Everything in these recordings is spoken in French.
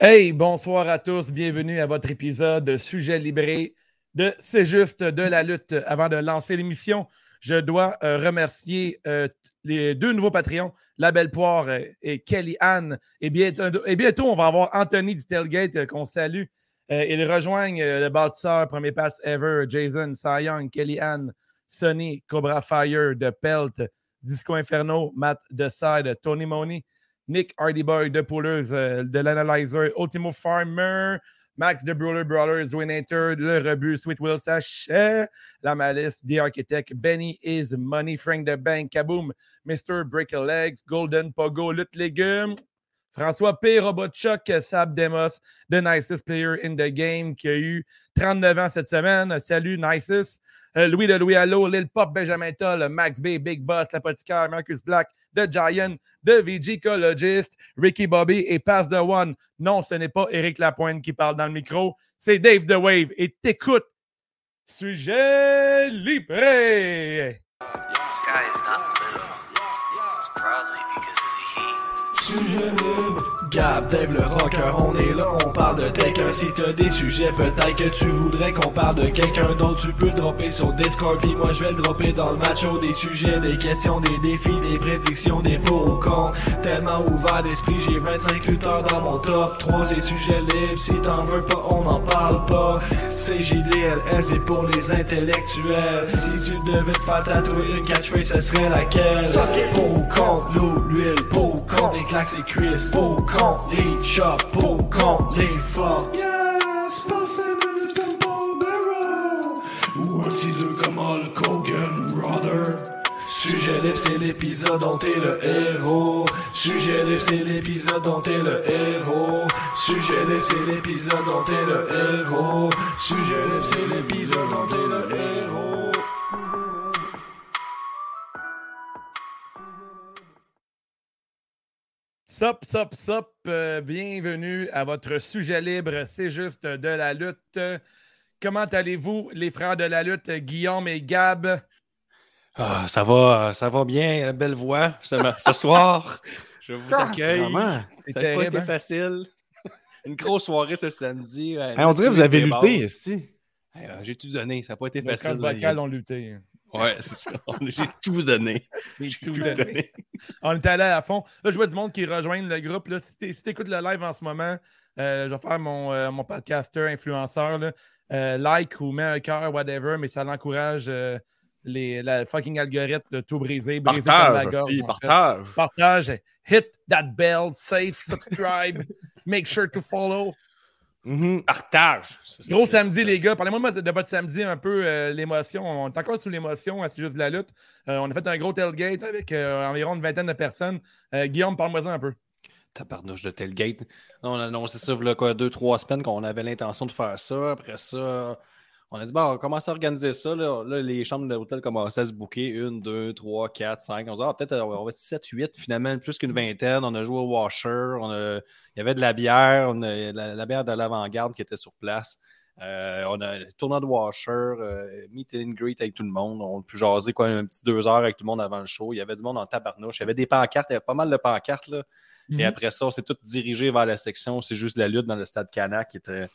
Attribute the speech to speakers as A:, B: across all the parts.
A: Hey, bonsoir à tous. Bienvenue à votre épisode Sujet libré de C'est juste de la lutte. Avant de lancer l'émission, je dois euh, remercier euh, t- les deux nouveaux Patreons, La Belle Poire euh, et Kelly Anne. Et bientôt, et bientôt, on va avoir Anthony du Tailgate euh, qu'on salue. Euh, ils rejoignent euh, le bâtisseur, premier patch ever, Jason, Cy Young, Kelly Anne, Sonny, Cobra Fire, de Pelt, Disco Inferno, Matt Side, Tony Money, Nick Hardyboy de Pouleuse, euh, de l'Analyzer, Ultimo Farmer, Max de Brawler Brawlers, Winator, Le Rebut, Sweet Will Sachet, La Malice, The Architect, Benny Is Money, Frank de Bank, Kaboom, Mr. Brick Legs, Golden Pogo, Lutte Légumes, François P. Robotchuk, Sab Demos, The Nicest Player in the Game, qui a eu 39 ans cette semaine. Salut, Nicest. Euh, Louis de Louis Allo, Lil Pop, Benjamin Toll, Max B, Big Boss, L'Apothicaire, Marcus Black, The Giant, The VGcologist, Ricky Bobby et Pass the One. Non, ce n'est pas Éric Lapointe qui parle dans le micro, c'est Dave the Wave et t'écoutes. Sujet libre!
B: The sky is not blue. It's probably because of the heat.
C: Sujet libre. Gab, Dave le rocker, on est là, on parle de quelqu'un. Si t'as des sujets, peut-être que tu voudrais qu'on parle de quelqu'un d'autre. Tu peux dropper sur Discord, puis moi je vais le dropper dans le macho. Des sujets, des questions, des défis, des prédictions, des pour ou contre. Tellement ouvert d'esprit, j'ai 25 lutteurs dans mon top 3. C'est sujet libre, si t'en veux pas, on n'en parle pas. C'est JDLS et pour les intellectuels. Si tu devais te faire tatouer une catchphrase, ce serait laquelle? Socket pour ou contre, l'eau, l'huile, pour ou contre, les claques, et cuisses, pour ou contre, les chops, pour ou contre, les forts. Yes, passez une minute comme Paul Bearer. Ou un ciseau comme Hulk Hogan, brother. Sujet libre, c'est l'épisode dont t'es le héros. Sujet libre, c'est l'épisode dont t'es le héros. Sujet libre, c'est l'épisode dont t'es le héros. Sujet libre, c'est l'épisode dont t'es le héros.
A: Sop, sop, sop, euh, bienvenue à votre sujet libre, c'est juste de la lutte. Euh, Comment allez-vous, les frères de la lutte, Guillaume et Gab?
D: Ah, ça va, ça va bien, belle voix ce, ce soir. Je vous accueille.
E: Sacrement.
A: C'est
D: Ça n'a pas
A: terrible,
D: été
A: hein?
D: facile. Une grosse soirée ce samedi. à
E: Hey, on dirait que vous avez
D: Notre
E: lutté, ici.
D: bar. Hey, euh, J'ai tout donné, ça n'a pas été
A: Nos
D: facile. hein,
A: cordes vocales ont lutté. hein.
D: Ouais, c'est ça. On- J'ai tout donné. J'ai tout
A: donné.
D: donné.
A: On est allé à fond. Là, je vois du monde qui rejoignent le groupe. Là, si tu écoutes le live en ce moment, euh, je vais faire mon, euh, mon podcaster influenceur. là. Euh, like ou mets un cœur, whatever, mais ça l'encourage euh, les, la fucking algorithme de tout briser. briser par la
E: Partage,
A: gorge,
E: puis
A: en fait.
E: partage.
A: Partage. Hit that bell. Safe. Subscribe. Make sure to follow.
E: Mhm.
D: Partage. Ça, c'est-
A: Gros samedi, les gars. Parlez-moi de votre samedi un peu, euh, l'émotion. On est encore sous l'émotion à ce sujet de la lutte. Euh, on a fait un gros tailgate avec euh, environ une vingtaine de personnes. Euh, Guillaume, parle-moi-en un peu.
D: Tabarnouche de Tailgate. On a annoncé ça, voilà, quoi, deux, trois semaines qu'on avait l'intention de faire ça. Après ça, on a dit, bon, on commence à organiser ça. Là, Là, les chambres d'hôtel commençaient à se bouquer. Une, deux, trois, quatre, cinq. On se dit, ah, peut-être euh, on va être sept, huit, finalement, plus qu'une vingtaine. On a joué au washer. On a- Il y avait de la bière. On a- la, la bière de l'avant-garde qui était sur place. Euh, on a le tournoi de washer, euh, meet and greet avec tout le monde. On a pu jaser quoi, un petit deux heures avec tout le monde avant le show. Il y avait du monde en tabarnouche. Il y avait des pancartes. Il y avait pas mal de pancartes. Là.
A: Mhm.
D: Et après ça, on s'est tous dirigés vers la section. C'est juste la lutte dans le stade Canac, qui était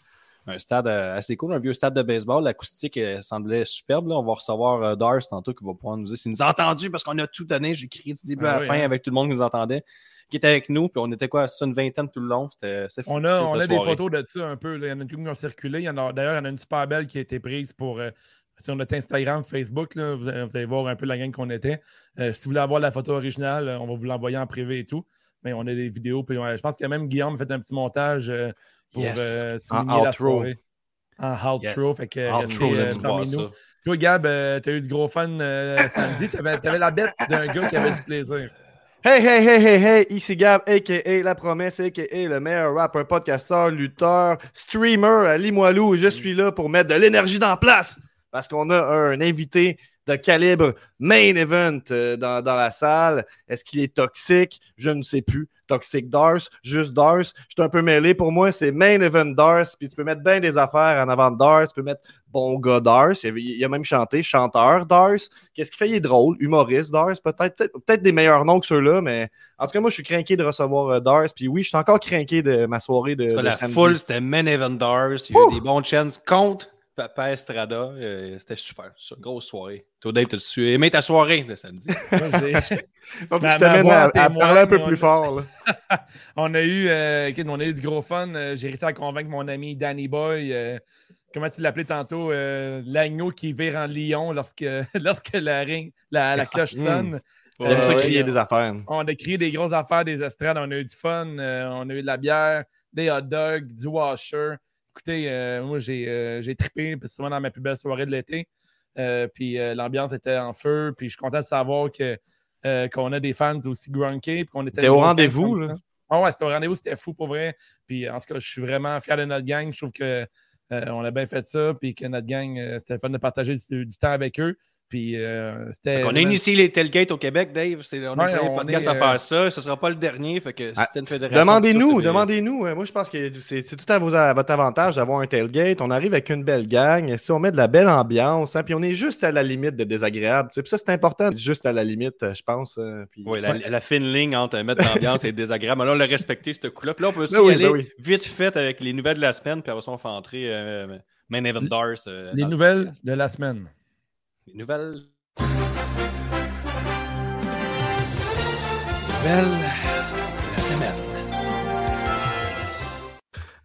D: un stade euh, assez cool, un vieux stade de baseball. L'acoustique euh, semblait superbe. là. On va recevoir euh, Dars tantôt qui va pouvoir nous dire s'il nous a entendus parce qu'on a tout donné. J'ai crié du début
A: Ah
D: à la
A: oui,
D: fin
A: hein.
D: avec tout le monde qui nous entendait, qui était avec nous. Puis on était quoi, ça, une vingtaine tout le long. C'était c'est fou,
A: On a,
D: cette
A: on a des
D: soirée.
A: photos de ça un peu. là. Il y en a une couple qui ont circulé. Il y en a- D'ailleurs, il y en a une super belle qui a été prise pour euh, sur notre Instagram, Facebook. là. vous, vous allez voir un peu la gang qu'on était. Euh, si vous voulez avoir la photo originale, euh, on va vous l'envoyer en privé et tout. Mais on a des vidéos. Puis, ouais, je pense que même Guillaume a fait un petit montage euh, pour
D: Yes.
A: euh,
E: En
A: souligner la
E: outro.
A: soirée. En outro. Fait que,
D: Ah,
A: restez,
D: trop,
A: euh,
D: j'aime tout voir
A: parmi nous.
D: ça.
A: euh, Toi, Gab, tu as eu du gros fun euh, samedi. Tu avais, la bête d'un gars qui avait du plaisir.
E: Hey, hey, hey, hey, hey, ici Gab, a.k.a. La Promesse, a.k.a. le meilleur rapper, podcasteur, lutteur, streamer à Limoilou. Je suis là pour mettre de l'énergie dans la place parce qu'on a un invité de calibre main event euh, dans, dans la salle. Est-ce qu'il est toxique? Je ne sais plus. Toxic Dars, juste Dars. Je suis un peu mêlé. Pour moi, c'est main event Dars. Puis tu peux mettre bien des affaires en avant de Dars. Tu peux mettre bon gars Dars. Il, il a même chanté chanteur Dars. Qu'est-ce qu'il fait? Il est drôle. Humoriste Dars, peut-être. Peut-être peut-être des meilleurs noms que ceux-là, mais en tout cas, moi, je suis craqué de recevoir euh, Dars. Puis oui, je suis encore craqué de ma soirée de,
D: En tout cas,
E: de
D: la
E: samedi.
D: foule, c'était Men Event Dars. Il y a eu
E: Ouh!
D: des bons chances contre Papa Estrada. euh, c'était super. ça, grosse soirée. Toi, Dave, t'as-tu aimé ta soirée de samedi?
A: Moi, j'ai-
E: Faut que
A: Ma-
E: je t'amène
A: ma
E: à,
A: voix
E: à
A: témoigne,
E: parler un peu
A: on-
E: plus fort. là.
A: on, a eu, euh, écoute, on a eu du gros fun. Euh, J'ai réussi à convaincre mon ami Danny Boy. euh, comment tu l'appelais tantôt? euh, L'agneau qui vire en lion lorsque, lorsque la, ring- la, la cloche
E: Hmm.
A: sonne.
E: J'aime ça
A: ouais,
E: crier
A: ouais.
E: des affaires.
A: On a créé des grosses affaires, des estrades, on a eu du fun, euh, on a eu de la bière, des hot dogs, du washer. Écoutez, euh, moi, j'ai, euh, j'ai trippé, puis souvent dans ma plus belle soirée de l'été. Euh, puis euh, l'ambiance était en feu, puis je suis content de savoir que, euh, qu'on a des fans aussi grunkés. Puis qu'on était
E: T'es au
A: une grosse
E: rendez-vous,
A: gang comme
E: là.
A: ça. Ah ouais, c'était au rendez-vous, c'était fou pour vrai. Puis en tout cas, je suis vraiment fier de notre gang. Je trouve que euh, on a bien fait ça, puis que notre gang, euh, c'était le fun de partager du, du temps avec eux. Puis euh, c'était.
D: on a initié les tailgates au Québec, Dave. C'est, on a
A: Ouais,
D: un
A: on
D: podcast
A: est, euh,
D: à faire ça. Ce ne sera pas le dernier. Fait que si
E: Ah,
D: t'es une fédération.
E: Demandez-nous,
D: de-
E: demandez-nous. Euh, Moi, je pense que c'est c'est tout à, vos- à votre avantage d'avoir un tailgate. On arrive avec une belle gang. Si on met de la belle ambiance, hein, puis on est juste à la limite de désagréable. tu sais. Puis ça, c'est important, d'être juste à la limite, euh, je pense. euh, puis-
D: Oui, la, la fine ligne entre euh, mettre l'ambiance et le désagréable. Alors, on l'a respecté, ce coup-là. Puis là, on peut aussi
E: Ben oui,
D: y aller
E: ben oui.
D: vite fait avec les nouvelles de la semaine. Puis après ça, on fait entrer euh, Main Event Dars. euh,
A: Les
D: dans-
A: nouvelles de la semaine.
D: Les nouvelles.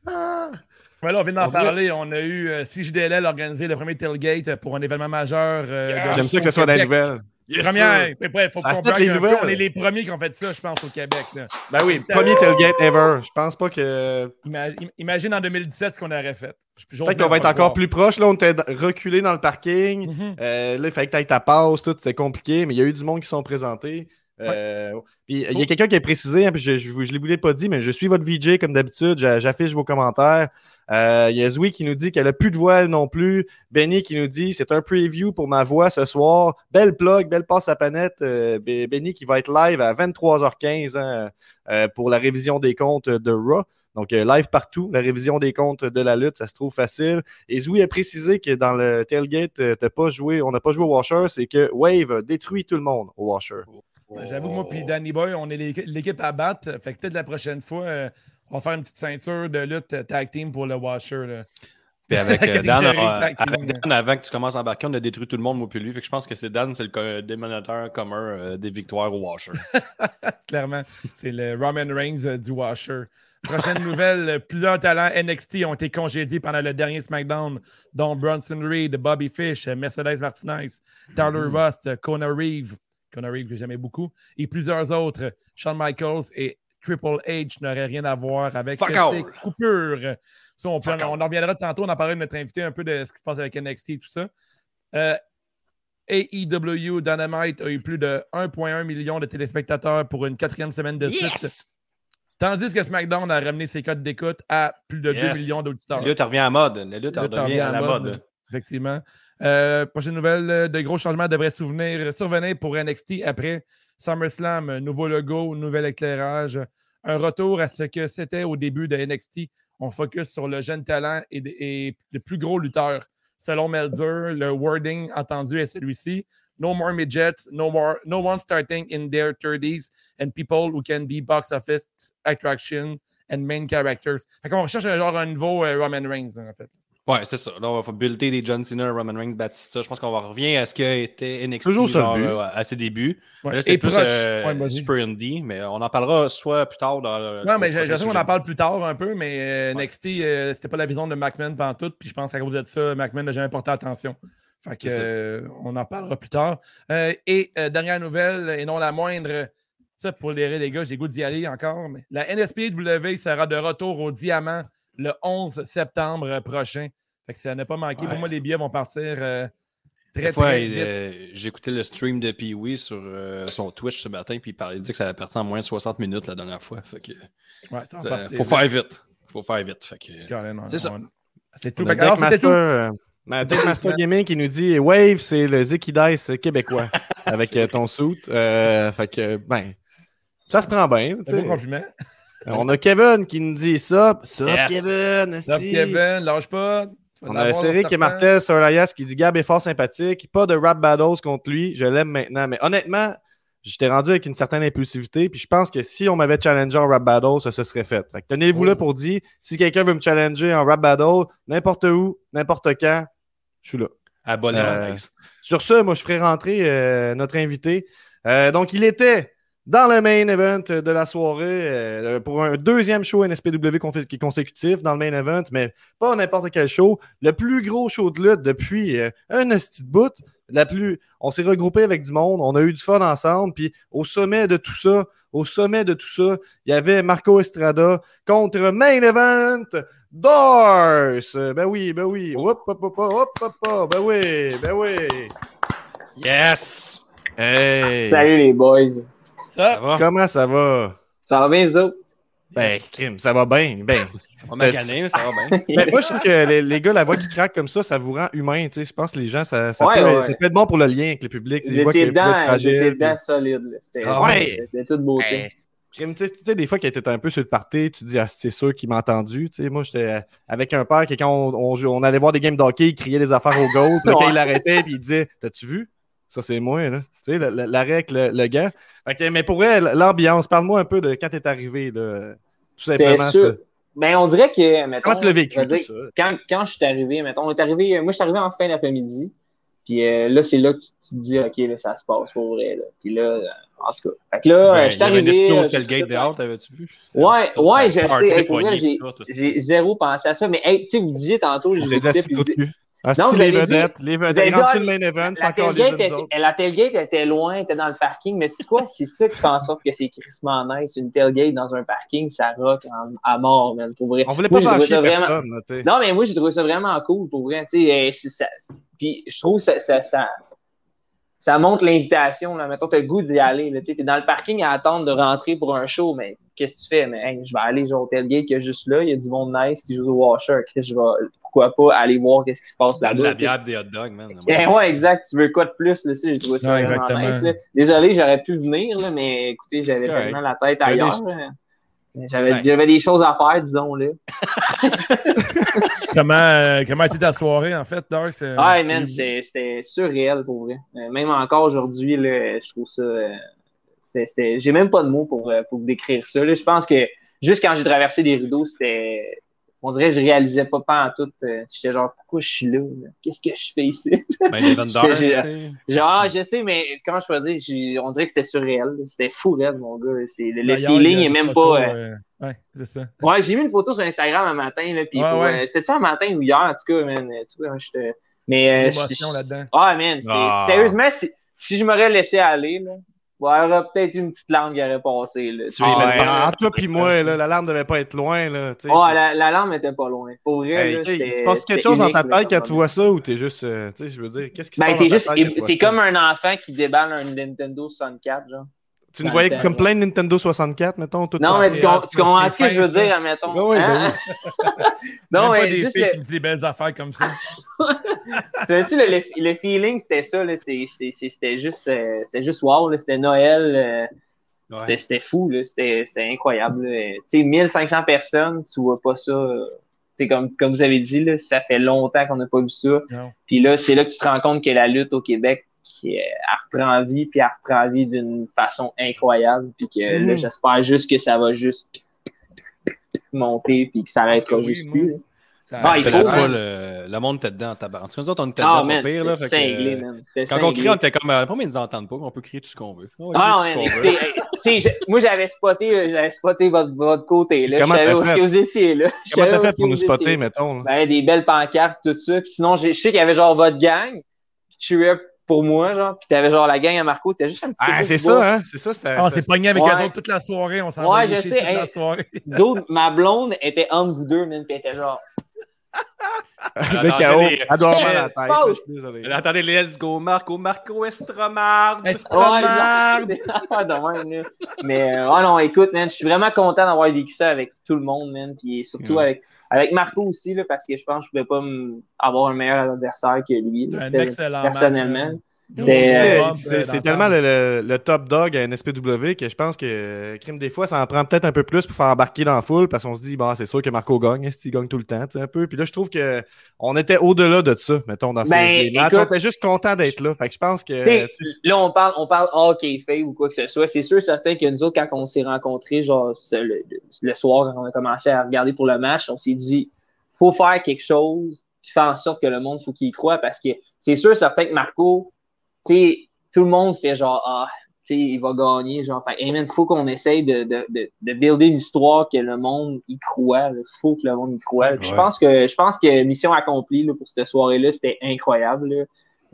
E: Ah!
A: Ouais, là, on vient d'en
E: On dirait-
A: parler. On a eu euh, CJDLL organisé le premier tailgate pour un événement majeur. euh, de
E: J'aime ça que ce soit dans les nouvelles. Yes,
A: Première.
E: sir.
A: Mais bref, faut
E: Ça
A: qu'on
E: fait
A: braque un
E: les
A: peu.
E: nouvelles.
A: On est les premiers qui ont fait ça, je pense, au Québec. là.
E: Ben oui, premier tailgate ever. Je pense pas que.
A: Ima- im- imagine en 2017 ce qu'on aurait fait. Je- j'ose
E: Peut-être
A: même
E: qu'on va être
A: pas le
E: encore
A: croire.
E: plus proche. Là, on était d- reculé dans le parking.
A: Mhm.
E: Euh, là, il fallait que tu ailles ta passe, tout, c'était compliqué, mais il y a eu du monde qui sont présentés. Euh, puis, il y
A: Oh.
E: a quelqu'un qui a précisé, hein, puis je ne je, vous- je l'ai voulu pas dit, mais je suis votre VJ comme d'habitude, j'a- j'affiche vos commentaires. Euh, Il y a Zoui qui nous dit qu'elle a plus de voile non plus. Benny qui nous dit c'est un preview pour ma voix ce soir. Belle plug, belle passe à panette. Euh, Be- Benny qui va être live à 23h15 hein, euh, pour la révision des comptes de Raw. Donc, euh, live partout, la révision des comptes de la lutte, ça se trouve facile. Et Zoui a précisé que dans le tailgate, euh, t'as pas joué, on n'a pas joué au Washer, c'est que Wave a détruit tout le monde au Washer.
A: J'avoue que moi, puis Danny Boy, on est l'équ- l'équipe à battre. Fait que peut-être la prochaine fois, euh, on va faire une petite ceinture de lutte euh, tag team pour le Washer. là.
D: Puis avec, euh, Dan,
A: Catégorie
D: euh,
A: tag team.
D: avec Dan, avant que tu commences à embarquer, on a détruit tout le monde, moi puis lui. Fait que je pense que c'est Dan, c'est le co- dénominateur commun euh, des victoires au Washer.
A: Clairement, c'est le Roman Reigns euh, du Washer. Prochaine nouvelle, euh, plusieurs talents NXT ont été congédiés pendant le dernier SmackDown, dont Bronson Reed, Bobby Fish, euh, Mercedes Martinez, Tyler
D: Mm-hmm.
A: Rust, euh, Kona Reeve, Kona Reeve que j'aimais beaucoup, et plusieurs autres. Shawn Michaels et Triple H n'auraient rien à voir avec
D: Fuck
A: euh, ces
D: all.
A: coupures. Ça, on, peut-
D: Fuck all.
A: on en reviendra tantôt, on en parlera de notre invité un peu de ce qui se passe avec NXT et tout ça. Euh, AEW Dynamite a eu plus de 1,1 million de téléspectateurs pour une quatrième semaine de suite, tandis que SmackDown a ramené ses codes d'écoute à plus de 2
D: Yes.
A: millions d'auditeurs.
D: La lutte revient à la mode. La lutte
A: La lutte
D: revient à la mode.
A: Effectivement. Euh, prochaine nouvelle, euh, de gros changements devraient souvenir, survenir pour NXT après SummerSlam. Euh, Nouveau logo, nouvel éclairage. Un retour à ce que c'était au début de NXT. On focus sur le jeune talent et, des- et le plus gros lutteur. Selon Melzer, le wording entendu est celui-ci. No more midgets, no more, no one starting in their 30s, and people who can be box office attraction and main characters. Fait qu'on recherche un genre un nouveau euh, Roman Reigns, en fait.
D: Ouais, c'est ça. Là, on va builder des John Cena, Roman Reigns, Batista. Je pense qu'on va revenir à ce qui a été NXT
E: Toujours ça, le
D: genre,
E: but.
D: euh, à ses débuts.
A: Ouais.
D: Là, c'était
A: Et
D: plus
A: proche.
D: euh,
A: Ouais, vas-y.
D: super indie, mais on en parlera soit plus tard dans le.
A: Non, mais
D: au
A: je, je
D: prochain
A: sais qu'on
D: sujet.
A: en parle plus tard un peu, mais euh,
D: Ouais.
A: NXT, euh, c'était pas la vision de McMahon pendant tout, puis je pense qu'à cause de ça, McMahon n'a jamais porté attention. Fait que,
D: C'est ça.
A: euh, on en parlera plus tard. Euh, et euh, dernière nouvelle, et non la moindre, ça pour les, les gars, j'ai le goût d'y aller encore, mais la NSPW sera de retour au Diamant le 11 septembre prochain. Fait que ça n'a pas manqué.
D: Ouais.
A: Pour moi, les billets vont partir euh, Très,
D: Des fois,
A: très
D: il,
A: vite.
D: euh, j'ai écouté le stream de Pee-Wee sur euh, son Twitch ce matin, puis il, parlait, il dit que ça avait parti en moins de 60 minutes la dernière fois. Fait que,
A: Ouais, ça, on
D: ça-
A: part-
D: faut faire vite. Faut faire vite. Fait que,
A: Colin, on-
D: C'est ça.
A: on- C'est tout.
E: Le
A: Fait que- Alors, c'était
E: Deckmaster,
A: tout.
E: euh, ma- Deckmaster Gaming qui nous dit Wave, c'est le Zeki Dice québécois avec euh, ton suit. Euh, fait que, ben, ça se prend bien. tu
A: C'est un
E: sais.
A: beau compliment.
E: On a Kevin qui nous dit ça. Sup,
D: Yes.
E: Kevin. esti.
A: Love Kevin, lâche pas. Tu vas
E: On
A: l'avoir
E: a Cédric
A: dans
E: qui
A: certains.
E: martèle sur Elias qui dit Gab est fort sympathique. Pas de rap battles contre lui. Je l'aime maintenant. Mais honnêtement, j'étais rendu avec une certaine impulsivité. Puis je pense que si on m'avait challengé en rap battle, ça se serait fait. Fait que tenez-vous
A: Oh.
E: là pour dire si quelqu'un veut me challenger en rap battle, n'importe où, n'importe quand, je suis là.
D: abonnez-vous,
E: Euh,
D: Alex.
E: Sur ce, moi, je ferai rentrer euh, notre invité. Euh, donc, il était dans le main event de la soirée euh, pour un deuxième show NSPW confé- qui est consécutif dans le main event, mais pas n'importe quel show. Le plus gros show de lutte depuis euh, un petit bout. La plus... On s'est regroupé avec du monde, on a eu du fun ensemble, puis au sommet de tout ça, au sommet de tout ça, il y avait Marco Estrada contre Main Event Dors. Ben oui, ben oui. Hop, hop, hop, hop, hop, hop. Ben oui, ben oui.
D: Yes!
E: Hey!
F: Salut les boys.
D: Ça
A: Ça,
D: va?
E: Comment ça va?
F: Ça va bien, Zo?
E: Ben, crime, ça va bien. Ben,
D: On m'a gagné, mais ça va bien.
E: Ben, moi, je trouve que les, les gars, la voix qui craque comme ça, ça vous rend humain. tu sais. Je pense que les gens, ça, ça,
F: Ouais,
E: peut,
F: ouais.
E: ça peut être bon pour le lien avec le public. tu sais, les voix qui-
F: J'étais
E: qui peuvent être
F: dedans,
E: fragiles,
F: j'étais
E: puis-
F: dedans solide. là. C'était
D: Ah
E: ouais.
F: c'était de toute beauté.
E: Crime, tu sais, tu sais, des fois, quand t'étais un peu sur le party, tu dis, ah, c'est sûr qu'il m'a entendu. Tu sais, moi, j'étais avec un père que quand on, on jou- on allait voir des games d'hockey, il criait des affaires au goal. Puis là, quand
F: Ouais.
E: il l'arrêtait, puis il disait, t'as-tu vu? Ça, c'est moi, là. Tu sais, la, la- la règle, le, le gars. Fait que, mais pour elle, l'ambiance, parle-moi un peu de quand t'es arrivé, là. Tout
F: C'était
E: simplement.
F: sûr.
E: ça.
F: Ben, on dirait que, mettons,
E: Comment tu l'as vécu,
F: je veux dire,
E: tout ça?
F: quand, quand je suis arrivé, mettons, on est arrivé, euh, moi, je suis arrivé en fin d'après-midi. Puis euh, là, c'est là que tu, tu te dis, OK, là, ça se passe pour vrai. Là. Puis là, euh, en tout cas. Fait que là,
D: Ben,
F: je
D: il y
F: suis
D: avait une
F: arrivé.
D: esti au
F: euh,
D: tailgate
F: j'étais-
D: dehors, t'avais-tu vu? Ça-
F: Ouais, ouais,
D: ça-
F: je
D: ça a
F: sais.
D: parté
F: Hey, pour vrai,
D: poignées,
F: j'ai-
D: tout, esti.
F: J'ai zéro pensé à ça. Mais, hey, tu sais, vous disiez tantôt, je vous
E: J'ai dit à
F: écoutais,
E: ce
F: puis
E: trou
F: vous
E: de
F: disiez-
E: cul. Ah,
F: Non,
E: c'est
F: vous
E: les
F: avez dit-
E: vedettes, les
F: vous avez
E: vedettes.
F: dit,
E: Rendu
F: ah,
E: le main event, c'est
F: La
E: encore les
F: tailgate,
E: mêmes
F: était,
E: autres.
F: la tailgate était loin, était dans le parking, mais c'est quoi? C'est ça qui fait en sorte que c'est crissement nice. Une tailgate dans un parking, ça rock en- à mort, man, pour vrai.
E: On voulait
F: Moi,
E: pas
F: j'ai
E: faire
F: trouvé
E: chier
F: ça vraiment-
E: personne, là, tu sais.
F: Non, mais moi, j'ai trouvé ça vraiment cool, pour vrai. Tu sais, eh, c'est ça- Puis je trouve que ça, ça, ça, ça montre l'invitation. là. Mettons, t'as le goût d'y aller. là. Tu es dans le parking à attendre de rentrer pour un show, mais qu'est-ce que tu fais? Mais hey, je vais aller genre au tailgate qu'il y a juste là. Il y a du monde nice qui joue au washer. Chris, Je vais, pourquoi pas aller voir qu'est-ce qui se passe
D: La,
F: là-bas.
D: la
F: tu sais.
D: bière des hot dogs, man.
F: Eh ouais, exact. Tu veux quoi de plus, là, si j'ai trouvé ça
A: Ouais,
F: vraiment
A: exactement.
F: nice, là. Désolé, j'aurais pu venir, là, mais écoutez, j'avais
E: Correct.
F: tellement la tête
E: T'avais
F: ailleurs. là. J'avais
E: Ouais.
F: j'avais des choses à faire, disons, là.
A: Comment euh, comment a été ta soirée, en fait, Dark? C'est- euh,
F: Ah, man, c'est- c'était surréel, pour vrai. Euh, Même encore aujourd'hui, là, je trouve ça... euh, c'était- c'était- J'ai même pas de mots pour, euh, pour décrire ça, là. Je pense que juste quand j'ai traversé des rideaux, c'était... On dirait que je réalisais pas pas en tout. euh, J'étais genre, pourquoi je suis là? là? Qu'est-ce que je fais ici?
D: Ben, les vendeurs,
F: J'ai- j'ai-
D: tu sais.
F: Genre, je sais, mais comment je peux dire, j'ai- on dirait que c'était surréel. là. C'était fou raide, mon gars. C'est- Le, le
A: D'ailleurs,
F: feeling
A: il y a
F: est
A: des
F: même
A: photos,
F: pas. euh,
A: euh, Ouais, c'est ça.
F: Ouais, j'ai mis une photo sur Instagram un matin, là, puis
A: Ouais,
F: pour,
A: ouais.
F: euh, c'était ça un matin ou hier, en tout cas, man. euh, Tu vois, je te... Mais, euh, je-
A: L'émotion
F: je-
A: là-dedans.
F: Ah, man, c'est-
E: Ah.
F: sérieusement, si, si je m'aurais laissé aller, là, il y aurait peut-être une petite langue qui aurait passé, là.
D: Tu
E: Ah,
D: es
E: ouais,
D: maintenant-
E: entre toi puis moi, là, l'alarme devait pas être loin. Là, tu sais.
F: Ah, la, la langue était pas loin. Pour vrai,
E: Hey,
F: là,
E: tu sais,
F: c'était-
E: tu passes
F: c'était
E: quelque chose dans
F: unique,
E: ta
F: là,
E: tête quand
F: comme
E: tu vois ça ou t'es juste, euh, tu sais, je veux dire, qu'est-ce qui se
F: Ben,
E: passe
F: t'es
E: dans
F: juste,
E: ta tête quand tu vois
F: t'es
E: ça?
F: comme un enfant qui déballe un Nintendo 64, genre.
E: Tu nous voyais
F: dans le
E: comme
F: temps,
E: plein de Nintendo 64, mettons, tout
F: Non, mais tu, com- tu comprends
A: c'est
F: ce que je veux
A: fin,
F: dire, admettons.
E: Ben oui, ben
F: Hein? non,
A: Non, pas
F: mais
A: des
F: juste
A: filles
F: le,
A: qui me disent des belles affaires comme ça.
F: tu le, le- le feeling, c'était ça. là, c'est- c'est- c'est- C'était juste, euh, c'était juste wow. là, C'était Noël. euh,
D: Ouais.
F: c'était- C'était fou. là, C'était c'était incroyable. là. Et, Tu sais, 1500 personnes, tu vois pas ça. euh, tu sais, Comme, comme vous avez dit, là, ça fait longtemps qu'on n'a pas vu ça.
A: Non.
F: Puis là, c'est là que tu te rends compte que la lutte au Québec, qui, euh, elle reprend vie, puis elle reprend vie d'une façon incroyable. Puis que là,
E: Mhm.
F: j'espère juste que ça va juste monter, puis
D: Ah,
F: que ça arrêtera
A: Parce que oui,
F: juste
A: moi,
F: plus. là.
A: Ça-
F: Ah,
D: Parce
F: il
D: que
F: faut,
D: la
F: hein.
D: fois, le, le monde était dedans. tabarnak. En tout cas, nous autres, on était
F: Ah,
D: dedans, pas
F: man,
D: pire. Là,
F: c'était
D: fait que,
F: cinglé,
D: euh,
F: man. C'était
D: quand on
F: cinglé.
D: crie, on était comme. euh, Pourquoi ils nous entendent pas? On peut crier tout ce qu'on veut. On va
F: Ah,
D: crier
F: non,
D: tout ce qu'on veut.
F: écoutez, euh, tu sais, j'ai- moi j'avais spoté, euh, j'avais spoté votre, votre côté. Là. Je
E: Comment
F: savais
E: t'as
F: où
E: fait?
F: est-ce que vous étiez. Là. Je
E: Comment
F: savais
E: t'as
F: où est-ce
E: fait
F: que
E: pour nous
F: vous
E: spotter,
F: étiez.
E: mettons? là?
F: Ben, des belles pancartes, tout ça. Puis sinon, j'ai- je sais qu'il y avait genre votre gang qui cheerait pour moi, genre. Puis t'avais genre la gang à Marco, t'étais juste un petit peu.
E: Ah,
F: plus
E: c'est
F: bas.
E: ça, hein? C'est ça, c'était.
A: Ah, on s'est pogné avec
F: Ouais.
A: eux autres toute la soirée. On s'en va
F: Ouais, je
A: chez
F: sais,
A: toute
F: hey.
A: la soirée.
F: D'autres, ma blonde était entre vous deux, man, puis elle était genre.
E: Le KO.
D: attendez,
E: Adore
F: Qu'est-ce
E: la
F: qui se passe?
E: tête. Je suis désolé.
D: les- attendez, les let's go, Marco, Marco Estromard.
A: Hey,
F: Ouais, genre, c'est affaire de même, là. Mais euh, ah non, écoute, man, je suis vraiment content d'avoir vécu ça avec tout le monde, man. Puis surtout
D: Ouais.
F: avec, avec Marco aussi, là, parce que je pense que je ne pouvais pas me- avoir un meilleur adversaire que lui.
A: un
F: là. C'était-
A: excellent match,
F: personnellement.
A: man.
E: Tu
F: C'était,
E: sais,
F: euh,
A: Trump,
E: C'est
A: euh,
E: c'est
A: d'entendre.
E: tellement le, le- le top dog à NSPW que je pense que euh, crime des fois, ça en prend peut-être un peu plus pour faire embarquer dans la foule parce qu'on se dit, bah, c'est sûr que Marco gagne, est-ce qu'il gagne tout le temps, tu sais, un peu. Puis là, je trouve que on était au-delà de ça, mettons, dans ces
F: Ben,
E: les matchs.
F: écoute,
E: on était juste content d'être là. Fait que je pense que.
F: T'sais,
E: euh, tu sais,
F: là, on parle, on parle hockey fait ou quoi que ce soit. C'est sûr, certain que nous autres, quand on s'est rencontrés, genre, ce- le, le soir, quand on a commencé à regarder pour le match, on s'est dit, faut faire quelque chose qui fait en sorte que le monde, faut qu'il y croit parce que c'est sûr, certain que Marco, tu sais, tout le monde fait genre, ah, tu sais, il va gagner, genre, fait, hey man, faut qu'on essaye de, de, de, de builder une histoire que le monde y croit, là. faut que le monde y croit. Puis Je
D: Ouais.
F: pense que, je pense que mission accomplie, là, pour cette soirée-là, c'était incroyable, là.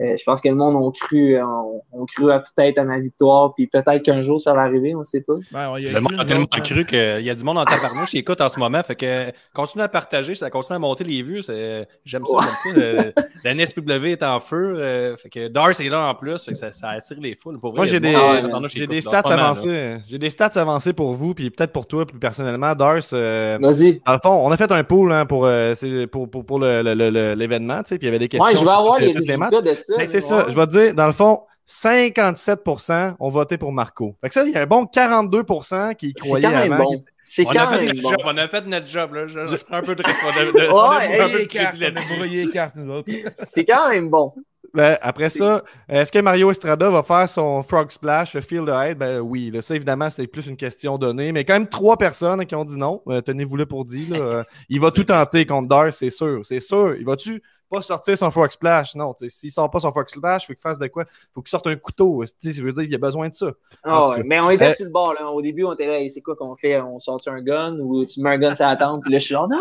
F: Euh, je pense que le monde ont cru, euh, ont, ont cru à peut-être à ma victoire, puis peut-être qu'un jour ça va arriver, on sait pas.
A: Ouais, on y a
D: Le monde
A: cru,
D: a
A: nous
D: tellement
A: autres, hein.
D: cru qu'il y a du monde en tabarnouche qui écoute en ce moment. Fait que euh, continue à partager, ça continue à monter les vues. c'est- J'aime ça, j'aime ça. Euh, La NSPW est en feu. euh, Fait que Dars est là en plus. Fait que ça, ça attire les foules. Pour vrai,
E: Moi,
D: il y a
E: j'ai
D: du
E: des-
D: monde en tabarnouche qui
E: J'ai des
D: écoute en ce
E: stats
D: moment, là.
E: avancées. J'ai des stats avancées pour vous, puis peut-être pour toi, plus personnellement. Dars, euh,
F: Vas-y.
E: dans le fond, on a fait un pool hein, pour, euh, c'est- pour, pour, pour le- le- le- le- l'événement, tu sais, puis il y avait des questions.
F: Ouais, je vais
E: sur euh,
F: avoir
E: tous
F: les
E: tous matchs.
F: résultats de ça.
E: Ben, c'est
F: mais
E: ça.
F: ouais.
E: Je vais te dire, dans le fond, 57% ont voté pour Marco. Fait que ça, il y a un bon 42% qui y
F: C'est
E: croyaient
F: quand même
E: avant.
F: bon. C'est
D: On a
F: quand
D: fait
F: même
D: notre
F: bon.
D: job. On a fait notre job. là. Je, je prends un peu de responsabilité. on a
F: Ouais,
D: joué un peu de
A: Les cartes,
D: crédit
A: on a
D: là-dessus.
A: brouillé les cartes, nous autres.
F: C'est quand même bon.
E: Ben, après ça, est-ce que Mario Estrada va faire son Frog Splash, le Field of Hate? Ben oui, là, ça évidemment, c'est plus une question donnée, mais quand même trois personnes qui ont dit non. Euh, Tenez-vous là pour dire. là. Euh, il va tout tenter contre Dars, c'est sûr. C'est sûr. Il va-tu pas sortir son Frog Splash? Non, tu sais, s'il sort pas son Frog Splash, il faut qu'il fasse de quoi? faut qu'il sorte un couteau. Tu sais, Je veux dire, il a besoin de ça. En
F: Ah
E: tout
F: ouais,
E: cas.
F: mais on était
E: Euh,
F: sur le bord. Là. Au début, on était là, Hey, c'est quoi qu'on fait? On sort un gun ou tu mets un gun sur la tente? Puis là, je suis genre, non!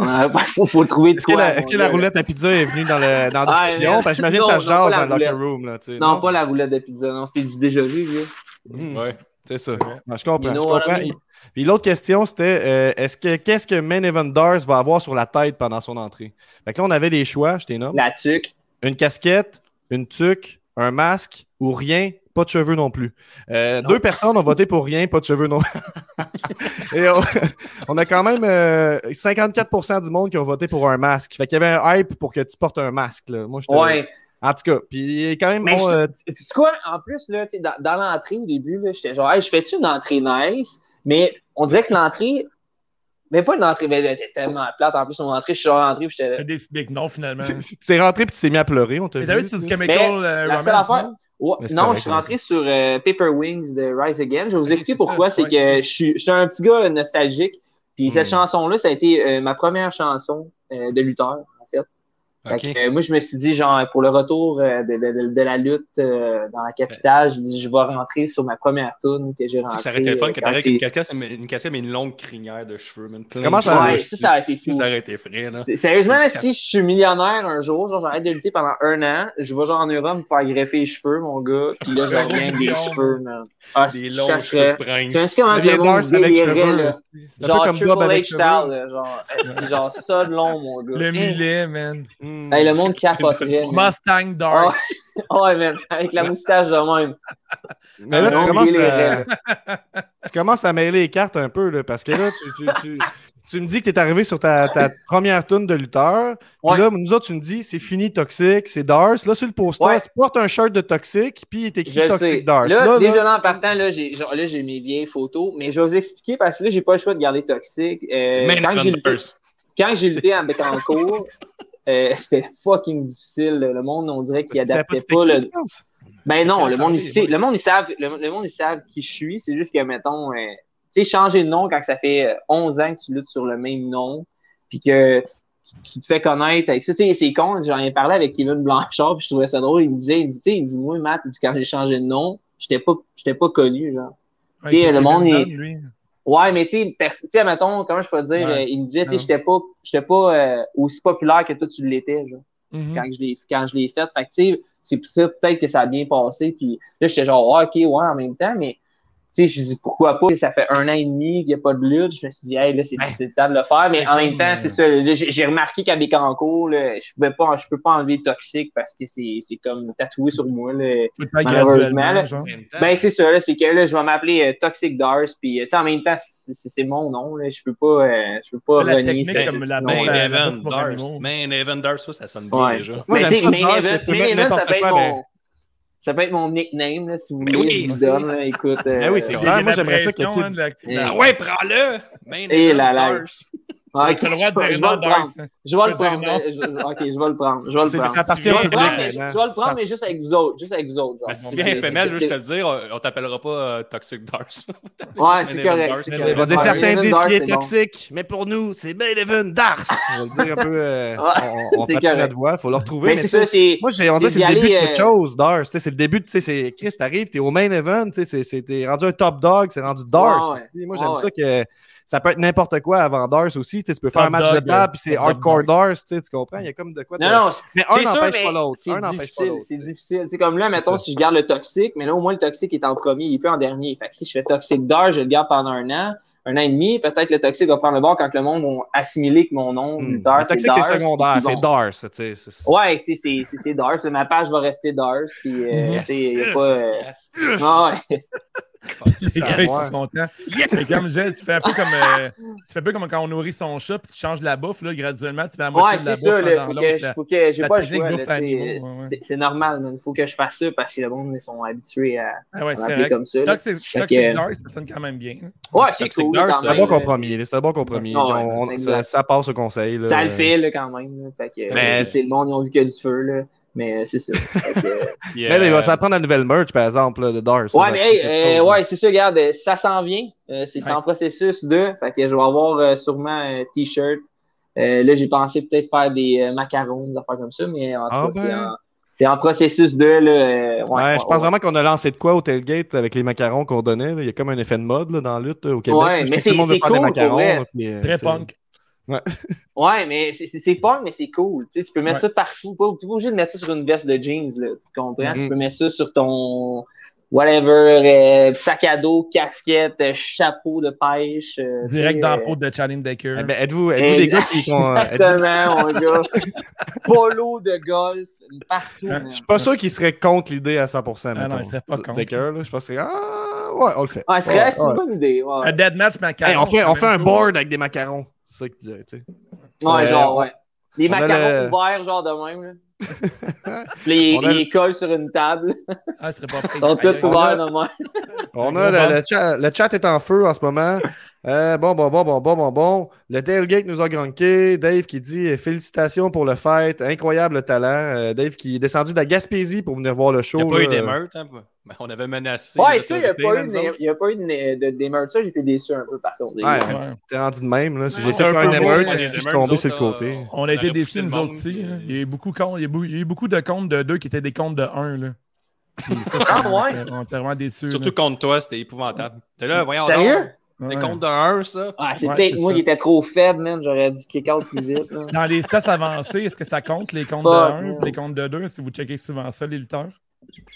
F: On a- faut, faut trouver de
E: Est-ce que,
F: quoi.
E: la,
F: mon
E: est-ce que la
F: gars.
E: roulette à pizza est venue dans, le, dans
F: Ah,
E: la discussion?
F: mais-
E: Parce que j'imagine que
F: non,
E: ça
F: non,
E: se
F: pas
E: jase
F: la
E: dans le locker
F: roulette.
E: room. Là, tu sais,
F: Non, pas la roulette de pizza. Non, c'est du déjà vu. Là.
E: Mhm.
D: Ouais.
E: C'est ça. Non, je comprends.
F: You know
E: je
F: what I
E: comprends.
F: mean?
E: Et- Puis l'autre question, c'était euh, est-ce que qu'est-ce que Main Event Dars va avoir sur la tête pendant son entrée? Fait que là, on avait les choix, je t'énomme.
F: La tuque.
E: Une casquette, une tuque, un masque ou rien, pas de cheveux non plus. Euh, Deux personnes ont voté pour rien, pas de cheveux non Et on, on a quand même euh, 54% du monde qui ont voté pour un masque. Fait qu'il y avait un hype pour que tu portes un masque. là. Moi, je te-
F: Ouais.
E: En tout cas, puis il est quand même
F: Mais
E: bon,
F: je-
E: euh,
F: Tu sais quoi, en plus, là, tu sais, dans, dans l'entrée au début, là, j'étais genre, hey, je fais-tu une entrée nice? Mais on dirait que l'entrée, mais pas une entrée, mais elle était tellement plate. En plus, mon entrée, je suis rentré, puis j'étais
A: T'as décidé que non, finalement.
E: Tu tu t'es rentré puis tu t'es mis à pleurer, on t'a
A: Mais
E: vu.
A: t'as vu, c'est du
E: tu sais.
A: chemical euh,
F: La seule
A: romance,
F: affaire-
A: non?
F: Ouais,
E: Mais c'est
F: non,
E: correct,
F: je suis
E: ouais.
F: rentré sur euh, Paper Wings de Rise Again. Je vais vous
A: Oui,
F: expliquer
A: c'est
F: pourquoi.
A: ça,
F: C'est
A: ouais.
F: que je suis, je suis un petit gars nostalgique. Puis
E: Hmm.
F: cette chanson-là, ça a été euh, ma première chanson euh, de lutteur, en fait. Fait
D: Ok.
F: que, euh, moi, je me suis dit, genre, pour le retour euh, de, de- de- de la lutte euh, dans la capitale, je dis, je vais rentrer sur ma première tune que j'ai
D: C'est-tu
F: rentrée.
D: que Ça aurait été le fun
F: euh,
D: que
F: quand
D: t'arrives avec
F: c'est-
D: une casquette, mais une casquette, mais une longue crinière de cheveux. man, plein de
E: commences à-
D: cheveux.
F: Ouais, ça, ça a été fou.
D: Ça aurait été frais, là.
F: C'est- Sérieusement, là, si je suis millionnaire un jour, genre j'arrête de lutter pendant un an, je vais genre en Europe me faire greffer les cheveux, mon gars, puis là je
A: Un
F: reviens avec des
A: million.
F: cheveux, man. Ah,
D: Des
F: si je
D: longs cheveux
F: chercherais.
D: de prince.
F: Tu sais comment
E: Ça
F: que le
E: vient
F: monde
E: Dars avec
F: délirait,
E: cheveux,
F: là.
E: c'est- c'est un peu
F: Genre
E: comme
F: Triple
E: Bob avec
F: H style,
E: cheveux.
F: là, genre, esti, genre ça de long, mon gars.
A: Le
F: Hein.
A: mulet, man.
E: Hmm.
F: Hey, le monde capoterait. man.
A: Mustang Dark.
F: Ah, ouais, man, avec la moustache de même.
E: Mais là,
F: Non,
E: tu commences,
F: il est
E: à... tu commences à mêler les cartes un peu, là, parce que là, tu, tu- tu- tu me dis que tu es arrivé sur ta, ta première tune de lutteur. Puis
F: Ouais.
E: là, nous autres, tu me dis, c'est fini, toxique, c'est Dars. Là, sur le poster,
F: Ouais.
E: tu portes un shirt de toxique, puis il est écrit
F: Je le sais.
E: toxique Dars.
F: Là,
E: Là, là,
F: désolé en partant, là, j'ai, genre, là, j'ai mes vieilles photos, mais je vais vous expliquer parce que là, j'ai pas le choix de garder toxique. Euh,
D: Man
F: quand j'ai lutté-
D: Hunters.
F: quand j'ai lutté à Betancourt, euh, c'était fucking difficile. Le monde, on dirait qu'il
E: parce que tu savais
F: adaptait
E: c'était
F: pas.
E: qui,
F: Le...
E: tu penses?
F: Ben non, le monde,
A: parler,
F: il sait,
A: ouais.
F: le monde, ils savent, le, le monde, ils savent qui je suis. C'est juste que, mettons, euh, tu sais, changer de nom quand ça fait euh, 11 ans que tu luttes sur le même nom, puis que tu- tu te fais connaître avec ça. Tu sais, c'est con. J'en ai parlé avec Kevin Blanchard, puis je trouvais ça drôle. Il me disait, il me dit, tu sais, il dit, moi, Matt, il dit, quand j'ai changé de nom, j'étais pas, j'étais pas connu, genre.
A: Ouais,
F: Tu sais, Ah, le monde
A: Kevin
F: est-
A: Dunn, lui.
F: Ouais, mais tu sais, pers- tu sais, mettons, comment je peux dire,
A: Ouais.
F: euh, il me disait, tu sais,
A: Ouais.
F: j'étais pas, j'étais pas euh, aussi populaire que toi, tu l'étais, genre,
A: Mhm.
F: quand je l'ai, quand je l'ai fait. Fait que, tu sais, c'est pour ça, peut-être que ça a bien passé, puis là, j'étais genre, Ah, ok, ouais, en même temps, mais, tu Tu sais, je dis pourquoi pas. Ça fait un an et demi qu'il n'y a pas de lutte. Je me suis dit, hey, là, c'est c'est le temps de le faire. Mais en même temps,
A: euh,
F: c'est ça. là, J'ai j'ai remarqué qu'à Bécancourt, là, je pouvais pas, je peux pas enlever toxique parce que c'est c'est comme tatoué sur moi. Là.
A: Faut le faire
F: Malheureusement, là.
A: graduellement, genre.
F: Ben, c'est ça, là, c'est que là, je vais m'appeler euh, Toxic Dars, puis euh, tu sais, en même temps, c'est- c'est c'est mon nom, là, je peux pas, euh, je peux pas
A: La
F: renier
A: technique
F: ce-
A: comme
F: ce
A: la
F: nom-là.
A: Non,
D: Main
A: la- la-
D: Event,
A: la-
D: Darce.
A: la-
D: Main Event, Darce, ça, ça sonne bien
F: Ouais.
D: déjà.
E: Moi,
F: Mais
E: j'aime
F: tu sais,
E: ça,
F: Main
E: Darce, mais
F: Event,
E: tu peux
F: Main
E: mettre
F: Event, ça
E: n'importe
F: peut être
E: quoi avec.
F: mon... Ça peut être mon nickname, là, si vous
D: Mais
A: Ben
F: voulez,
D: oui,
F: je vous
D: c'est-
F: donne, là, écoute. euh,
E: Ben oui, c'est
A: Puis
E: clair.
A: il y a
E: Moi,
A: la
E: j'aimerais ça que
A: pression,
E: tu-
A: hein, de la-
F: Eh,
A: la-
D: Ah ouais, prends-le! Main
F: Eh,
D: Event,
F: la- la-
D: Darce.
F: Ah, ok,
A: T'as le droit de
F: je-
A: dire
F: je vais
A: non,
F: le prendre.
A: Darce.
F: Je vais le
A: Tu peux
F: prendre.
A: dire non.
F: je- je- Ok, je vais le prendre. Je vais le
E: C'est- Ça
F: prendre.
E: appartient
F: Je
E: au
F: vais le
E: public
F: prendre, mais je
E: maintenant.
F: je vais le prendre,
E: Ça-
F: mais juste avec vous autres. Juste avec vous
E: Ben,
F: autres. genre.
D: Mais si tu
A: bon,
D: viens
A: c'est-
D: FML, je veux
F: c'est-
D: juste te le dire, on on t'appellera pas euh, Toxic Darce.
F: Ouais, c'est
D: Main Event
F: correct. c'est
D: Darce.
F: correct.
E: Il va dire
F: Ouais,
E: certains
F: Main
E: disent
F: Event
E: qu'il est
F: Darce, c'est bon.
E: toxique, mais pour nous, c'est Ben Even Dars. On va le dire un peu. euh, on on
F: c'est
E: pratique
F: correct.
E: notre voix, il faut le retrouver.
F: Mais
E: mais
F: c'est
E: ça,
F: ça, c'est.
E: Moi, j'ai- on dirait
F: c'est
E: que c'est
F: d'y
E: le début de
F: aller,
E: quelque
F: euh,
E: chose, Dars. Tu sais, C'est le début, de- tu sais, c'est Chris, t'arrives, t'es au main event, tu sais, c'est- c'est- t'es rendu un top dog, c'est rendu Dars.
F: Ouais, ouais.
E: Tu sais, Moi,
F: Ouais,
E: j'aime
F: ouais.
E: ça que ça peut être n'importe quoi avant Dars aussi. Tu sais, tu peux faire
A: Top
E: un match
A: dog, euh,
E: de table, puis c'est
A: top dog
E: hardcore
A: Dars.
E: Dars, tu sais, tu comprends? Il y a comme de quoi. de-
F: Non, non,
E: Mais un
F: C'est sûr,
E: n'empêche pas
F: mais
E: l'autre.
F: C'est
E: Un n'empêche pas
F: difficile,
E: l'autre.
F: c'est difficile. Tu sais, comme là, mettons,
E: ça.
F: si je garde le toxique, mais là, au moins, le toxique est en premier, il est plus en dernier. Fait que si je fais toxique d'heure, je le garde pendant un an, un an et demi, peut-être le toxique va prendre le bord quand le monde va assimiler que mon nom,
E: Hmm.
F: Dars,
E: Le toxique, c'est
F: Dars,
E: secondaire,
F: puis
E: c'est
F: bon.
E: Dars. tu sais, c'est-
F: Ouais, c'est- c'est c'est- c'est Dars. Ma page va rester Dars, puis euh,
E: Mhm.
A: Yes.
F: tu sais, y a pas. euh, ah ouais.
A: Les
E: à
A: gars, ils
E: voir.
A: sont contents. Mais comme je disais, tu fais un peu comme euh, tu fais un peu comme quand on nourrit son chat, puis tu changes la bouffe là, graduellement, tu fais la moitié
F: Ouais,
A: de la
F: c'est
A: bouffe
F: ça,
A: dans
F: là. Faut que,
A: l'autre.
F: je- faut que j'ai
A: la
F: pas le
A: technique
F: choix, là,
A: bouffe
F: tu sais,
A: animaux, ouais, ouais.
F: c'est- C'est normal, man. Faut que je fasse ça parce que le monde, ils sont habitués à
A: Ah ouais,
F: à
A: c'est
F: m'appeler
A: correct.
F: comme ça. là.
A: Toxic
F: Fait
A: Toxic
F: que-
A: Dark, ça sonne quand même bien.
F: Ouais, c'est
D: Toxic
F: cool.
D: Dars,
F: quand
E: C'est un
F: même,
E: bon
D: Ouais,
F: là.
E: compromis. C'est un bon compromis.
F: Ouais,
E: On- on- ça,
F: exact.
E: ça passe au conseil. là.
F: Ça le fait, là, quand même. là. Fait que,
E: Mais-
F: euh, tu sais, le monde, ils ont vu que du feu, là. Mais euh, c'est ça. Fait que, euh,
E: Mais là, il va s'en prendre la nouvelle merch, par exemple, là, de Dars. Ça,
F: ouais,
E: ça
F: mais
E: fait
F: hey,
E: quelque
F: euh,
E: chose,
F: ouais, c'est ça, regarde, euh, ça s'en vient. Euh, c'est
A: Ouais.
F: en processus de. Fait que je vais avoir euh, sûrement un t-shirt. Euh, là, j'ai pensé peut-être faire des euh, macarons, des affaires comme ça, mais en tout
E: Ah
F: cas,
E: ben.
F: c'est en- c'est en, processus de. Là, euh, ouais,
E: Ouais, je
F: ouais,
E: pense vraiment qu'on a lancé de quoi au tailgate avec les macarons qu'on donnait. là. Il y a comme un effet de mode là, dans la lutte là, au Québec.
F: Ouais,
E: là. Je
F: mais
E: sais que
F: c'est-
E: tout le monde veut
F: c'est
E: faire des
F: cool,
E: macarons.
F: pour vrai.
E: là, puis, euh,
A: Très
E: c'est-
A: punk.
F: Ouais, mais c'est- c'est c'est fun, mais c'est cool. Tu, sais, tu peux mettre ça partout. Pas- Tu n'es pas obligé de mettre ça sur une veste de jeans, là. Tu comprends?
E: Mhm.
F: Tu peux mettre ça sur ton whatever, euh, sac à dos, casquette, euh, chapeau de pêche. euh,
A: Direct
F: tu sais,
A: dans la
F: euh,
A: peau de Channing Decker.
E: Eh ben, êtes-vous êtes-vous des gars qui sont. euh, êtes-vous-
F: Exactement, mon gars. Polo de golf, partout. man.
A: Hein?
E: Je suis pas sûr qu'ils seraient contre l'idée à 100%.
A: Ah non,
E: mettons.
A: ils seraient pas contre.
E: Des cœurs, là, je pense que c'est. Ah, ouais, on le fait.
F: Ouais, c'est vrai, c'est
E: Ouais,
F: une bonne idée. Ouais,
A: Un
F: ouais,
A: dead match
E: ouais.
A: macaron.
E: Hey, on fait, on fait un
A: c'est
E: board avec des macarons. C'est ça que tu disais, tu sais. Euh,
F: genre,
E: on-
F: ouais. Des
E: on a
F: macarons
E: le-
F: ouverts, genre de même. Là. Puis les,
E: On a le-
F: les colle sur une table.
A: Ah, ce serait pas
F: Ils sont
A: pire.
F: tous
E: on
F: ouverts
E: a-
F: de même.
E: On a le, le chat, le chat est en feu en ce moment. Euh, bon, bon, bon, bon, bon, bon, bon. Le tailgate nous a granqué. Dave qui dit euh, félicitations pour le fight. Incroyable talent. Euh, Dave qui est descendu de la Gaspésie pour venir voir le show.
D: Il n'y a pas eu
E: là.
D: d'émeute. Hein. mais On avait menacé.
F: Ouais,
D: les
F: ça, il n'y a pas eu
D: autorités, là,
F: de- il y a pas eu de- euh, de démeute. Ça, j'étais déçu un peu, par contre. les
E: Ouais,
F: gars.
A: Ouais.
E: t'es rendu de même. là. Si
D: nous
E: J'ai
D: autres.
E: essayé
D: C'est
E: de
D: un
E: faire une
D: peu moins
E: émeute,
D: qu'on
E: si
D: est
E: je suis
D: d'émeute,
E: tombé
D: nous
E: sur le
D: autres, euh,
E: côté.
A: On a été
D: aurait
A: déçus,
D: poussé le
A: nous
D: monde, euh,
A: autres aussi.
D: puis-
A: hein. Il y a eu beaucoup, con- il y a eu- il y a eu beaucoup de comptes de deux qui étaient des comptes de un. Là. Puis ça,
F: Ah,
A: on
F: ouais?
A: était- On était vraiment déçus.
D: Surtout contre toi, c'était épouvantable. T'es là, voyons.
F: Sérieux?
D: donc, Les comptes de 1, ça.
F: Ah, c'est
A: Ouais,
F: peut-être
A: c'est
F: moi
A: ça.
F: qui étais trop faible, man. J'aurais dû kick out plus vite. là.
A: Dans les stats avancés, est-ce que ça compte les comptes de
F: Fuck,
A: 1
F: man.
A: les comptes de 2 si vous checkez souvent ça, les lutteurs?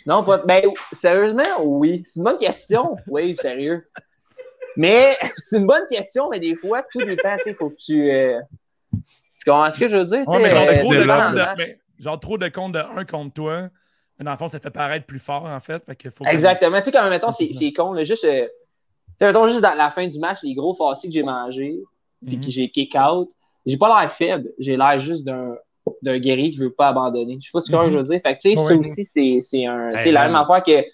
F: Non, pas. Ben, sérieusement, oui. C'est une bonne question. Oui, sérieux. Mais c'est une bonne question, mais des fois, tout dépend, tu sais, faut que tu. euh, Tu comprends ce que je veux dire?
A: Ouais, mais
F: tu sais,
A: genre,
E: ça
F: euh,
E: se
A: trop de
E: développe,
A: comptes de-
F: là.
A: mais genre trop de comptes de 1 contre toi. Mais dans le fond, ça fait paraître plus fort en fait. fait qu'il faut que-
F: Exactement. Tu sais, comme, mettons,
A: C'est
F: c'est
A: ça.
F: c'est con, là, juste. euh, Tu sais, mettons, juste dans la fin du match, les gros farcis que j'ai mangés, puis
A: Mhm.
F: que j'ai kick out, j'ai pas l'air faible. J'ai l'air juste d'un d'un guerrier qui veut pas abandonner. Je sais pas ce que
A: Mhm.
F: je veux dire. Fait que, tu sais,
A: Ouais.
F: ça aussi, c'est c'est un. tu sais,
D: Hey,
F: la
D: man.
F: même affaire que.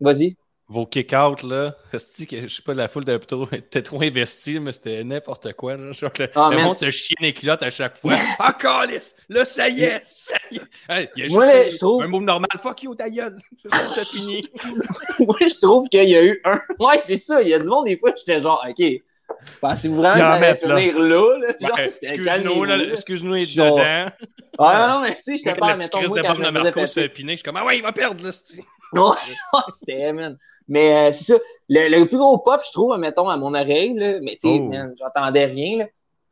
F: Vas-y.
D: Vos kick-outs, là. hostie que, Je sais pas, la foule était trop, était trop investie, mais c'était n'importe quoi. là. Genre, le
F: Ah,
D: le
F: man.
D: monde se chie les culottes à chaque fois. Ah, calice! Là, ça y est! Ça y est! Hey, il y a
F: Moi, là,
D: juste
F: je trouve-
D: un move normal. Fuck you, ta gueule! C'est ça, c'est fini.
F: Moi, je trouve qu'il y a eu un. Ouais, c'est ça. Il y a du monde, des fois, j'étais genre, OK. Pensez-vous vraiment que
E: Il en
F: ça allait
E: mettent, là.
F: finir là? là? Genre,
D: Ouais,
F: j'étais
D: Ben, Excuse-nous,
F: calmez-vous,
D: là,
F: là.
D: excuse-nous, il est
F: Genre,
D: dedans.
F: Ah non, non, mais tu sais,
D: Quand
F: j'étais pas,
D: la petite
F: mettons,
D: crise
F: moi,
D: de
F: quand
D: bombe
F: je
D: de
F: me faisais
D: Marco se
F: péter.
D: fait piner, je suis comme « Ah ouais, il va perdre, là, c'est-tu.
F: Ouais, c'était, man. Mais euh, c'est ça. Le, le plus gros pop, je trouve, mettons, à mon oreille, là, mais tu sais,
E: Oh.
F: man, j'entendais rien, là.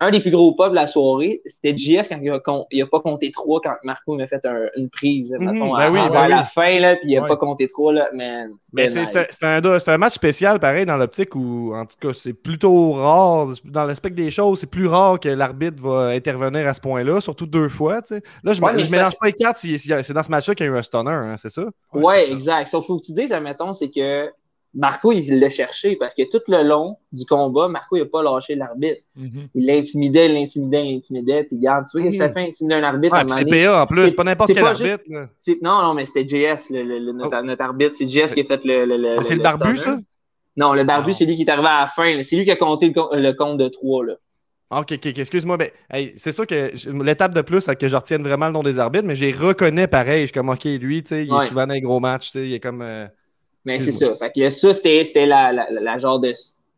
F: un des plus gros pubs de la soirée, c'était JS quand il a, con- il a pas compté trois quand Marco m'a fait un- une prise,
E: Mhm,
F: mettons,
E: ben
F: à,
E: oui,
F: à-
E: ben
F: à la
E: oui.
F: fin, là, puis il a
A: Ouais.
F: pas compté trois, là, man.
E: Mais
F: c'était
E: c'est
F: nice.
E: c'est un- c'est un, c'est un match spécial, pareil, dans l'optique où, en tout cas, c'est plutôt rare. Dans l'aspect des choses, c'est plus rare que l'arbitre va intervenir à ce point-là, surtout deux fois. tu sais. Là, je
F: Ouais,
E: ne
F: mais c'est
E: mélange
F: parce-
E: pas les quatre. si- si- C'est dans ce match-là qu'il y a eu un stunner, hein, c'est ça?
F: Ouais,
D: Ouais, c'est ça.
F: exact. Sauf que tu dis, admettons, c'est que Marco, il l'a cherché parce que tout le long du combat, Marco, il a pas lâché l'arbitre.
A: Mhm.
F: Il l'intimidait, il l'intimidait, il l'intimidait. Puis, regarde, tu vois, que ça
E: Mhm.
F: fait intimider un arbitre à un
E: Ouais, puis
F: moment
E: c'est
F: donné,
E: PA en plus,
F: c'est-
E: c'est pas n'importe
F: c'est
E: quel
F: pas
E: arbitre. là.
F: c'est- Non, non, mais c'était JS, le, le- le- notre, notre arbitre. C'est JS qui a fait le. le- le-
E: Ah, C'est le barbu,
F: stunner.
E: ça?
F: Non, le barbu,
D: Non.
F: c'est lui qui est arrivé à la fin. là. C'est lui qui a compté le, com- le compte de trois. Là.
E: Ah, Ok, ok, ok, excuse-moi, mais hey, c'est sûr que j- l'étape de plus, c'est que je retienne vraiment le nom des arbitres, mais je les reconnais pareil. Je suis comme, ok, lui, tu sais, il
F: Ouais.
E: est souvent dans les gros matchs, tu sais, il est comme. euh,
F: Mais c'est
E: Excuse-moi.
F: ça. Fait que là, ça, c'était c'était la, la, la- la genre de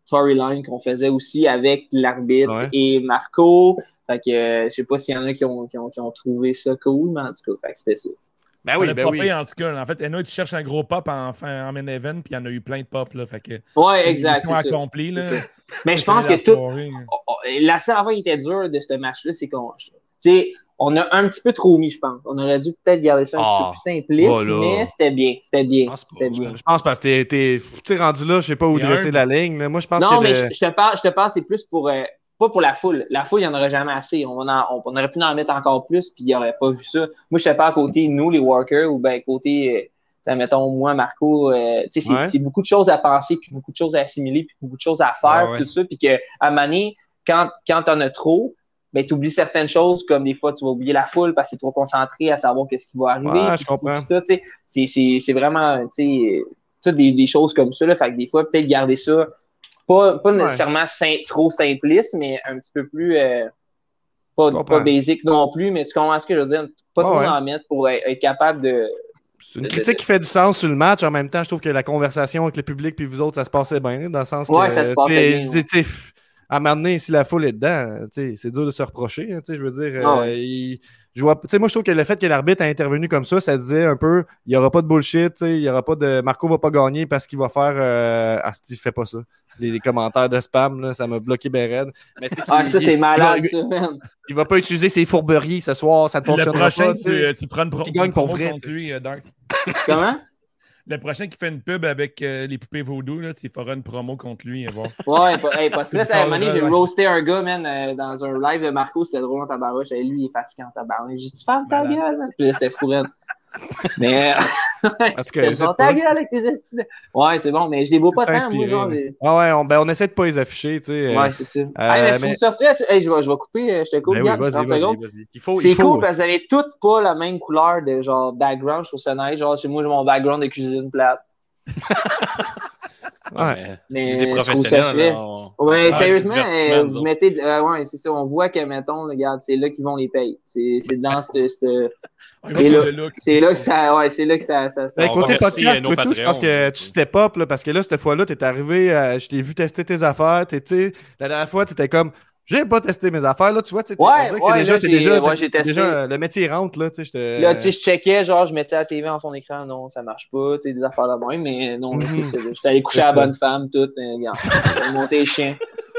F: storyline qu'on faisait aussi avec l'arbitre
E: Ouais.
F: et Marco. Fait que euh, je sais pas s'il y en a qui ont, qui, ont, qui ont trouvé ça cool, mais en tout cas, fait que c'était ça.
D: Ah
E: Ben
A: On
E: oui,
A: a
E: ben
A: popé,
E: oui.
A: En tout cas, en fait, Eno, tu cherches un gros pop en, fin- en main event, puis il y en a eu plein de pop. Là, fait que,
F: Ouais, exact.
A: Mission
F: c'est ça.
A: accomplie, là.
F: C'est Mais je pense que
A: La
F: tout,
A: soirée.
F: Oh, oh, La seule affaire qui était dure de ce match-là, c'est qu'on. tu sais, on a un petit peu trop mis, je pense. On aurait dû peut-être garder ça un
E: Ah,
F: petit peu plus simpliste,
E: voilà. Ah,
F: mais c'était bien. C'était
D: Je
F: bien.
D: pense pas,
F: C'était
D: je
F: bien.
E: Je pense parce que t'es- t'es t'es rendu là, je sais pas où
A: Et un,
E: dresser
A: puis-
E: la ligne. là. Moi, je pense
F: Non,
E: que.
F: mais
E: de-
F: je, je te parle, je te parle, c'est plus pour. euh, pas pour la foule. La foule, il n'y en aurait jamais assez. On, en- on- on aurait pu en mettre encore plus, puis il n'aurait pas vu ça. Moi, je te parle côté nous, les workers, ou ben côté. euh, tu sais, mettons, moi, Marco, euh, tu sais, c'est
E: Ouais.
F: c'est beaucoup de choses à penser, puis beaucoup de choses à assimiler, puis beaucoup de choses à faire,
D: Ah ouais.
F: puis tout ça. Puis que, à Mané, quand, quand t'en as trop, ben, tu oublies certaines choses, comme des fois, tu vas oublier la foule parce que tu es trop concentré à savoir qu'est-ce qui va arriver.
E: Ouais,
F: puis
E: je
F: c'est-
E: comprends.
F: puis ça, tu sais, c'est- c'est c'est vraiment, tu sais, euh, toutes des, des choses comme ça. Là, fait que des fois, peut-être garder ça, pas, pas
E: Ouais.
F: nécessairement sim- trop simpliste, mais un petit peu plus, euh, pas,
E: comprends.
F: pas basique non plus, mais tu comprends ce que je veux dire? Pas
E: Ouais,
F: trop
E: ouais.
F: en mettre pour être, être capable de...
E: C'est une critique qui fait du sens sur le match. En même temps, je trouve que la conversation avec le public puis vous autres, ça se passait bien, dans le sens que.
F: Ouais, ça se passait
E: t'es-
F: bien,
E: t'es- t'es- pff, à un moment donné, si la foule est dedans, tu sais, c'est dur de se reprocher. hein, tu sais, je veux dire,
F: Ah
E: euh, il- je vois, tu sais, moi, je trouve que le fait que l'arbitre a intervenu comme ça, ça disait un peu il n'y aura pas de bullshit, tu sais, il y aura pas de. Marco va pas gagner parce qu'il va faire. Euh, ah, si, fais pas ça. Les, les commentaires de spam, là, ça m'a bloqué bien raide. Mais tu sais,
F: Ah,
E: il-
F: ça,
E: il-
F: c'est
E: il-
F: malade,
E: il-
F: ça, man.
E: Il va pas utiliser ses fourberies ce soir, ça ne
A: Le
E: fonctionnera
A: prochain,
E: pas. tu
A: tu, euh,
E: sais.
A: tu feras une pro-
E: Qui gagne pour
A: promo
E: vrai,
A: contre
E: tu sais.
A: lui, euh, Darks.
F: Comment?
A: Le prochain qui fait une pub avec euh, les poupées vaudou, là, il fera une promo contre lui. euh, voir.
F: Ouais, pa- hey, parce que là, ça, à un moment donné, j'ai
A: Ouais.
F: roasté un gars, man, euh, dans un live de Marco, c'était drôle en tabarouche. Et lui, il est fatiguant en tabarouche. J'ai dit, tu fermes ta
A: Malade.
F: gueule, man. Puis là, c'était fourette. Mais.
E: Parce que-
F: C'était genre, ta gueule avec tes estimes. Ouais, c'est bon, mais je les vois pas
E: C'est
F: tant, moi,
E: inspiré,
F: genre.
E: là.
F: les-
E: Ah ouais, on, ben on essaie de pas les afficher, tu sais. euh,
F: Ouais, c'est ça. Hey, mais je trouve
E: mais-
F: ça frais. ça- Hey, je vais, je vais couper, euh, je te coupe,
E: ben oui,
F: Gab,
E: vas-y,
F: 30
E: vas-y,
F: secondes.
E: vas-y. Il faut,
F: C'est
E: il faut.
F: cool parce que vous avez toutes pas la même couleur de genre background, je trouve ça nice. Genre, chez moi, j'ai mon background de cuisine plate.
E: Ouais.
D: Mais
F: Mais
D: des
F: je trouve ça
D: professionnels,
F: frais.
D: là, on-
F: Ouais,
E: Ah,
D: on parle de
F: sérieusement,
D: divertissement,
F: euh,
D: nous
F: vous
D: autres.
F: mettez. euh, ouais, c'est ça. On voit que, mettons, regarde, c'est là qu'ils vont les payer. C'est c'est dans ce. ce-
A: Un
F: C'est
A: gros
F: là.
A: look.
F: C'est là que ça. Ouais, c'est là que ça. ça, ça-
E: Ben,
D: On
E: côté
D: remercie,
E: podcast,
D: euh, nos
E: toi, tout, je pense
D: Patreons,
E: que
D: là.
E: tu step up, là, parce que là, cette fois-là, t'es arrivé, euh, je t'ai vu tester tes affaires, t'es, tu sais, la dernière fois, t'étais comme, j'ai pas testé mes affaires, là, tu vois, tu sais, t'es-
F: Ouais,
E: on dirait que c'est
F: ouais,
E: déjà,
F: là,
E: t'es
F: j'ai-
E: déjà,
F: ouais,
E: t'es-
F: j'ai
E: t'es
F: testé.
E: déjà, euh, le métier rentre, là, tu sais, je te-
F: Là, tu sais, je checkais, genre, je mettais la TV en fond d'écran, non, ça marche pas, tu sais, des affaires là-bas, mais non, là, c'est
E: Mhm.
F: ça. là. J'étais allé coucher à la bonne femme, tout, mais regarde, j'ai monté les chiens.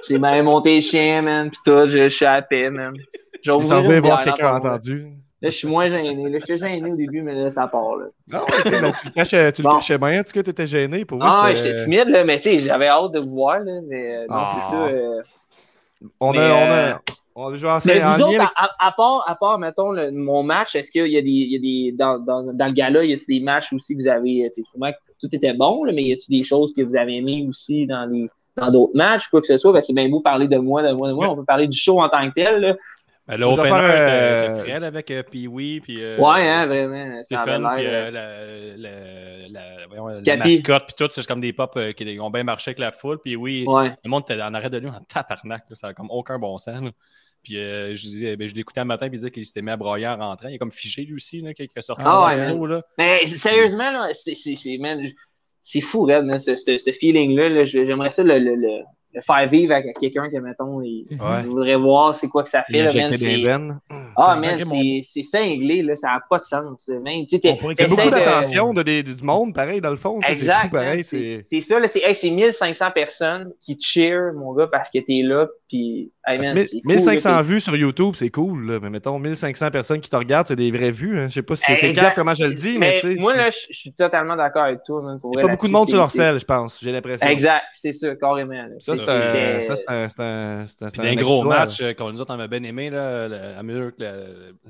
F: J'ai mal monté les chiens, man, pis tout, je je suis à la paix, man. J'ai
E: il s'en
F: ouvert
E: venait
F: une
E: voir si
F: bière,
E: quelqu'un a
F: là,
E: entendu.
F: Là, je suis moins gêné. Là, j'étais gêné au début, mais là, ça part, là.
E: Ah ouais, tu sais, ben, tu le cachais, tu le
F: Bon.
E: cachais bien, tu sais, que t'étais gêné, pour moi,
F: Ah,
E: c'était-
F: j'étais timide, là, mais tu sais, j'avais hâte de vous voir, là, mais euh, non,
E: Ah.
F: c'est ça. euh,
E: On
F: Mais,
E: a, on
F: euh,
E: a, on a joué en
F: Mais vous
E: en lien
F: autres, à, à- à part, à part, mettons, le- mon match, est-ce qu'il y a des. il y a des dans, dans, dans le gala, il y a des matchs aussi que vous avez. euh, tu sais, Souvent, tout était bon, là, mais y a-t-il des choses que vous avez aimées aussi dans les dans d'autres matchs, quoi que ce soit? Parce que c'est bien beau parler de moi, de moi, de moi. On peut parler du show en tant que tel. là.
D: Ben, le
E: Je vais
D: opener
E: faire,
D: de-
E: euh,
D: de Fred avec euh, Pee-Wee, puis... euh,
F: ouais, hein, vraiment. Ça avait
D: Stéphane, puis
F: l'air.
D: euh, la, la, la- voyons, la
F: Capi.
D: mascotte, puis tout, c'est comme des pop euh, qui ont bien marché avec la foule. Puis oui,
F: euh, ouais.
D: le monde était en arrêt de lui en tabarnak. là, ça n'a comme aucun bon sens. là. Puis euh, je, disais, ben, je l'écoutais un matin, puis il disait qu'il s'était mis à broyer en rentrant. Il est comme figé, lui aussi, là, qui qui a sorti
F: Ah
D: son
F: ouais,
D: vélo, là.
F: Mais sérieusement, là, c'est- c'est- c'est man, c'est fou, Red, là, ce, ce- ce feeling-là. là. Je- J'aimerais ça le, le, le, le faire vivre à quelqu'un que, mettons, il,
D: Ouais.
F: il voudrait voir c'est quoi que ça fait. là, man,
E: avec
F: c'est-
E: des veines.
F: Ah,
A: T'as
F: man,
A: marqué mon-
F: c'est c'est cinglé, là, ça n'a pas de sens. Man, tu sais,
A: On pourrait
E: Il y a
A: Essaye
E: beaucoup
A: de-
E: d'attention de... des- du monde, pareil, dans le fond. tu sais, C'est fou,
F: Exact. hein,
E: pareil.
F: C'est
E: C'est
F: c'est ça, là. C'est hey, c'est 1500 personnes qui cheer, mon gars, parce que t'es là. Puis,
E: Parce
F: hey,
E: que
F: man,
E: mille-
F: Ah, c'est fou,
E: 1500
F: là,
E: vues sur YouTube, c'est cool, là, mais mettons 1500 personnes qui te regardent, c'est des vraies vues. hein. Je sais pas si c'est- c'est
F: Eh, Exact.
E: grave comment je le dis,
F: t'es-
E: mais,
F: Mais
E: tu sais,
F: moi,
E: c'est-
F: là, je je suis totalement d'accord avec toi, man. Pour
E: il y a
F: vrai,
E: pas beaucoup de
F: là-dessus,
E: monde sur leur
F: c'est-
E: selle, je pense, j'ai l'impression.
F: Exact, c'est ça, carrément. là.
E: Ça,
F: C'est-
E: c'est un-
F: c'était-
E: ça, c'est un- c'est un. c'est un-
D: Puis
E: c'est
D: d'un gros
E: exploit,
D: match, euh, qu'on nous autres, on avait bien aimé, là, le- à mesure que la,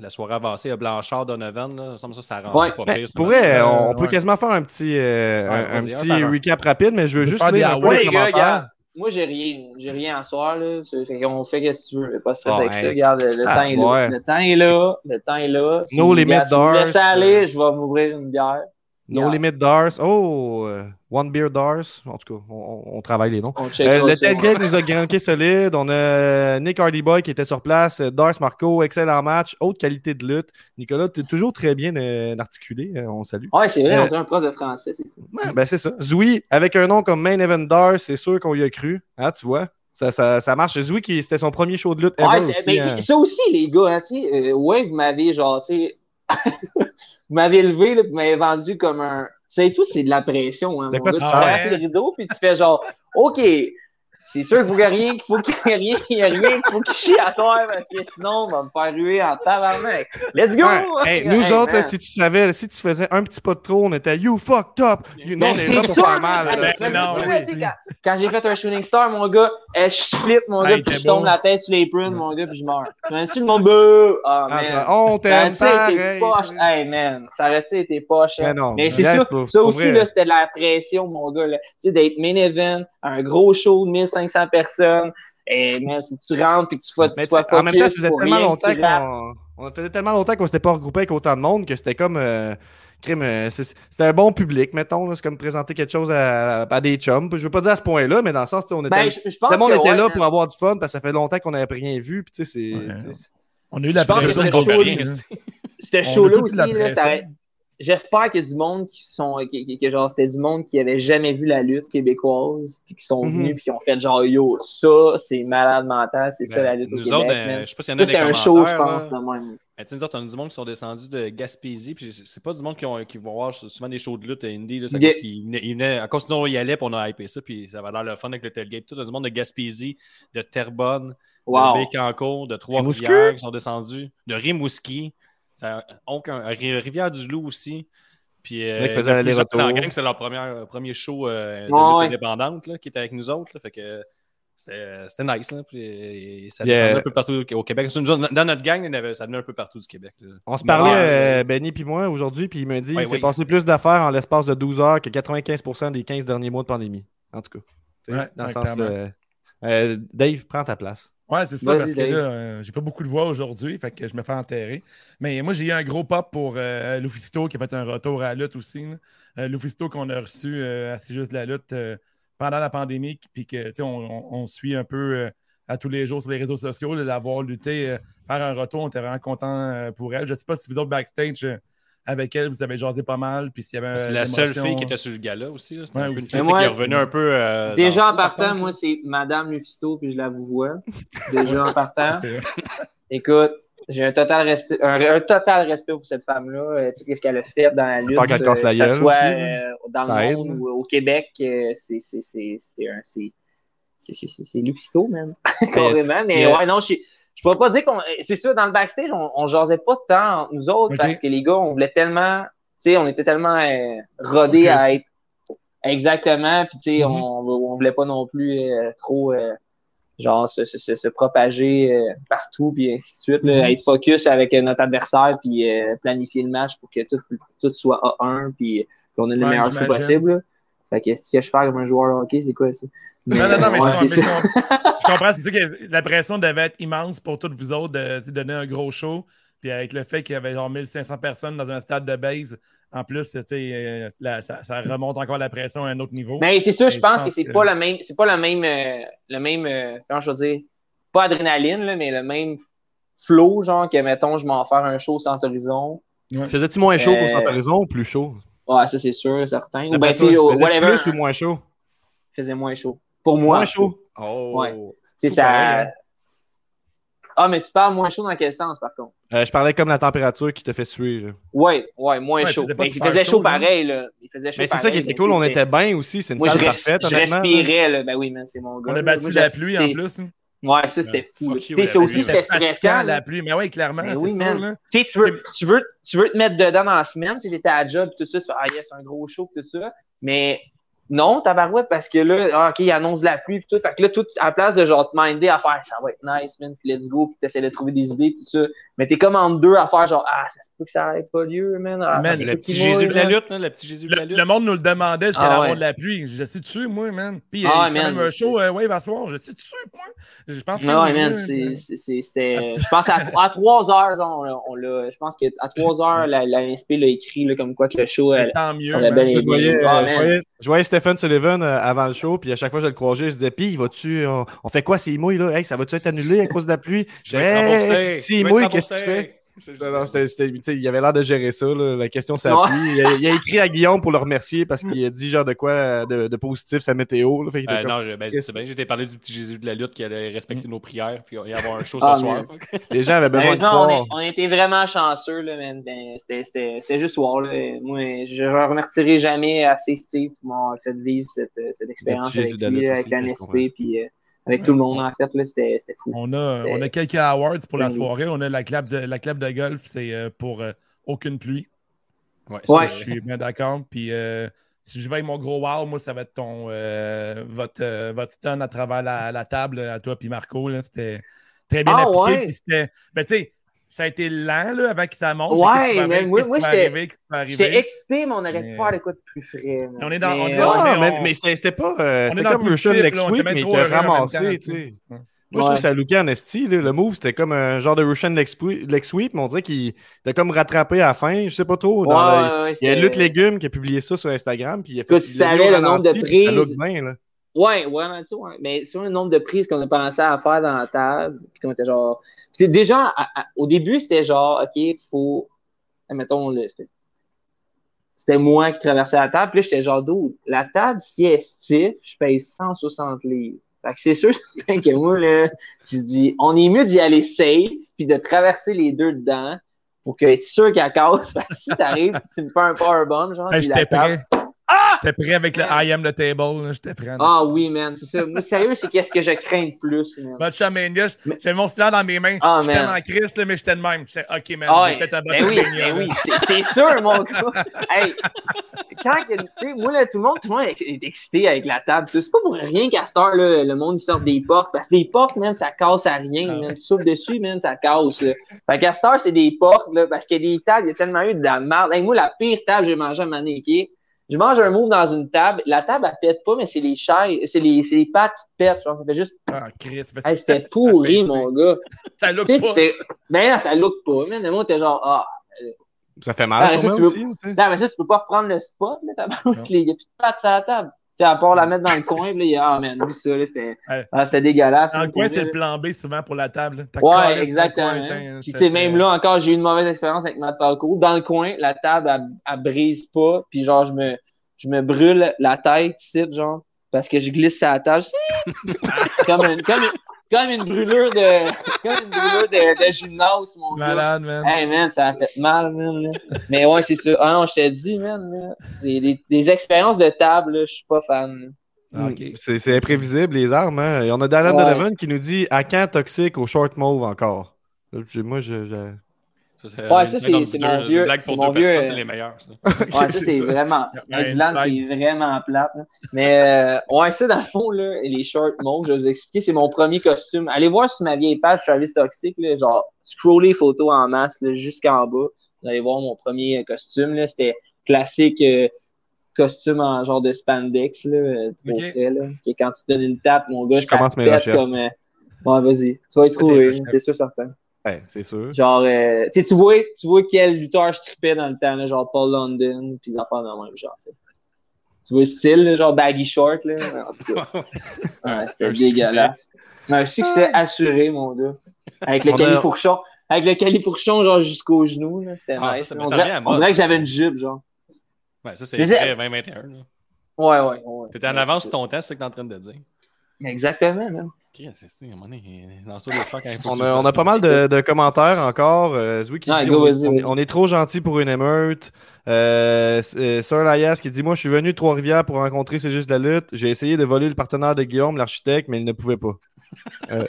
D: la soirée avançait, euh, Blanchard, Donovan, là, il me semble que ça, ça
F: Ouais.
D: rend pas
E: Ben,
D: pire. ce
E: pour
D: match.
E: vrai,
A: Euh,
E: on, on peut
A: ouais.
E: quasiment faire un petit, euh,
D: hein. Ouais,
E: un, un
D: vas-y, un
E: petit
D: par un.
E: recap rapide, mais je veux
A: peut
E: juste
A: faire des
E: lire un peu
A: awards.
E: les
F: Ouais, les gars,
E: commentaires.
F: regarde. Moi, j'ai rien, j'ai rien à soir, là. C'est- On fait qu'est-ce que tu veux. là. Pas de stress
E: Bon,
F: avec
E: hey.
F: ça. Regarde, le, le
E: Ah,
F: temps est là.
E: ouais.
F: Le temps est là. Le temps est là. Si
E: No
F: vous-
E: limit
F: si vous me
E: doors,
F: laissez aller, je vais m'ouvrir une bière.
E: No
F: Yeah.
E: Limit Dars. Oh, euh, One Beer Dars. En tout cas, on, on- on travaille les noms.
F: On
E: Euh,
F: checkera
E: le
F: ça.
E: tailgate nous a granqué solide. On a euh, Nick Hardy Boy qui était sur place. Euh, Dars Marco, excellent match. Haute qualité de lutte. Nicolas, tu es toujours très bien euh, articulé. Euh, on salue.
F: Ouais, c'est vrai,
E: Euh,
F: on dirait un prof de français. c'est fou.
E: Ouais, ben c'est ça. Zoui, avec un nom comme Main Event Dars, c'est sûr qu'on y a cru. Hein, tu vois, ça, ça, ça marche. Zoui, qui c'était son premier show de lutte.
F: Ouais,
E: ever
F: c'est-
E: aussi,
F: mais
E: hein.
F: tu- ça aussi, les gars, hein, tu sais, euh, ouais, vous m'avez genre, tu sais, vous m'avez levé, là, puis vous m'avez vendu comme un. C'est tout, c'est de la pression. Hein,
E: De
F: mon
E: quoi
F: gars.
E: tu
F: Tu
A: parles?
F: traverses les rideaux, puis tu fais genre, OK, c'est sûr qu'il faut qu'il y ait rien, qu'il faut qu'il y ait rien, qu'il y ait rien, qu'il faut qu'il chie à soir, parce que sinon, on va me faire ruer en tabarnak. Let's go!
E: Ouais. Hey, nous
F: Hey,
E: autres, là,
F: man.
E: si tu savais, là, si tu faisais un petit pas de trop, on était You fucked up. You- non,
F: Mais
E: on est
F: c'est
E: là pour
F: ça,
E: faire mal. là,
F: mais-
E: Ah,
F: mais
E: tu sais,
A: non,
E: oui.
F: tu vois, tu sais, Quand, quand j'ai fait un shooting star, mon gars, eh, je flip, mon
A: Ah,
F: gars,
A: il
F: puis
A: était
F: je tombe
A: bon.
F: la tête sur les prunes, mon gars, puis je meurs. Tu m'as dit le monde, bouh! Ah,
E: Ah,
F: man.
E: ça- on
F: Ça
E: t'aime
F: aurait-tu
E: pareil.
F: été poche? Hey, man, ça aurait-tu été poche? hein?
E: Mais non,
F: Mais c'est
E: yes,
F: ça,
E: pour-
F: ça
E: pour
F: aussi,
E: vrai.
F: là, c'était de la pression, mon gars. là. Tu sais, d'être main event, un gros show de 1500 personnes. Hey, man, faut que tu rentres et que tu sois, tu
E: Mais
F: sois
E: tu sais, en même temps, ça
F: focus
E: faisait
F: pour
E: tellement
F: rien que
E: longtemps
F: tu rates.
E: qu'on on faisait tellement longtemps qu'on s'était pas regroupé avec autant de monde que c'était comme euh, crime, euh, c'est- c'était un bon public, mettons, là, c'est comme présenter quelque chose à, à des chums. Je veux pas dire à ce point-là, mais dans le sens, tu sais, on était,
F: Ben, je, je pense
E: le monde
F: que,
E: était
F: ouais,
E: là
F: man.
E: pour avoir du fun parce que ça fait longtemps qu'on n'avait rien vu. Puis tu sais, c'est
A: Ouais.
E: tu sais,
A: On a eu la
D: Je pense que
A: pression
D: c'est
A: qu'on fait
D: chaud,
A: rien,
D: mais-
A: hein.
F: Ce
A: On a
F: show-là
A: tout eu
F: aussi,
A: de la
F: là,
A: pression.
F: ça aurait- j'espère qu'il y a du monde qui sont, qui, qui- que genre, c'était du monde qui avait jamais vu la lutte québécoise, puis qui sont
E: Mhm.
F: venus, puis qui ont fait genre, yo, ça, c'est malade mental, c'est ça la
D: Ben,
F: lutte au
D: Nous
F: Québec,
D: autres,
F: man.
D: euh, je sais pas s'il y en a
F: Ça,
D: des
F: c'était un show, je
D: commentaires, là.
F: pense, de même.
D: Mais tu sais, nous autres, on a du monde qui sont descendus de Gaspésie, puis c'est c'est pas du monde qui, ont- qui vont voir souvent des shows de lutte à Indy, là, c'est à
F: Yeah.
D: cause qu'ils venaient- ils venaient- à cause de nous, on y allait, puis on a hypé ça, puis ça va l'air le fun avec le tailgate. Tout, on a du monde de Gaspésie, de Terrebonne,
F: Wow.
D: de Bécancour, de Trois-Rivières
E: Rimouski.
D: qui sont descendus, de Rimouski, ça- aucun, Ri- Rivière-du-Loup aussi. Puis, euh, il y
E: Mec faisait
D: a plusieurs
E: l'aller-retour.
D: dans la gang, c'est leur première- premier show euh, de
F: Ouais,
D: lutte
F: ouais.
D: indépendante là, qui était avec nous autres. là, fait que c'était c'était nice. Là, puis, euh, ça
E: Yeah.
D: descendait un peu partout au- au Québec. C'est une- Dans notre gang, il y en avait- ça venait un peu partout du Québec. là.
E: On se
D: Mais
E: parlait,
D: ouais,
E: euh, Benny puis moi, aujourd'hui, puis il me dit
D: Ouais,
E: il s'est
D: ouais.
E: passé plus d'affaires en l'espace de 12 heures que 95% des 15 derniers mois de pandémie. En tout cas. Tu sais,
A: Ouais,
E: dans le
A: ouais,
E: sens.
A: clairement.
E: euh, euh, Dave, prends ta place.
A: Ouais, c'est ça,
F: Vas-y,
A: parce que
F: Dave.
A: là, euh, j'ai pas beaucoup de voix aujourd'hui, fait que je me fais enterrer. Mais moi, j'ai eu un gros pop pour euh, Lufisto qui a fait un retour à la lutte aussi. là. Euh, Lufisto qu'on a reçu euh, à C'est juste la lutte euh, pendant la pandémie, puis que, tu sais, on, on- on suit un peu euh, à tous les jours sur les réseaux sociaux, là, d'avoir lutté, euh, faire un retour, on était vraiment content euh, pour elle. Je sais pas si vous autres backstage euh, avec elle, vous avez jasé pas mal, puis s'il y avait.
D: Ah, C'est
A: euh,
D: la seule
A: l'émotion,
D: fille qui était sur le gala aussi. là. C'était
A: Ouais,
D: un peu une
A: aussi.
D: critique
F: Mais moi-
D: qui est revenue un peu. euh,
F: Déjà
D: dans-
F: en partant, moi, c'est Madame Lufisto, puis je la vous vois. Déjà en partant.
A: C'est-
F: Écoute, j'ai un total, resti- un, un total respect pour cette femme-là, euh, tout ce qu'elle a fait dans la lutte,
E: Tant qu'elle casse la
F: que ce
E: gueule
F: soit
E: aussi,
F: euh, dans le
E: Ça aide,
F: monde
E: là.
F: ou au Québec, euh, c'est c'est- c'est- c'est un- c'est- c'est- c'est- c'est- c'est Lufisto, même, carrément. Mais
E: yeah.
A: euh,
F: ouais, non, je je pourrais pas dire qu'on... C'est sûr, dans le backstage, on, on jasait pas tant entre nous autres
A: Ok.
F: parce que les gars, on voulait tellement... Tu sais, on était tellement euh, rodés
A: Focus.
F: à être... Exactement, puis tu sais,
A: Mhm.
F: on, on voulait pas non plus euh, trop... euh, genre se, se, se, se propager euh, partout, puis ainsi de suite, là,
A: Mhm.
F: être focus avec euh, notre adversaire, puis euh, planifier le match pour que tout, tout soit à 1, puis euh, qu'on ait le
A: Ouais,
F: meilleur show
A: j'imagine.
F: possible. là. Fait que ce que je fais comme un joueur de hockey, c'est quoi ça?
A: Non, non, non, mais
F: ouais,
A: je, comprends,
F: c'est
A: je
F: ça.
A: comprends- je comprends, c'est sûr que la pression devait être immense pour tous vous autres de, de donner un gros show. Puis avec le fait qu'il y avait genre 1500 personnes dans un stade de base, en plus, tu sais, euh, la- ça, ça remonte encore la pression à un autre niveau.
F: Mais Ben, c'est sûr,
A: Mais
F: je pense que c'est pas le même, c'est pas le même, euh, le même, euh, comment je veux dire, pas adrénaline, là, mais le même flow, genre que mettons, je m'en faire un show sans horizon.
E: Faisais-tu moins chaud pour
F: Euh,
E: Saint-Horizon ou plus chaud
F: Ouais, ça c'est sûr, certain. Ou ben,
E: D'après toi,
F: tu sais,
E: faisais-tu
F: whatever,
E: Plus ou moins chaud
F: faisait moins chaud. Pour moi,
E: Moins chaud. Oh.
F: Ouais. Tu sais, ça. Ah, mais tu parles moins chaud dans quel sens, par contre?
E: Euh, je parlais comme la température qui te fait suer. genre.
F: Ouais, ouais, moins
A: Ouais, il
F: chaud.
A: faisait pas
F: Mais il
A: super
F: faisait
A: chaud,
F: chaud
A: là.
F: pareil, là. Il faisait chaud
E: Mais c'est ça qui
F: pareil,
E: était
F: mais
E: cool, on
F: c'était-
E: était bien aussi. C'est une
F: Moi, je,
E: salle
F: res-
E: parfaite,
F: je
E: honnêtement.
F: respirais, là. Ben oui, man, c'est mon gars.
A: On a
F: là.
A: battu
F: Moi,
A: la
F: je-
A: pluie
F: c'était-
A: en plus. hein.
F: Ouais, ça, c'était fou.
D: Fuck
F: là.
D: you,
F: Tu sais, ça
D: la
F: aussi,
D: pluie.
F: c'était
A: fatigant,
F: stressant.
A: la
F: là.
A: pluie. Mais oui, clairement,
F: Mais
A: c'est
F: oui,
A: sûr.
F: man.
A: là.
F: Tu sais, tu veux, tu, veux, tu veux te mettre dedans dans la semaine, tu étais à la job, tout ça, tu fais, ah yes, un gros show, tout ça. Mais non, tabarouette, parce que là, ah, OK, il annonce la pluie, puis tout. Fait que là, tout, à la place de genre te minder à faire, ça va être nice, man, puis let's go, puis t'essaies de trouver des idées, puis tout ça. Mais t'es comme en deux à faire, genre, ah, ça se peut que ça n'arrête pas lieu, man. Ah, ça
A: Man,
F: se
A: le
F: peut
D: Petit
F: qu'il mouille,
D: Jésus de la
F: man.
D: lutte, hein, le petit Jésus de la
A: Le,
D: lutte.
A: le monde nous le demandait si
F: Ah,
A: elle allait
F: ouais.
A: avoir de la pluie. Je suis dessus, moi, man. Puis il
F: Ah,
A: fait
F: man,
A: même un
F: c'est-
A: show, euh, ouais, va se voir. Je suis dessus, moi. Je pense que.
F: Non, Ah, ouais, man,
A: euh,
F: c'est- c'est- c'est- c'était. Je pense à, à 3 heures, genre, on l'a- on l'a. Je pense qu'à 3 heures, la, la SP l'a écrit, là, comme quoi que le show, elle,
A: Tant mieux.
F: on a
A: man.
F: bel et-
E: Je voyais,
F: Ah,
E: euh,
F: man.
E: je voyais- je voyais Stephen Sullivan euh, avant le show, puis à chaque fois que je le croisais, je disais Pis, vas-tu, on, on fait quoi s'il mouille là Hey, ça va-tu être annulé à cause de la pluie
D: Je vais être remboursé,
E: Hey,
D: je
E: S'il
D: vais être
E: mouille, qu'est-ce que tu
D: remboursé.
E: fais Non, non, c'était- c'était- tu sais, il avait l'air de gérer ça, là, la question c'est la
F: Ouais.
E: pluie. Il a, il a écrit à Guillaume pour le remercier parce qu'il a dit genre de quoi euh, de, de positif sa météo. là. Fait qu'il était
D: Euh,
E: comme-
D: non, je, ben,
E: Qu'est-ce-
D: c'est bien, j'étais parlé du petit Jésus de la lutte qui allait respecter nos prières, puis il y avoir un show
F: Mm. Ah,
D: ce soir.
E: les gens avaient besoin de
F: Honnêtement, Ben, on,
E: croire.
F: est- on était vraiment chanceux, là, man. Ben, c'était- C'était c'était juste wow, là. Moi, je ne remercierai jamais assez Steve pour m'avoir fait vivre cette, euh,
E: Ben,
F: cette expérience
E: Jésus
F: avec
E: de la
F: lui,
E: lutte
F: là, avec
E: aussi,
F: la
E: je
F: NSP,
E: comprends.
F: puis euh, avec tout le monde, en fait, là. C'était c'était fou.
A: On a, euh,
F: C'était-
A: on a quelques awards pour la
F: Ben Oui.
A: soirée. On a la clap de, la clap de golf, c'est euh, pour euh, aucune pluie.
D: Ouais,
F: Ouais.
A: Je suis bien d'accord. Puis euh, si je vais avec mon gros wow, moi, ça va être ton, euh, votre, euh, votre stun à travers la, la table euh, à toi puis Marco. là. C'était très bien
F: Ah,
A: appliqué.
F: ouais.
A: Puis c'était- ben, tu sais, ça a été lent là, avant que ça monte.
F: Ouais,
A: Qu'est-ce qui va
F: mais
A: arriver,
F: moi-
A: qu'est-ce
F: moi,
A: qui va
F: j'étais-
A: arriver, qu'est-ce qui va
F: J'étais
A: arriver.
F: excité, mais on aurait pu
A: Mais-
F: faire de quoi de plus frais. man.
A: On est dans- on est
F: euh,
A: dans-
E: Ah,
A: mais
E: mais,
A: on-
E: mais c'était c'était pas. euh,
A: On est
E: c'était
A: dans
E: comme
A: le
E: le show
A: positif,
E: next
A: là, on
E: week,
A: était bien
E: mais il
A: trop
E: était
A: heureux en même temps,
E: ramassé,
A: tu
E: tu
A: sais.
E: sais. Moi, je trouve
F: Ouais.
E: que ça lookait en esti, là. Le move, c'était comme un genre de Russian leg sweep, leg sweep, mais on dirait qu'il était comme rattrapé à la fin. Je sais pas trop. dans
F: ouais,
E: le-
F: ouais, ouais,
E: Il y a
F: c'était-
E: Lutte Légumes qui a publié ça sur Instagram. Puis il a fait
F: Écoute, tu
E: il l'a mis
F: savais
E: au
F: le nombre de
E: ralenti, puis ça
F: prises.
E: look bien, là.
F: Ouais, ouais, mais, tu sais, ouais. mais sur le nombre de prises qu'on a pensé à faire dans la table, puis qu'on était genre. C'est déjà, à- à- au début, c'était genre, OK, faut. Admettons, là, c'était. C'était moi qui traversais la table, puis là, j'étais genre, d'où? La table, si elle est stiff, je paye 160 livres. Fait que c'est sûr, certain que moi, là, je dis, on est mieux d'y aller safe, puis de traverser les deux dedans, pour que être sûr qu'elle casse. Fait que si t'arrives, tu me fais un powerbomb, genre,
A: Hey,
F: puis la
A: J'étais
F: table,
A: prêt. J'étais prêt avec le I am the table. là. J'étais prêt. en
F: Ah oui, man, c'est ça. Moi, sérieux, c'est qu'est-ce que je crains le plus, man.
A: Batch à Mania, j- j'avais mon stylo dans mes mains.
F: Ah,
A: j'étais
F: man.
A: en crise, là, mais j'étais de même. J'étais OK, man,
F: Ah
A: j'ai
F: ouais.
A: peut-être un
F: Ben oui,
A: Batch à Mania,
F: ben
A: là.
F: oui, c'est- c'est sûr, mon gars. Hey, quand que- tu sais, moi, là, tout le monde, tout le monde est- est excité avec la table. C'est pas pour rien qu'à cette heure, là, le monde, il sort des portes. Parce que des portes, man, ça casse à rien,
A: Ah.
F: man. Tu souffles dessus, man, ça casse, là. Fait qu'à cette heure, c'est des portes, là, parce qu'il y a des tables, il y a tellement eu de la merde. Hey, moi, la pire table, que j'ai mangé à Manéki. Je mange un move dans une table. La table, elle pète pas, mais c'est les chaises, c'est les, c'est les pattes qui pètent. Genre, ça fait juste,
A: Ah, Chris, parce que
F: hey, c'était pourri, mon gars.
A: ça look
F: Tu sais, tu
A: pas.
F: fais, mais non, ça look pas. Mais le monde était genre, ah,
E: Ça fait
F: Ah,
E: mal,
F: mais ça,
E: sûrement,
F: tu veux-
E: aussi. tu sais.
F: non, mais ça, tu peux pas reprendre le spot, là, t'as
A: Non.
F: Il n'y a plus de pattes sur la table. Tu sais, à part la mettre dans le coin, puis là, il y a, ah, man, lui, ça, là, c'était
A: Ouais.
F: ah, c'était dégueulasse.
A: Dans le
F: là,
A: coin,
F: pour
A: c'est
F: vrai,
A: le plan B souvent pour la table. hein. là. T'as
F: là.
A: collé
F: Ouais,
A: sur le
F: exactement. hein.
A: coin, tain,
F: Puis,
A: je
F: tu sais,
A: te
F: même
A: fais-
F: là, encore, j'ai eu une mauvaise expérience avec Matt Falco. Dans le coin, la table, elle, elle brise pas, puis genre, je me, je me brûle la tête, ici, genre, parce que je glisse sur la table. comme, une, comme, une, comme une brûlure de, comme une brûlure de, de gymnase, mon gars.
A: Malade, man.
F: Hey man, ça a fait mal, man. là. Mais ouais, c'est ça. Ah non, je t'ai dit, man. là. Des, des- des expériences de table, là, je suis pas fan.
A: Ah, OK.
E: Mm. C'est c'est imprévisible, les armes. Hein. Et on a Dylan
F: Ouais.
E: Donovan qui nous dit à quand toxique au short mauve encore Là, j'ai- Moi, je. je-
D: euh,
F: Ouais, ça, c'est- c'est mon vieux- c'est mon vieux, euh,
D: C'est les meilleurs. ça.
F: Ouais, ça, c'est
E: ça.
F: vraiment.
A: Ouais,
F: Dylan qui est vraiment plate. là. Mais euh, ouais, ça, dans le fond, là, les shorts mauves, je vais vous expliquer, c'est mon premier costume. Allez voir sur ma vieille page Travis Toxic, là, genre, scroller les photos en masse là, jusqu'en bas. Vous allez voir mon premier euh, costume. là. C'était classique euh, costume en genre de spandex, là, euh, trop
A: Ok.
F: frais, là, qui est quand tu te donnes une tape, mon gars,
E: Je
F: ça
E: commence mes
F: pète
E: recherches.
F: comme... euh, Bon, vas-y, tu vas y trouver,
A: recherches.
F: c'est sûr, certain.
E: Ouais, c'est sûr.
F: Genre, euh, tu sais, tu vois, tu vois quel lutteur je tripais dans le temps, là, genre Paul London, puis des affaires dans le même genre, tu sais. Tu vois le style, là, genre baggy short, là, en tout cas. Ouais, c'était
D: Un
F: dégueulasse. Un succès assuré, mon gars. Avec le
E: On a-
F: califourchon. Avec le califourchon, genre jusqu'au genou, là. C'était
D: Ah,
F: nice.
D: ça, ça,
F: là.
D: mais
F: on,
D: ça revient
F: dirait,
D: à
F: on
D: mode,
F: dirait que
D: ça.
F: j'avais une jupe, genre.
D: Ouais, ça, c'est
F: Mais c'est-
D: vrai, 2021. là.
F: Ouais, ouais, ouais.
D: T'étais en
F: Ouais,
D: avance
F: c'est-
D: de ton temps, c'est ce que t'es en train de dire.
F: Exactement, man.
D: Chris, c'est c'est à un moment donné, dans ça, les fois, quand il faut que
E: On
D: tu
E: a,
D: le
E: on a
D: fasses,
E: pas mal de, de commentaires encore. Euh, Zoui qui
F: Ah,
E: dit
F: go,
E: on,
F: vas-y,
E: on est-
F: vas-y.
E: on est trop gentil pour une émeute. Euh, s- euh, Sir Laias qui dit Moi, je suis venu de Trois-Rivières pour rencontrer C'est juste la lutte. J'ai essayé de voler le partenaire de Guillaume, l'architecte, mais il ne pouvait pas. Euh,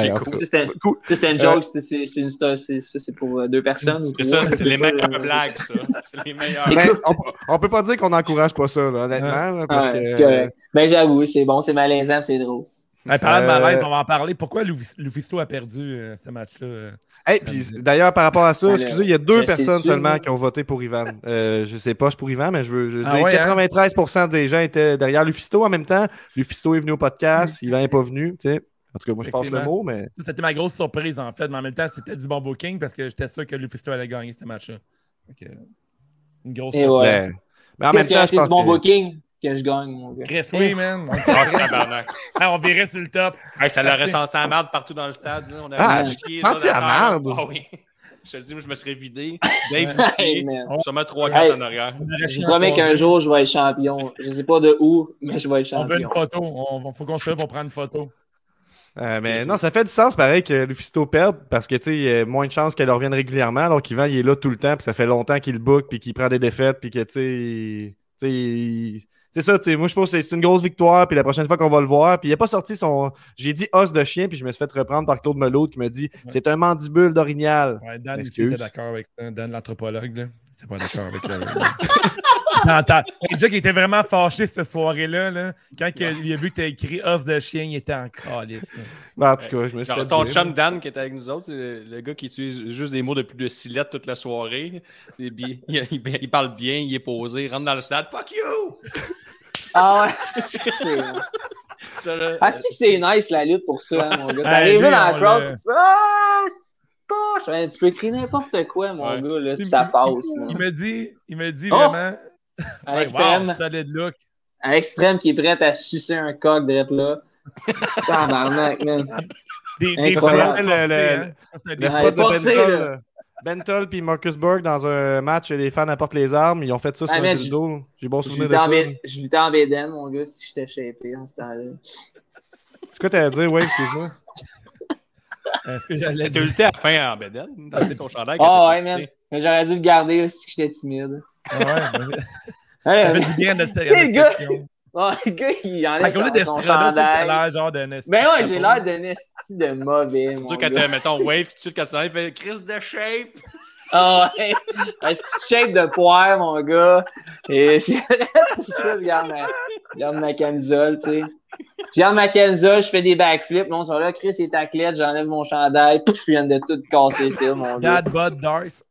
D: Qui est
E: en tout
D: cool.
E: cas,
F: C'était
E: cool.
F: une
E: Euh,
F: joke, c'est- c'est- c'est une- c'est- c'est- c'est c'est pour euh, deux personnes. ou
G: C'est
F: trois,
G: ça, c'est les
F: pas,
G: meilleures
F: euh,
G: blagues, ça. C'est les meilleures.
E: Ben, on, on peut pas dire qu'on n'encourage pas ça, là, honnêtement. là, parce
F: Ouais,
E: que-
F: c'est correct. Ben, j'avoue, c'est bon, c'est malaisant, puis c'est drôle.
A: Hey, parlant de
E: Euh,
A: malaise, on va en parler. Pourquoi Louvi- Lufisto a perdu euh, ce match-là? euh?
E: Hey, puis d'ailleurs, par rapport à ça,
F: Ben,
E: excusez, il y a deux
F: ben, c'est
E: personnes
F: sûr,
E: seulement
F: là.
E: qui ont voté pour Ivan. Euh, je sais pas, je suis pour Ivan, mais je veux. je veux
A: Ah
E: dire,
A: ouais, hein?
E: 93% des gens étaient derrière Lufisto en même temps. Lufisto est venu au podcast, Ivan n'est pas venu. tu sais. En tout cas, moi, je passe le
A: Mm. Effectivement.
E: mot, mais.
A: Ça, C'était ma grosse surprise, en fait. Mais en même temps, c'était du bon booking parce que j'étais sûr que Lufisto allait gagner ce match-là. Fait que, Une grosse
F: Et
A: surprise.
F: Eh ouais.
E: mais- mais ben, en
F: Qu'est-ce
E: même
F: qui a
E: temps, je
F: fait du
E: pense
F: bon
E: que.
F: booking que je gagne, mon gars?
A: Chris, oui, man.
G: Ah, tabarnak.
A: Ah, on virait sur le top.
G: Hey, ça l'aurait senti à merde partout dans le stade. là. On aurait
E: Ah,
G: chié,
E: senti
G: là,
E: à
G: terre.
E: merde?
G: Ah oui. Je te dis, moi, je me serais vidé. Dave aussi.
F: Hey, man.
G: Sûrement 3-4
F: Hey.
G: en arrière.
F: Je vous promets qu'un jour, je vais être champion. Je sais pas de où, mais je vais être
A: On veut
F: champion.
A: une photo. On, on- faut qu'on se lève pour prendre une photo.
E: Euh, mais non, ça fait du sens pareil que Lufisto perde parce que, tu sais, il y a moins de chances qu'elle revienne régulièrement alors qu'Ivan, il est là tout le temps, puis ça fait longtemps qu'il book, puis qu'il prend des défaites, puis que, tu sais, il- tu sais. il- C'est ça, tu sais, moi je pense que c'est une grosse victoire, puis la prochaine fois qu'on va le voir, puis il n'est pas sorti son. J'ai dit os de chien, puis je me suis fait reprendre par Claude Melode qui me dit c'est un mandibule d'orignal.
A: Ouais, Dan
E: Excuse.
A: aussi était d'accord avec ça. Dan, l'anthropologue, là. C'est pas d'accord avec ça. J'entends. Et Jack était vraiment fâché cette soirée-là. Là, quand il a, il a vu que t'as écrit off de chien, il était en calice. là.
E: Ben, en tout cas, je me suis
G: Genre,
E: fait.
G: ton
E: dire.
G: chum Dan qui était avec nous autres, c'est le, le gars qui utilise juste des mots de plus de six lettres toute la soirée. C'est bi- Il, il- il parle bien, il est posé, il rentre dans le stade. Fuck you!
F: Ah ouais? C'est-
G: Ça, là,
F: ah, si, c'est nice la lutte pour ça, hein, mon gars.
A: Hey,
F: T'arrives
A: lui,
F: là dans la
A: on
F: crowd,
A: le-
F: pis tu fais Ah, c'est poche! Hein, Tu peux écrire n'importe quoi, mon
G: Ouais.
F: gars, là,
A: Il-
F: pis ça
A: il-
F: passe.
A: Il,
F: là.
A: me dit, il me dit
F: Oh!
A: vraiment.
F: À
A: Ouais, wow,
F: l'extrême,
A: solide look.
F: à l'extrême qui est prête à sucer un coq d'être là. Tabarnak, man.
A: Des, des
F: Incroyable.
A: bras forcés,
E: Le- le-
A: hein. Ça, c'est des-
E: Le spot de
F: forcé,
E: Bentol,
F: là.
E: euh, Bentol puis Marcus Burke dans un match, les fans apportent les armes, ils ont fait ça sur
F: Ah,
E: un
F: mais
E: dildo. J'ai bon
F: Je
E: souvenir de ça.
F: luttais en bédaine, mon gars, si j'étais shapé en ce temps-là.
E: C'est quoi t'as à dire, ouais, excuse-moi.
A: Est-ce que j'allais
G: euh, T'as eu
A: dire-
G: le temps à la fin en bedaine. T'as mis ton chandail. quand t'as
F: Ah ouais,
G: posté.
F: man. Mais J'aurais dû le garder là, si j'étais timide.
A: Ah ouais, ben,
F: Ouais,
A: ça fait
F: ouais.
A: du bien à notre, à
F: C'est le
A: notre
F: gars.
A: section.
F: Ouais, le gars, il
A: À
F: enlève
A: cause
F: son, son
A: d'Estrada, c'est que t'as
F: chandail.
A: l'air genre d'un
F: Mais Ben ouais, j'ai l'air d'un esti de mauvais, mon
G: Surtout quand
F: gars.
G: t'as, mettons, wave, tout de suite, quand tu l'enlèves, fait Chris de shape.
F: Ah ouais, un esti de shape de poire, mon gars. Et je pour ça, je garde ma, je garde ma camisole, tu sais. Je garde ma camisole, je fais des backflips. Mon sont là, Chris est taclette, j'enlève mon chandail. Pouf, je viens de tout casser ça, mon gars.
A: Dad Bud Darce.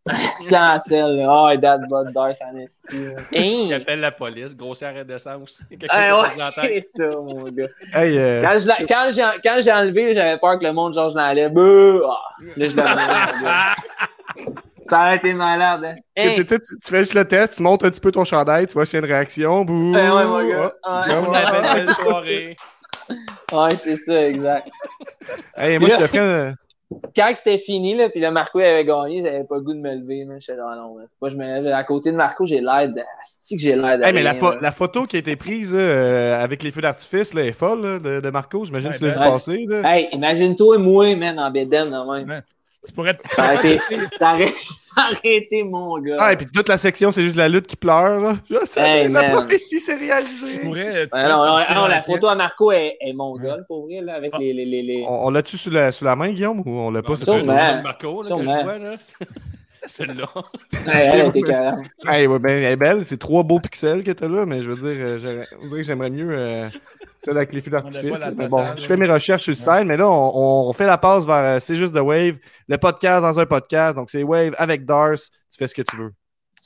F: Cancel, là. Oh, dad bod dice en esti.
G: Il
F: Hey!
G: appelle la police, grossière indécence.
F: Hey,
G: Quelqu'un
F: Ah, ouais,
G: qui a perdu la tête.
F: c'est ça, mon gars.
E: Hey, euh,
F: Quand je l'ai- Quand j'ai quand j'ai enlevé, j'avais peur que le monde, genre, je l'enlève. Bouh! Ah! Là, je l'ai enlevé, mon gars. Ça aurait été malade. hein. Hey!
E: Tu, tu- tu- tu fais juste le test, tu montes un petit peu ton chandail, tu vois s'il y a une réaction. Bouh,
F: Eh Ouais, ouais, mon gars. Ah,
E: hop. Bien,
F: Ouais,
G: On avait une belle
F: ouais,
G: soirée.
F: ouais, c'est ça, exact.
E: Hey, moi, je te ferais. euh,
F: Quand c'était fini, là, puis le Marco il avait gagné, j'avais pas le goût de me lever. man. J'étais là, non, man. Faut pas que je me lève. À côté de Marco, j'ai l'air de. Asti que j'ai l'air de.
E: hey, mais la,
F: rien,
E: pho-
F: là.
E: la photo qui a été prise euh, avec les feux d'artifice là, est folle là, de, de Marco. J'imagine que tu l'as
A: Ouais,
E: vu
F: ben-
E: passer. Là.
F: Hey, imagine-toi, moi, man, en bédaine, là, même.
A: Tu pourrais te
F: Ça aurait été, ça aurait- ça aurait été mon gars.
E: Ah, et puis toute la section, c'est juste la lutte qui pleure. Là. Je sais,
F: Hey,
E: la
F: man.
E: prophétie s'est
A: tu
E: réalisée.
A: pourrais- euh, tu
F: Ouais, Ah, non, non,
A: pourrais te
F: non, la
A: faire
F: photo à Marco est, est mongole, pour vrai, là,
A: Ah.
F: avec les. les, les, les-
E: On, on l'a-tu sous la, sous la main, Guillaume, ou on l'a pas?
G: C'est
E: cette
F: Sûrement.
E: photo?
G: un nom de Marco, là, que
F: Sûrement.
G: je vois, là. Celle-là.
F: Ouais, Ah, elle était carrément.
E: Hey, ouais, ben, elle est belle. C'est trois beaux pixels que t'as là, mais je veux dire, euh, j'aurais- on dirait que j'aimerais mieux euh, celle avec les feux
A: On a
E: d'artifice.
A: pas la
E: Mais Bon,
A: totale,
E: je
A: là.
E: fais mes recherches sur le site, mais là, on, on- on fait la passe vers euh, C'est juste The Wave, le podcast dans un podcast. Donc, c'est Wave avec Dars. Tu fais ce que tu veux.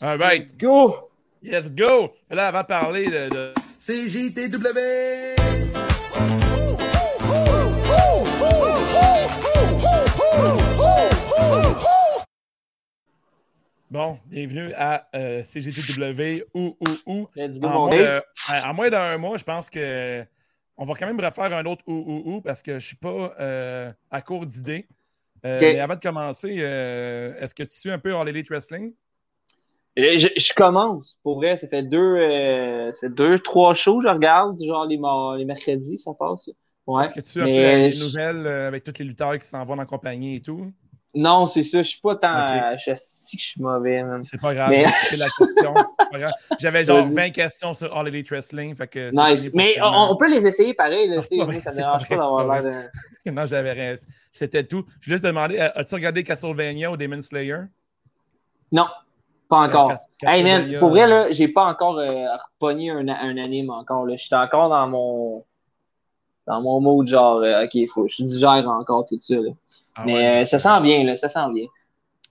A: All right.
F: Let's go!
A: Let's go. Là, avant de parler de. de- Bon, bienvenue à euh, CGTW ou ou ou.
F: Let's go,
A: En
F: mon
A: moins,
F: gars.
A: de- en- en moins d'un mois, je pense que on va quand même refaire un autre ou ou ou parce que je suis pas euh, à court d'idées. Euh,
F: Ok.
A: Mais avant de commencer, euh, est-ce que tu suis un peu All Elite Wrestling?
F: Je, je commence, pour vrai. Ça fait deux, euh, ça fait deux trois shows, je regarde, genre les, mar- les mercredis, ça passe. Ouais.
A: Est-ce que tu as
F: mais
A: plein de
F: je-
A: nouvelles euh, avec tous les lutteurs qui s'en vont en compagnie et tout?
F: Non, c'est ça, je suis pas tant.
A: Ok.
F: euh, Je sais que je suis mauvais, man.
A: C'est pas grave,
F: Mm. Mais-
A: c'est la question. c'est pas grave. J'avais genre
F: Vas-y.
A: 20 questions sur All Elite Wrestling. Fait que c'est
F: Nice.
A: fini pour
F: Mais
A: ce
F: on,
A: moment.
F: on peut les essayer pareil, là,
A: Non,
F: tu
A: c'est
F: sais.
A: pas
F: Moi,
A: vrai,
F: ça me
A: c'est
F: dérange
A: pas
F: pas
A: vrai,
F: d'avoir
A: c'est pas
F: l'air d'un.
A: Non, j'avais rien. C'était tout. Je voulais te demander, euh, as-tu regardé Castlevania ou Demon Slayer?
F: Non, pas encore.
A: Euh, Cas-
F: Hey man,
A: Castlevania,
F: pour vrai,
A: euh,
F: là, j'ai pas encore euh, repogné un, un anime encore. Là. J'étais encore dans mon dans mon mode genre euh, ok, faut je digère encore tout ça. Là.
A: ah
F: mais
A: ouais.
F: euh, ça sent bien, là, ça sent bien.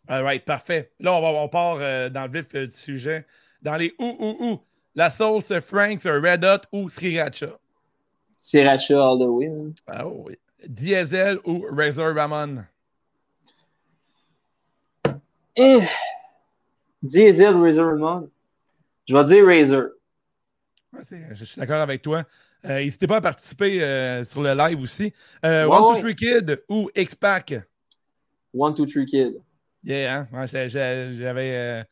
A: All right, parfait. Là, on, va, on part euh, dans le vif euh, du sujet. Dans les ou ou ou, la sauce euh, Frank's euh, Red Hot ou Sriracha?
F: Sriracha all the way. man.
A: Ah oui. Diesel ou Razor Ramon?
F: Eh, Diesel Razor Ramon. Je vais dire Razor.
A: Ouais, Ah, c'est- je suis d'accord avec toi. Euh, N'hésitez pas à participer euh, sur le live aussi. Euh,
F: Ouais,
A: One,
F: ouais.
A: Two, Three Kid ou X-Pac?
F: One, two, three, kid.
A: Yeah, hein? Ouais, j'ai- j'ai- j'avais. euh,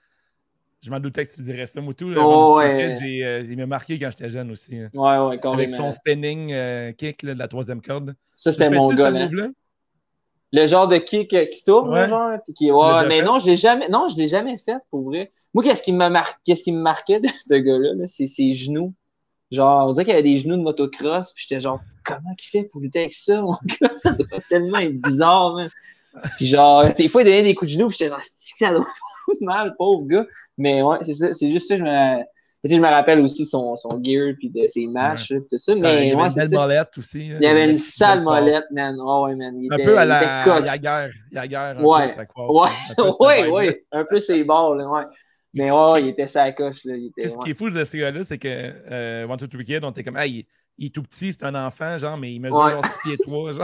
A: je m'en doutais que tu dirais ça, Moutou. le
F: Oh,
A: One, Two, Three
F: ouais.
A: Kid, j'ai, euh, il m'a marqué quand j'étais jeune aussi. hein.
F: Ouais, ouais,
A: Avec
F: carrément.
A: son spinning euh, kick là, de la troisième corde.
F: Ça, c'était
A: Tu
F: mon
A: fais-tu
F: gars,
A: ce
F: là.
A: move-là?
F: Le genre de kick euh, qui tourne,
A: Ouais.
F: genre, puis qui- ouais,
A: l'as déjà
F: mais
A: fait?
F: non, je l'ai jamais, non, je l'ai jamais fait, pour vrai. Moi, qu'est-ce qui me mar... qu'est-ce qui me marquait de ce gars-là, là, c'est ses genoux. Genre, on dirait qu'il avait des genoux de motocross, puis j'étais genre, comment qu'il fait pour lutter avec ça, mon gars? Ça doit tellement être bizarre, man. Puis genre, des fois, il donnait des coups de genoux, puis j'étais genre, C'est-tu que ça doit faire mal, pauvre gars. Mais ouais, c'est ça, c'est juste ça, je me, tu sais, je me rappelle aussi de son, son gear, puis de ses matchs, là, puis tout
A: Ça,
F: ça,
A: il y
F: mais
A: avait
F: ouais,
A: une
F: c'est
A: belle
F: ça.
A: molette aussi.
F: Il y avait une sale molette, man. Oh, ouais, man. Il
A: Un
F: était-
A: peu à
F: il
A: la
F: était coq.
A: Yaguerre. Yaguerre.
F: Ouais. Ouais, ouais,
A: ouais.
F: ouais. Un peu ses bords, là, ouais. Mais ouais, ouais, il était sa coche, là. Il était,
A: Ce qui est fou de ce gars-là, c'est que euh, One Two Three Kid, on était comme, ah, il, il est tout petit, c'est un enfant, genre, mais il mesure
F: Ouais.
A: genre 6 pieds 3, genre,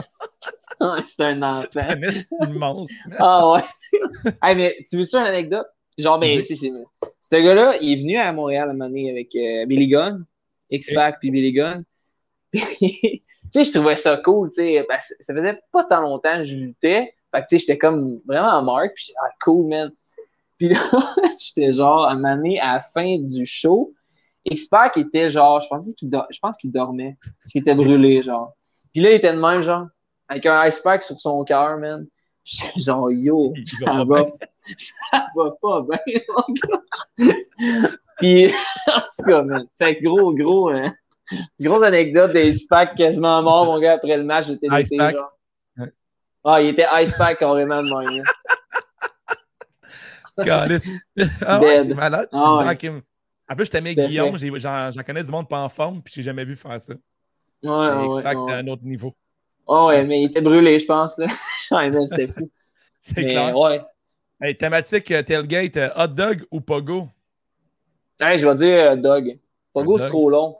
F: ouais. C'était un enfant.
A: un mec immense. man.
F: Ah ouais. hey, mais tu veux-tu une anecdote? Genre, ben,
A: Vas-y.
F: tu sais, c'est- ce gars-là, il est venu à Montréal à un moment donné avec euh, Billy Gunn, X-Pac puis Billy Gunn. Puis, tu sais, je trouvais ça cool, tu sais, parce que ça faisait pas tant longtemps que je luttais. Fait que, tu sais, j'étais comme vraiment en marque, puis j'étais, ah, cool, man. Puis là, j'étais genre, à un moment donné, à la fin du show, X-Pac était genre, je pensais qu'il do- je pense qu'il dormait, parce qu'il était brûlé, genre. Puis là, il était de même, genre, avec un ice pack sur son cœur, man. J'étais Genre, yo,
A: Il- il va pas
F: ça va, ça va pas bien, mon gars. Puis, en tout cas, man, c'est un gros, gros, hein, grosse anecdote des ice pack quasiment mort, mon gars, après le match, j'étais
A: Ice Pack.
F: genre.
A: Ouais.
F: Ah, il était ice pack carrément de même, hein. là.
A: Calice. ah ouais,
F: Dead.
A: c'est malade.
F: Ah ouais.
A: On dirait qu'il- En plus, je t'aimais
F: Perfect.
A: Guillaume, j'ai- j'en j'en connais du monde pas en forme, puis j'ai jamais vu faire ça.
F: Ouais,
A: Mais
F: Ah ouais,
A: X-Pac,
F: ouais,
A: c'est
F: ouais.
A: un autre niveau.
F: Ah ouais, mais il était brûlé, je pense, là. Genre, man, c'était fou.
A: C'est
F: Mais
A: clair.
F: ouais.
A: Hey, thématique euh, tailgate, euh, hot dog ou pogo?
F: Hey, je vais dire euh, Dog. Pogo,
A: Dog.
F: c'est trop long.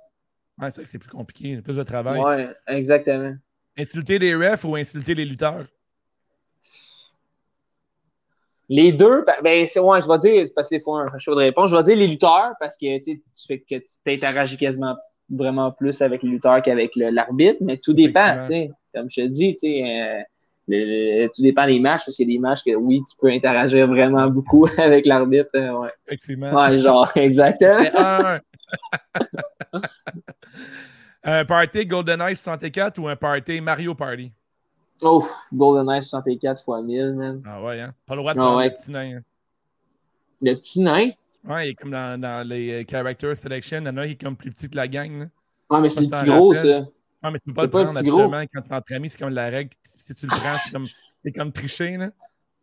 A: Ouais, c'est vrai que c'est plus compliqué, plus de travail.
F: Ouais, exactement.
A: Insulter les refs ou insulter les lutteurs?
F: Les deux, pa- ben, c'est, ouais, je vais dire, parce qu'il faut un choix de réponse, je vais dire les lutteurs, parce que tu sais, tu fais que tu interagis quasiment vraiment plus avec les lutteurs qu'avec le- l'arbitre, mais tout dépend, tu sais. Comme je te dis, tu sais, euh, le- le- tout dépend des matchs, parce qu'il y a des matchs que oui, tu peux interagir vraiment beaucoup avec l'arbitre. euh, ouais.
A: Effectivement.
F: ouais, genre, exactement.
A: Mais un. un party GoldenEye 64 ou un party Mario Party?
F: Oh, GoldenEye 64 x 1000, man.
A: Ah ouais, hein? Pas le droit de
F: Ah
A: prendre
F: ouais.
A: le petit nain. hein.
F: Le petit nain.
A: Ouais, il est comme dans, dans les euh, character selection, il y en a un qui est comme plus petit que la gang. là.
F: Ouais, mais c'est
A: Ça,
F: le
A: ça
F: petit gros,
A: rappelle.
F: ça.
A: Non, mais tu peux
F: C'est
A: pas le
F: pas le
A: prendre
F: petit gros.
A: habituellement quand t'es entre amis, c'est comme la règle. Si tu le prends, c'est comme, c'est comme tricher, là.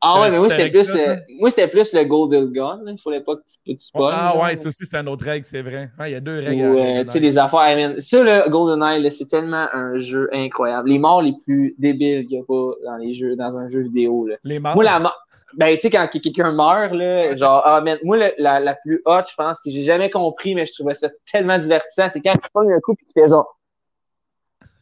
F: Ah ouais, mais moi,
A: C'était
F: c'était plus,
A: anecdote,
F: euh, moi, c'était plus le Golden Gun, là. Il fallait pas que tu, tu pognes,
A: ah
F: genre.
A: ouais, ça aussi, c'est une autre règle, c'est vrai. Ah, Il y a deux règles. à
F: Ou, euh,
A: GoldenEye.
F: tu sais, les affaires. I mean, ça, le GoldenEye, là, c'est tellement un jeu incroyable. Les morts les plus débiles qu'il n'y a pas dans, les jeux, dans un jeu vidéo. Là.
A: Les morts.
F: Moi, la mort. Ben, tu sais, quand quelqu'un meurt, là, genre, ah, man, moi, le- la, la plus hot, je pense, que j'ai jamais compris, mais je trouvais ça tellement divertissant, c'est quand il prend un coup, puis il fait genre.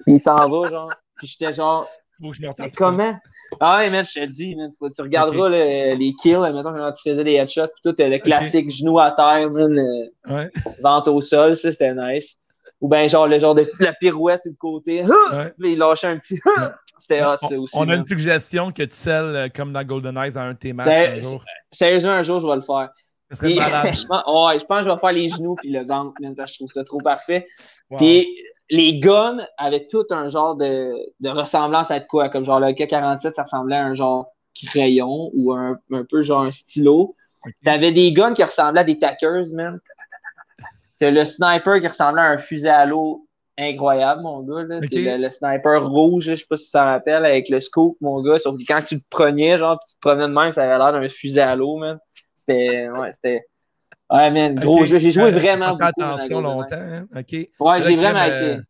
F: Puis il s'en va, genre. Puis j'étais genre,
A: Faut que je me
F: mais
A: retape ça.
F: comment? Ah ouais, man, je te dis, man, faut- tu regarderas là, les kills, mettons, quand tu faisais des headshots, puis tout, euh, le classique genou à terre, man. euh,
A: Ouais,
F: vente au sol, ça c'était nice. Ou ben genre le genre de la pirouette sur le côté, Ah!
A: ouais.
F: Puis il lâchait un petit Ah! c'était hot ça
A: On,
F: aussi.
A: on a
F: man.
A: une suggestion que tu selles euh, comme dans GoldenEye dans un de tes matchs
F: C'est-
A: un jour.
F: Sérieusement, un jour je vais le faire.
A: Ça serait
F: Puis,
A: malade.
F: je, pense, ouais, je pense que je vais faire les genoux puis le ventre, man, parce que je trouve ça trop parfait.
A: Wow.
F: Puis les guns avaient tout un genre de, de ressemblance à de quoi, comme genre le K-47, ça ressemblait à un genre crayon ou un, un peu genre un stylo. T'avais des guns qui ressemblaient à des tackers, man. T'as le sniper qui ressemblait à un fusil à l'eau incroyable, mon gars. là.
A: Ok.
F: C'est le, le sniper rouge, là, je sais pas si tu t'en rappelles, avec le scope, mon gars. Sauf que quand tu le prenais, genre, pis tu te promenais de même, ça avait l'air d'un fusil à l'eau, man. C'était. Ouais, c'était. Ouais, man, gros
A: Ok.
F: jeu. J'ai joué
A: Euh,
F: vraiment
A: faut faire
F: beaucoup. man, à
A: attention
F: Goldeneye.
A: longtemps. hein. OK.
F: Ouais, j'ai
A: Là,
F: vraiment
A: Kim, euh,
F: été.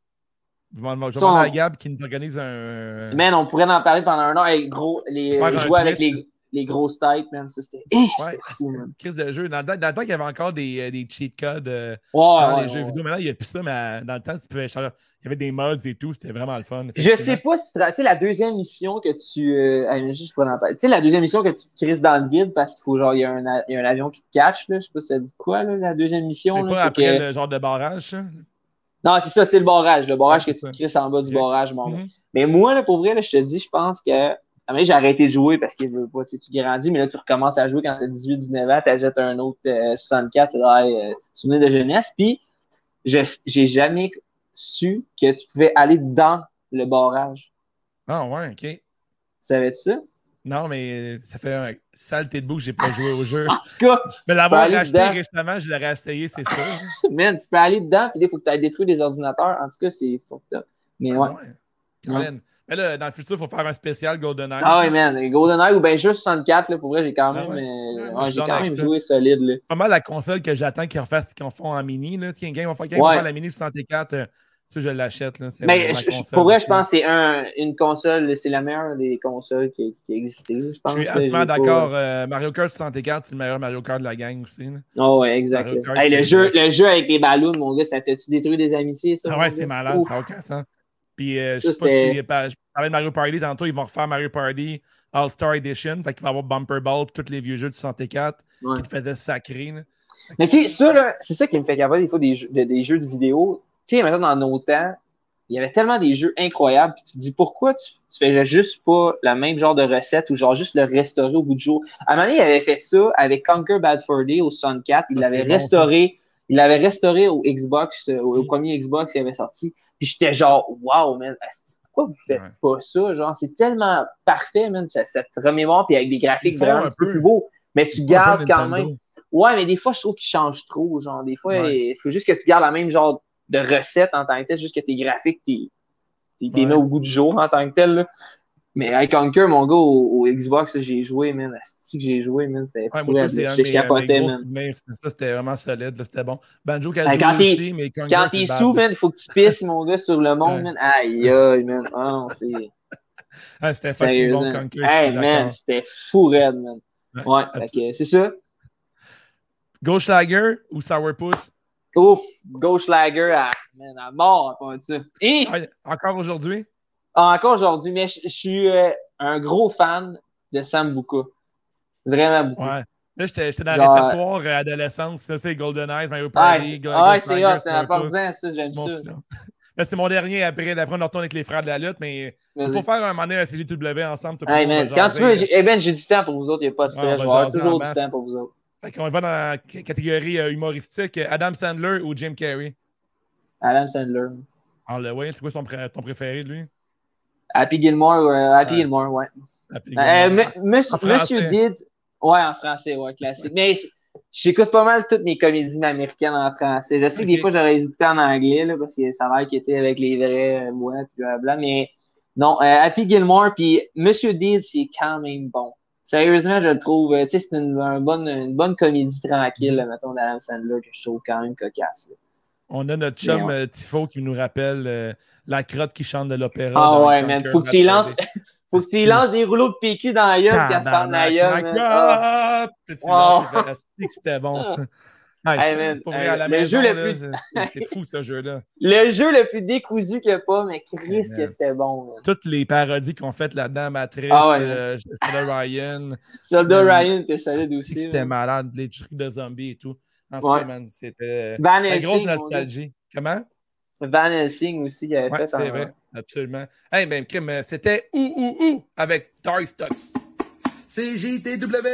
A: Je demande je
F: Son-
A: demande à Gab qui nous organise un.
F: Man, on pourrait en parler pendant un an. Hey, gros, les,
A: Faire un
F: jouer avec
A: twist.
F: les, les grosses têtes, man. Ça, c'était. Eh, c'était
A: Ouais,
F: fou, man.
A: crise de jeu. Dans le, temps- dans le temps qu'il y avait encore des, euh, des cheat codes euh,
F: Ouais,
A: dans
F: Ah, ouais,
A: les jeux
F: ouais.
A: vidéo, maintenant il n'y a plus ça, mais euh, dans le temps, tu pouvais changer- Il y avait des mods et tout, c'était vraiment le fun.
F: Je sais pas si tu te- tu sais, la deuxième mission que tu. Euh, ah, mais juste, faut en parler. Tu sais, la deuxième mission que tu te crises dans le vide parce qu'il faut, genre, il y, a un a- il y a un avion qui te catch, là. Je sais pas si ça dit quoi, là, la deuxième mission.
A: C'est
F: là,
A: pas
F: Faut
A: après
F: que-
A: le genre de barrage, ça?
F: Non, c'est ça, c'est le barrage. Le barrage
A: Ah,
F: que
A: c'est
F: tu te crisses en bas du
A: Ok.
F: barrage, mon gars.
A: Mhm.
F: Mais moi, là, pour vrai, là, je te dis, je pense que. Ah, mais j'ai arrêté de jouer parce qu'il veut pas. Tu sais, tu grandis, mais là, tu recommences à jouer quand t'as 18, 19 ans, t'achètes un autre euh, 64, c'est là, euh, souvenir de jeunesse. Puis, je, j'ai jamais su que tu pouvais aller dans le barrage.
A: Ah ouais, ok.
F: Tu savais-tu ça?
A: Non, mais euh, ça fait un sale t'es debout que j'ai pas joué au jeu.
F: En tout cas,
A: Mais l'avoir
F: aller
A: acheté
F: dedans.
A: récemment, je l'aurais essayé, c'est sûr.
F: man, tu peux aller dedans, puis il faut que tu ailles détruire des ordinateurs. En tout cas, c'est pour ça. Mais ouais.
A: Ah Colin. Mais là, dans le futur, il faut faire un spécial GoldenEye.
F: Ah oui, man. GoldenEye ou bien juste 64, là, pour vrai, j'ai quand
A: Ah
F: même,
A: ouais.
F: euh,
A: Ouais,
F: ouais,
A: moi, je suis
F: j'ai
A: dans
F: quand
A: avec
F: même
A: ça.
F: joué solide. Là.
A: C'est pas mal la console que j'attends qu'ils refassent, qu'ils font en mini. Là. Tiens, game, on va faire, game, on
F: Ouais.
A: va faire la mini 64. euh, ça, je l'achète. là. C'est ma
F: Mais je- je-
A: console
F: pour vrai,
A: aussi.
F: je pense que c'est un, une console, c'est la meilleure des consoles qui, qui a existé, je
A: Je
F: pense.
A: suis
F: là,
A: absolument
F: j'ai pas-
A: d'accord. euh, Mario Kart 64, c'est le meilleur Mario Kart de la gang aussi. là.
F: Ah ouais, exact.
A: Mario Kart,
F: Hey, le,
A: c'est
F: jeu,
A: vrai.
F: le jeu avec les ballons, mon gars, ça t'a-tu détruit des amitiés, ça?
A: Ah
F: mon
A: ouais,
F: gars?
A: c'est malade,
F: Ouf.
A: ça n'a aucun sens. Puis euh, je
F: Ça,
A: sais pas
F: c'était-
A: si par- je parlais de Mario Party tantôt, ils vont refaire Mario Party All-Star Edition. Fait qu'il va y avoir Bumper Ball, tous les vieux jeux du 64
F: Ouais.
A: qui te faisaient sacrer. là.
F: Mais tu sais, ça, là, c'est ça qui me fait capable des fois des jeux de, des jeux de vidéo. Tu sais, maintenant, dans nos temps, il y avait tellement des jeux incroyables, puis tu te dis pourquoi tu, tu faisais juste pas la même genre de recette ou genre juste le restaurer au bout du jour. À un moment donné, il avait fait ça avec Conquer Bad Fur Day au 64, il
A: Ça, Mm.
F: l'avait
A: Ah, c'est bon,
F: restauré. il l'avait restauré au Xbox, euh, au, au premier Xbox qui avait sorti. Puis j'étais genre, wow, man, asti, pourquoi vous faites
A: Ouais.
F: pas ça? Genre, c'est tellement parfait, man, ça, ça te remémore, puis avec des graphiques
A: Ils font
F: vraiment
A: un
F: un peu
A: peu.
F: plus beaux. Mais tu gardes
A: Pas
F: quand
A: Nintendo.
F: même. Ouais, mais des fois, je trouve qu'ils changent trop. Genre, des fois,
A: Ouais.
F: il faut juste que tu gardes la même genre de recette en tant que telle, juste que tes graphiques, t'es t'es- t'es
A: Ouais.
F: mis au goût du jour en tant que tel. là. Mais I Conquer, mon gars, au, au Xbox, là, j'ai joué, man. Asti que j'ai joué, man. C'était
A: Ouais, moi,
F: incroyable.
A: ça, c'est un
F: je
A: de mes-
F: capotais,
A: mes gros
F: man.
A: souvenirs. Ça, c'était vraiment solide. là, C'était bon. Banjo
F: Ouais, quand
A: Kazooie
F: t'es-
A: aussi, mais Congress,
F: Quand
A: c'est
F: t'es
A: bad.
F: sous, man, faut que tu pisses, mon gars, sur le monde,
A: Ouais.
F: man. Aïe, aïe, man. Ah non, c'est
A: Ah, c'était fucking
F: sérieux.
A: bon,
F: hein.
A: Conquer.
F: Hey, man, c'était fou, raide, man.
A: Ouais,
F: Ouais, fait que, c'est ça.
A: Gauchlager ou Sourpuss?
F: Ouf, Gauche Lager à, man, à mort à part de ça. Et...
A: Ah, encore aujourd'hui?
F: Ah, Encore aujourd'hui, mais je je suis euh, un gros fan de Sambuca. Vraiment beaucoup.
A: Ouais. Là, j'étais j'étais dans
F: Genre-
A: le répertoire euh, adolescence. Ça, c'est Golden Eyes, Mario
F: Ah,
A: Party,
F: c'est-
A: Go-
F: ah,
A: Ghost
F: c'est
A: Rider,
F: hot, c'est un
A: Sourpuss.
F: partisan, ça, j'aime
A: C'est mon
F: ça.
A: final. Là, c'est mon dernier. Après, après, on retourne avec les frères de la lutte, mais il faut
F: Vas-y.
A: faire un moment donné à CGW ensemble. tout le
F: Hey,
A: monde
F: man,
A: va
F: quand
A: jaser,
F: tu veux,
A: là.
F: j'ai- eh ben, j'ai du temps pour vous autres, il n'y a pas de
A: Ouais,
F: stress,
A: on va
F: je vais avoir
A: jaser en
F: toujours du
A: masse.
F: temps pour vous autres.
A: Fait qu'on va dans la c- catégorie euh, humoristique. Adam Sandler ou Jim Carrey?
F: Adam Sandler.
A: Ah, le ouais, c'est quoi son pré- ton préféré, lui?
F: Happy Gilmore, euh, Happy
A: Ouais.
F: Gilmore, ouais.
A: La
F: Euh,
A: Pilgrim.
F: me- monsieur,
A: français.
F: Monsieur Did, ouais, en français, ouais, classique. Mais j- j'écoute pas mal toutes mes comédies américaines en français. Je sais que des
A: Ok.
F: fois, j'aurais écouté en anglais, là, parce que ça va qu'il était avec les vrais euh, mots, puis blablabla. Mais non, euh, Happy Gilmore, puis Monsieur Did, c'est quand même bon. Sérieusement, je le trouve, euh, tu sais, c'est une, un bonne, une bonne comédie tranquille, là, mettons, d'Adam Sandler, que je trouve quand même cocasse. là.
A: On a notre chum
F: Mais
A: euh, Tifo qui nous rappelle euh, la crotte qui chante de l'opéra.
F: Ah
A: dans
F: ouais,
A: Conquer
F: man, faut que
A: Bad
F: tu y lances-
A: Fur Day.
F: Faut que tu y lances des rouleaux de PQ dans la gueule, quand tu parles dans
A: Tabarnak,
F: la gueule,
A: my
F: man.
A: God!
F: Ah.
A: Puis tu
F: Wow.
A: lances, c'est fantastique, C'était bon, ça. Hey,
F: Hey,
A: ça,
F: man,
A: pour vrai,
F: hey,
A: à la
F: le
A: maison,
F: jeu le
A: là,
F: plus-
A: c'est- c'est- c'est fou, ce jeu-là.
F: Le jeu le plus décousu qu'il y a pas, mais Chris,
A: Hey, man.
F: que c'était bon. man.
A: Toutes les parodies qu'on fait là-dedans, Matrice,
F: Ah ouais,
A: euh, Sarah Ryan,
F: Soldat
A: Mm.
F: Ryan était solide
A: c'est
F: aussi.
A: que c'était
F: man.
A: malade, les trucs de zombies et tout. En ce
F: Ouais.
A: cas, man, c'était
F: Van
A: la grosse
F: Helsing. mon gars.
A: nostalgie. Comment?
F: Van Helsing aussi, il avait
A: Ouais,
F: fait
A: c'est
F: un.
A: vrai, absolument. Hey, ben, crime, euh, c'était ou ou ou avec Toy Stocks.
H: CJTW.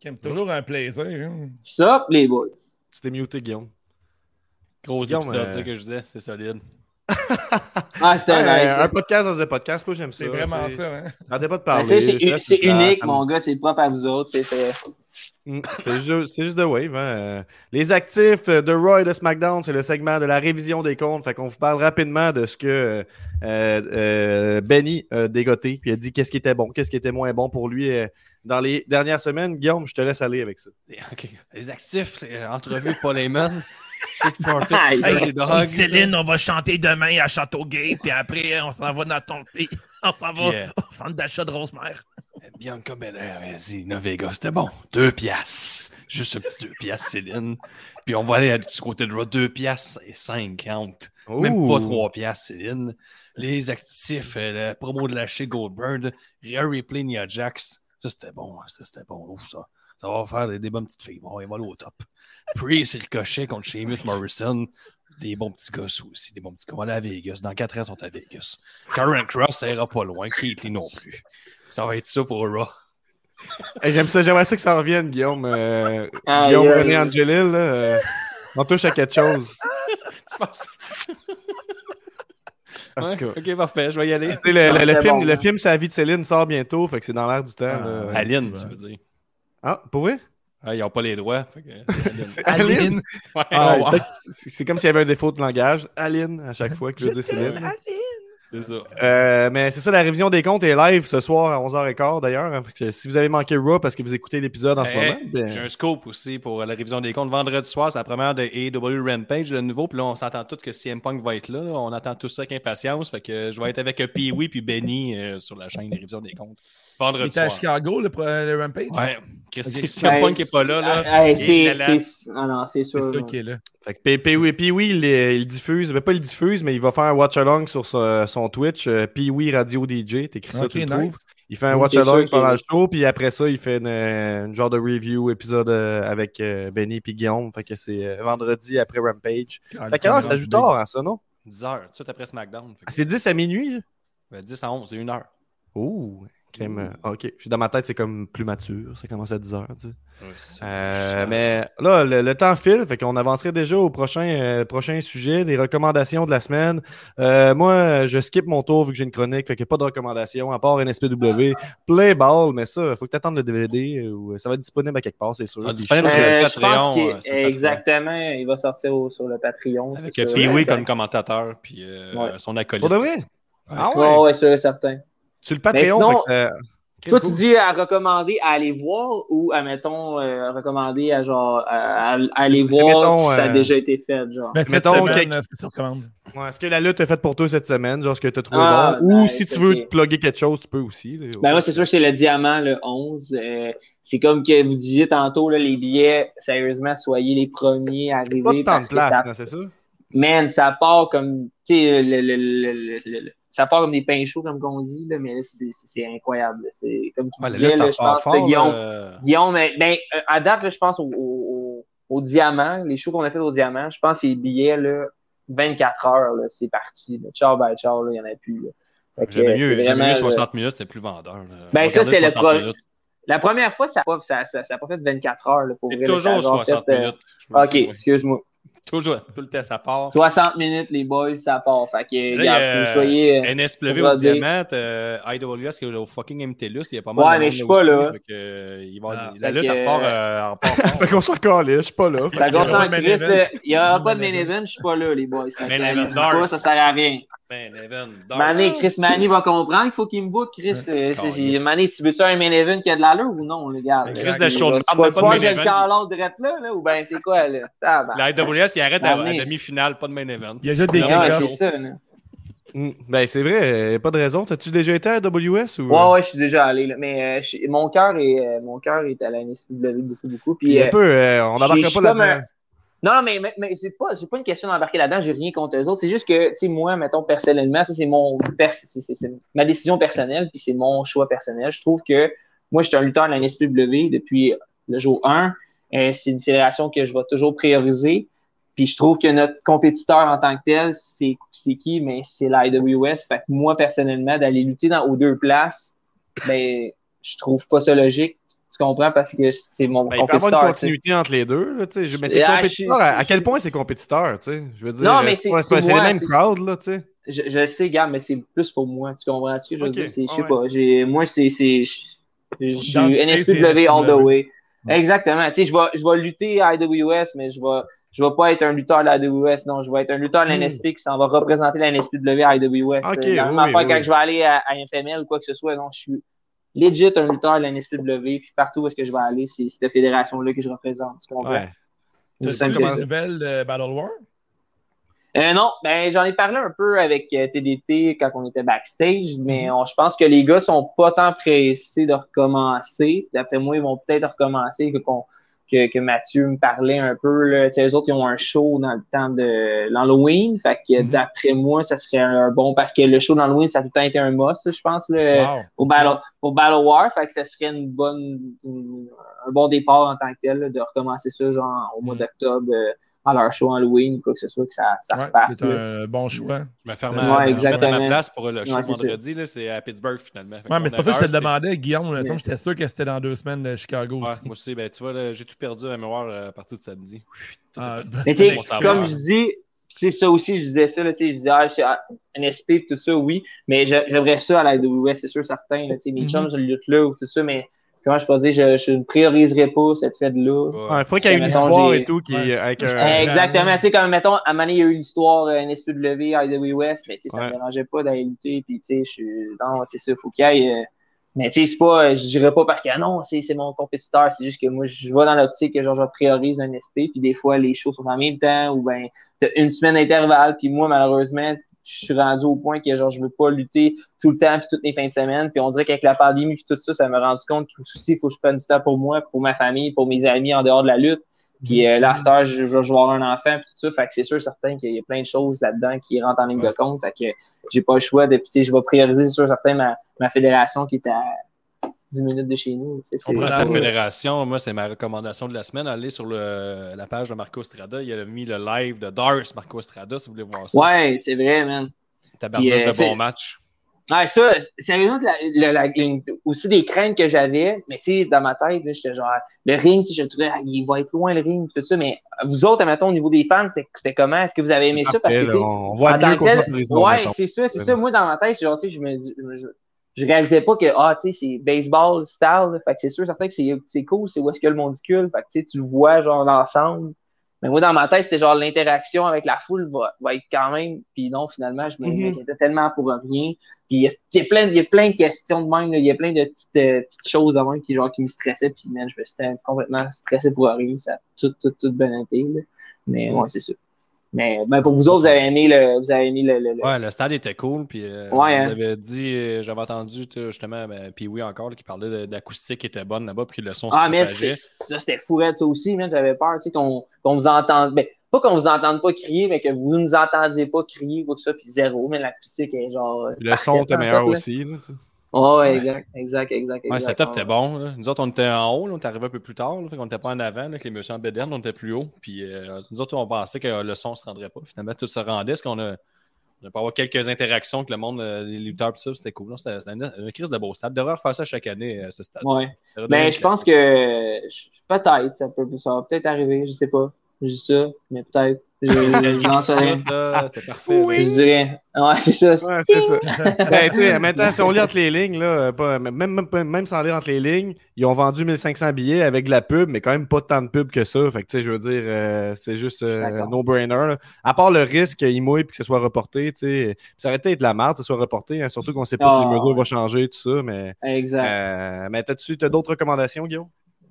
A: C'est toujours un plaisir. hein.
F: Ça, les boys.
E: Tu t'es muté, Guillaume.
D: Gros
E: Guillaume,
D: épisode,
E: euh,
D: c'est ça que je disais, c'est solide.
F: Ah, c'était
E: Ouais,
F: nice.
E: un podcast dans un podcast, moi j'aime ça.
A: C'est vraiment
E: tu sais.
A: ça. hein.
E: Arrêtez pas de
F: Ben,
E: parler.
F: ça,
E: je
F: c'est
E: laisse
F: c'est
E: une place,
F: unique,
E: ça me
F: mon gars, c'est propre à vous autres. c'est fait.
E: Mm, C'est juste, c'est juste The Wave. hein. Euh, Les actifs euh, de Raw et de SmackDown, c'est le segment de la révision des comptes. Fait qu'on vous parle rapidement de ce que euh, euh, Benny a dégoté. Puis il a dit qu'est-ce qui était bon, qu'est-ce qui était moins bon pour lui euh, dans les dernières semaines. Guillaume, je te laisse aller avec ça.
D: Et- OK. Les actifs, les entrevues de Paul Heyman. Street Profits,
F: Aïe.
D: les drogues,
I: Céline, on va chanter demain à Châteauguay, puis après, on s'en va dans ton pays. On s'en
D: ça.
I: va
D: Puis, euh,
I: au centre d'achat de Rosemère.
D: Bianca Belair, vas-y, Navega, c'était bon. Deux piastres. Juste un petit deux piastres, Céline. Puis on va aller à- du côté de Raw, deux piastres et cinquante. Même pas trois piastres, Céline. Les actifs, euh, la promo de lâcher Goldbird, Rhea Ripley, Nia Jax. Ça, c'était bon. hein. Ça, c'était bon. Ouf, ça. Ça va faire des, des bonnes petites filles. Bon, ils vont aller au top. Priest Ricochet contre Seamus Morrison. Des bons petits gosses aussi. Des bons petits gars. On va aller à Vegas. Dans quatre ans, ils sont à Vegas. Karen Cross, ça ira pas loin. Caitlyn non plus. Ça va être ça pour Raw.
E: Hey, J'aime ça, j'aimerais ça que ça revienne, Guillaume. euh,
F: Aïe,
E: Guillaume
F: aïe.
E: René Angelil, là, euh, on touche à quelque chose.
D: Je pense-
E: En
D: Ouais,
E: tout cas.
D: Ok, parfait, je vais y aller.
E: Tu sais, Le, le- le
F: c'est
E: film,
F: bon, Ah.
E: le
F: hein.
E: film sur la vie de Céline sort bientôt, fait que c'est dans l'air du temps. là.
D: Aline, tu veux dire.
E: Ah, pour vrai?
D: Ah, ils n'ont pas les droits. fait que c'est Aline.
E: C'est Aline?
D: Ouais.
E: Ah,
D: ouais,
E: peut-être- c'est c'est comme s'il y avait un défaut de langage. Aline, à chaque fois que je dis Céline.
D: C'est ça.
E: Euh, mais c'est ça, la révision des comptes est live ce soir à 11h15 d'ailleurs. hein. Fait que Si vous avez manqué Raw parce que vous écoutez l'épisode en
A: Eh,
E: ce
D: Hey,
E: moment, ben,
F: Euh.
D: J'ai un scope aussi pour la révision des comptes. Vendredi soir, c'est la première de AEW Rampage, le nouveau. Puis là, on s'attend tous que CM Punk va être là. là. On attend tout ça avec impatience. Fait que je vais être avec euh, Pee-Wee puis Benny euh, sur la chaîne de révision des comptes.
A: Il
D: Vendredi
A: était à
D: soir.
A: Chicago, le, pro- euh, le Rampage.
D: Ouais, que si
A: Ok.
D: CM
F: Ben,
D: Punk n'est pas là, là.
F: Ah,
D: Et
F: hey, c'est-
D: la- la-
F: c'est- ah non, c'est
A: C'est
F: sûr.
A: ça
F: non.
A: qui est là.
E: fait que Pee- Pee- Wee- Pee Wee, il, est- il diffuse, ben, pas il diffuse, mais il va faire un watch-along sur son, son Twitch, euh, Pee Wee Radio DJ, t'écris ça,
A: Ok,
E: tu le
A: nice.
E: trouves. Il fait un
F: Mm, c'est sûr
E: watch-along
F: qu'il-
E: pendant le show, puis après ça, il fait une, une genre de review épisode euh, avec euh, Benny puis Guillaume. Fait que c'est euh, vendredi après Rampage.
A: Ah,
E: C'est à quelle heure? Ça joue tard, hein, ça, non?
D: 10 heures, tout de suite après SmackDown. Fait
E: Ah,
D: que,
E: c'est 10 à minuit? là?
D: ben, 10 à 11, c'est 1 heure.
E: Oh, crème. euh, Ok, je suis dans ma tête, c'est comme plus mature. Ça commence à 10 heures. tu sais.
D: Ouais, c'est ça.
E: Euh, mais là, le, le temps file, fait qu'on avancerait déjà au prochain, euh, prochain sujet, les recommandations de la semaine. Euh, moi, euh, je skip mon tour vu que j'ai une chronique, fait qu'il n'y a pas de recommandations, à part NSPW, Play Ball, mais ça, faut que tu attendes le DVD euh, ou ça va être disponible à quelque part, c'est sûr.
D: Ça va être
E: Puis
D: disponible
E: je-
D: sur le
F: Euh, je
D: Patreon,
F: pense qu'il-
D: euh, sur le Patreon.
F: exactement, il va sortir au- sur le Patreon.
D: Avec
F: c'est sûr.
D: Pee-Wee comme commentateur, puis euh,
F: euh, Ouais.
D: son acolyte.
E: Pour de vrai? Ah
F: Ouais,
E: ouais?
F: ouais, sûr et certain.
E: Sur le Patreon,
F: sinon,
E: fait que ça-
F: Toi, tu dis à recommander à aller voir ou à, mettons, euh, recommander à genre à, à- à aller
E: C'est,
F: voir
E: mettons,
F: si ça a
E: euh, ben,
F: déjà été fait, genre.
A: Mais cette
E: Mettons
A: semaine,
E: que-
A: euh, c'est sur commande.
E: Ouais, Est-ce que la lutte est faite pour toi cette semaine? Genre, ce que tu as trouvé
F: Ah,
E: bon? Ou
F: nice,
E: si tu
F: ok.
E: veux te plugger quelque chose, tu peux aussi. là.
F: Ben moi, c'est sûr que c'est le diamant, le 11. Euh, c'est comme que vous disiez tantôt, là, les billets, sérieusement, soyez les premiers à
E: Pas de
F: arriver.
E: temps de
F: parce que
E: place,
F: ça-
E: non, c'est ça?
F: man, ça part comme, tu sais, le- le- le- le- le- le- ça part comme des pains chauds, comme qu'on dit, là, mais là, c'est- c'est c'est incroyable. là. C'est comme tu
D: Ouais,
F: disais,
D: là,
F: là,
D: ça
F: je
D: part
F: pense,
D: fort.
F: que Guillaume,
D: là.
F: Guillaume, euh, ben, euh, à date, là, je pense au, au- au- au diamant, les shows qu'on a fait au diamant, je pense que les billets, là, 24 heures, là, c'est parti. là. Ciao, bye, ciao, là, il n'y en a plus. là. Fait que,
D: J'aimais
F: euh, c'est
D: mieux, j'aimais
F: vraiment,
D: mieux
F: là,
D: 60 minutes, c'était plus vendeur. là.
F: Ben, ça,
D: Regardez
F: c'était le
D: 60
F: premier-
D: minutes.
F: La première fois, ça n'a pas, ça, ça, ça a pas fait 24 heures. Là, pour
D: C'est
F: vrai, là, ça a
D: toujours
F: genre
D: 60
F: fait, euh,
D: minutes. je me
F: Ok,
D: dis, ouais.
F: excuse-moi.
D: Toujours, tout le temps, ça part.
F: 60 minutes, les boys, ça part. Fait que,
D: Là,
F: regarde,
D: il y a-
F: si vous soyez. euh,
D: NSW au
F: Rodé.
D: diamant, euh, IWS qui est au fucking MTLUS, il y a pas mal
F: Ouais,
D: de
F: mais
D: monde
F: je suis pas
D: aussi,
F: là.
D: fait que, euh, il va-
A: Ah.
D: La
F: Fait
D: lutte,
F: que,
D: elle part euh, en part fort.
E: Fait qu'on s'en calait, je suis pas là.
A: Il
F: Ça
A: y
F: gosse
A: aura
F: en
A: pas de main
F: Christ,
A: event.
F: là. Il n'y aura pas de
A: Il y
F: main
A: aura pas
F: event, je suis pas là, les boys. Fait que,
D: Main event
F: euh, pas, Ça sert à rien.
D: Ben, Evan, Dark.
F: Mané, Chris Mané va comprendre qu'il faut qu'il me book.
D: Hein?
F: Chris, euh, c'est-
D: Calisse.
F: Mané, tu veux-tu un main event qui a de l'allure ou non, les gars?
D: Chris de Showdown, on
F: Chaudemar,
D: n'a
F: pas
D: pas de
F: de
D: main
F: j'ai le
D: event.
F: calon direct là, là, ou ben c'est quoi, là? Tabarnak.
D: La IWS, il arrête à à
F: Mané.
D: demi-finale, pas de main event.
A: Il y a juste des
D: Non,
F: Ah ouais,
A: quelqu'un.
F: c'est ça, là.
E: Mm. Ben, c'est vrai, euh, pas de raison. T'as-tu déjà été à WS ou.
F: Ouais, ouais, je suis déjà allé, là. Mais euh, je- mon cœur est, euh, mon cœur est à la NSPW beaucoup, beaucoup. Puis,
E: Il y a
F: euh,
E: peu, euh, on
F: je- je
E: n'embarquera
F: suis
E: pas
F: comme
E: là-dedans.
F: Non, non, mais, mais, mais c'est pas, c'est pas une question d'embarquer là-dedans, j'ai rien contre eux autres. C'est juste que, tu sais, moi, mettons, personnellement, ça, c'est mon, pers- c'est, c'est- c'est ma décision personnelle, puis c'est mon choix personnel. Je trouve que, moi, je suis un lutteur de la NSPW depuis le jour 1. Euh, c'est une fédération que je vais toujours prioriser. Puis je trouve que notre compétiteur en tant que tel, c'est, c'est qui? Mais c'est l'IWS. Fait que moi, personnellement, d'aller lutter dans, aux deux places, ben, je trouve pas ça logique. Tu comprends? Parce que c'est mon
E: Ben, il peut y avoir
F: compétiteur.
E: une
F: tu sais.
E: continuité entre les deux. Là, tu sais. Je- mais c'est
F: Ah,
E: compétiteur.
F: je-
E: à,
F: je-
E: à quel
F: je-
E: point c'est compétiteur? tu sais? Je veux dire, euh,
F: Non, mais
E: c'est
F: c'est-
E: pas-
F: c'est
E: c'est les
F: moi,
E: mêmes
F: c'est-
E: crowds. Là, tu sais.
F: Je, je le sais, gars, mais c'est plus pour moi. Tu comprends-tu? Je veux
E: Ok,
F: dire, c'est- je sais
E: ouais.
F: pas. J'ai- Moi, c'est. c'est- je- Je je suis
A: Identité, c'est
F: NSPW all the
A: NSPW.
F: way. Exactement. Tu sais, je vais, je vais lutter à IWS, mais je vais, je vais pas être un lutteur de la IWS. Non, je vais être un lutteur de la NSP qui s'en va représenter la NSPW à IWS.
E: Hmm. Ok,
F: Euh, la même
E: oui, oui,
F: affaire
E: oui.
F: quand je vais aller à, à FML ou quoi que ce soit. Non, je suis legit un lutteur de la NSPW. Puis partout où est-ce que je vais aller, c'est c'est cette fédération-là que je représente. Tu comprends?
E: Ouais.
F: C'est
A: T'as-tu
F: simple comme
A: des
F: ça.
A: nouvelles de Battle War?
F: Euh, non, ben j'en ai parlé un peu avec euh, TDT quand on était backstage, mais on- je pense que les gars sont pas tant pressés de recommencer. D'après moi, ils vont peut-être recommencer que, qu'on- que, que Mathieu me parlait un peu. Là. Tu sais, Les autres, ils ont un show dans le temps de l'Halloween. Fait que
A: Mhm.
F: d'après moi, ça serait un bon parce que le show d'Halloween, ça a tout le temps été un must, je pense, le,
A: Wow.
F: au Battle, au Battle War. Fait que ça serait une bonne une- un bon départ en tant que tel là, de recommencer ça genre au mois
A: Mhm.
F: d'octobre. euh, à leur show Halloween, quoi que ce soit, que ça, ça
A: Ouais,
F: reparte,
A: c'est
F: là.
A: un bon choix.
D: Je me ferme
A: Ouais,
D: à, je me
F: exactement.
D: ferme à ma place pour le show
F: Ouais, c'est ça.
D: vendredi. là, C'est à Pittsburgh finalement. Fait
A: Ouais,
D: qu'on
A: mais c'est pour ça
D: a
A: que je te
D: l'heure,
A: demandais, Guillaume. il me semble que
F: Mais-
A: J'étais sûr que c'était dans deux semaines de Chicago
D: c'est- Ouais,
A: aussi.
D: moi aussi, ben, tu vois, là, j'ai tout perdu à mémoire euh, à partir de samedi. Tout est
A: Ah,
D: parti.
F: Mais tu sais,
D: Bon savoir.
F: comme je dis, c'est ça aussi, je disais ça, là, tu sais, je disais, ah, c'est ah, NSP, pis tout ça, oui, mais j'a- j'aimerais ça à la WWE, c'est sûr, certain, là, tu sais, mes
A: Mhm.
F: chums, je lutte là, ou tout ça, mais comment je peux dire, je, je ne prioriserais pas cette fête-là.
D: Ouais.
E: Ouais, il faudrait qu'il y ait une
F: Mettons,
E: histoire
F: j'ai-
E: et tout qui
A: Ouais.
E: avec
F: Euh,
E: un.
F: exactement, tu sais, comme mettons, à un moment donné, il y a eu l'histoire euh, NSPW, IWS, E mais tu sais, ça
E: Ouais.
F: me dérangeait pas d'aller lutter, puis tu sais, je suis, non, c'est ça, faut qu'il y aille. euh, mais tu sais, c'est pas, euh, je dirais pas parce que, ah non, c'est c'est mon compétiteur, c'est juste que moi, je vais dans l'optique que genre, je priorise un SP, puis des fois, les choses sont en même temps, ou ben, t'as une semaine d'intervalle, puis moi, malheureusement, je suis rendu au point que genre, je veux pas lutter tout le temps, puis toutes les fins de semaine, puis on dirait qu'avec la pandémie, puis tout ça, ça m'a rendu compte que aussi, il faut que je prenne du temps pour moi, pour ma famille, pour mes amis en dehors de la lutte. Puis euh, là, à cette heure, je, je vais avoir un enfant, puis tout ça. Fait que c'est sûr, certain qu'il y a plein de choses là-dedans qui rentrent en ligne de compte. Fait que j'ai pas le choix. De, puis, tu sais, je vais prioriser, c'est sûr, certain, ma, ma fédération qui est à 10 minutes de chez nous. tu sais, c'est-
D: On prend
A: Ouais.
D: ta fédération. Moi, c'est ma recommandation de la semaine. Allez sur le- la page de Marco Estrada. Il a mis le live de Dars Marco Estrada, si vous voulez voir ça.
F: Ouais, c'est vrai, man.
D: Tabarnouche
F: Puis, euh,
D: de
F: c'est-
D: bon match.
F: Ouais, ça, sérieusement, la, la- la- une- aussi des craintes que j'avais, mais tu sais, dans ma tête, là, j'étais genre, le ring, tu sais, je trouvais, ah, il va être loin, le ring, puis tout ça, mais vous autres, admettons, au niveau des fans, c'était c'était comment? Est-ce que vous avez aimé ça? Parce que, tu sais,
E: on voit
F: En tant
E: mieux
F: que
E: qu'au
F: tel,
E: Japon, Horizon,
F: Ouais,
E: mettons.
F: c'est ça, c'est
E: Ouais.
F: ça. Moi, dans ma tête, c'est genre, tu sais, je me dis- je, je- je réalisais pas que, ah, tu sais, c'est baseball style, là. Fait que c'est sûr, certain que c'est c'est cool, c'est où est-ce que le mondicule. Fait que, tu sais, tu le vois, genre, l'ensemble. Mais moi, dans ma tête, c'était genre, l'interaction avec la foule va, va être quand même. Puis non, finalement, je me-
E: Mhm.
F: m'inquiétais tellement pour rien. Puis il y a- il y, a plein de- il y a plein de questions de même, là. Il y a plein de petites, euh, petites choses avant qui, genre, qui me stressaient. Puis, man, je me suis complètement stressé pour rien. Ça a tout, tout, tout bien été, là. Mais ouais, c'est ça. Mais ben, pour vous autres, vous avez aimé le. Vous avez aimé le, le- le-
D: Ouais, le stade était cool. Puis, euh,
F: Ouais, hein.
D: vous avez dit, euh, j'avais entendu tu sais, justement, ben, puis oui, encore, là, qui parlait de, de l'acoustique qui était bonne là-bas. Puis le son se
F: Ah, mais
D: propageait.
F: ça, c'était fourette, ça aussi, man. J'avais peur, tu sais, qu'on qu'on vous entende. Ben, pas qu'on vous entende pas crier, mais que vous ne nous entendiez pas crier, quoi que ça, puis zéro, mais l'acoustique est genre.
E: Le son était
F: en fait,
E: meilleur
F: là.
E: aussi. là, tu sais.
F: Oh, ouais, exact, exact, exact.
D: Ouais, le
F: exact.
D: setup était bon. là. Nous autres, on était en haut, là, on était arrivé un peu plus tard. là, fait qu'on était pas en avant, là, avec les messieurs en béderne, on était plus haut. Puis euh, nous autres, on pensait que euh, le son se rendrait pas. Finalement, tout se rendait. Est-ce qu'on a, on a pas avoir quelques interactions avec le monde, euh, les lutteurs, pis ça, c'était cool. non? C'était c'était une, une crise de beau stade. Devrait refaire ça chaque année, euh, ce stade.
F: Ouais. Ben, je pense que. je- Peut-être, ça peut, ça va peut-être arriver, je sais pas. Je dis ça, mais peut-être. Je, je- je n'en sais rien.
D: C'était parfait.
F: Je dis rien. Ouais, c'est ça. c'est-
E: Ouais, c'est ça. ben, tu sais, maintenant, si on lit entre les lignes, là, euh, pas- même, même, même sans lire entre les lignes, ils ont vendu 1500 billets avec de la pub, mais quand même pas tant de pub que ça. Fait que, tu sais, je veux dire, euh, c'est juste
F: Je suis
E: euh,
F: d'accord.
E: no-brainer. là. À part le risque qu'il mouille et que ce soit reporté, tu sais, ça aurait été de la merde que ce soit reporté, hein, surtout qu'on sait pas si
F: Ah.
E: les mesures vont changer, tout ça, mais.
F: Exact.
E: euh, mais t'as-tu t'as d'autres recommandations, Guillaume?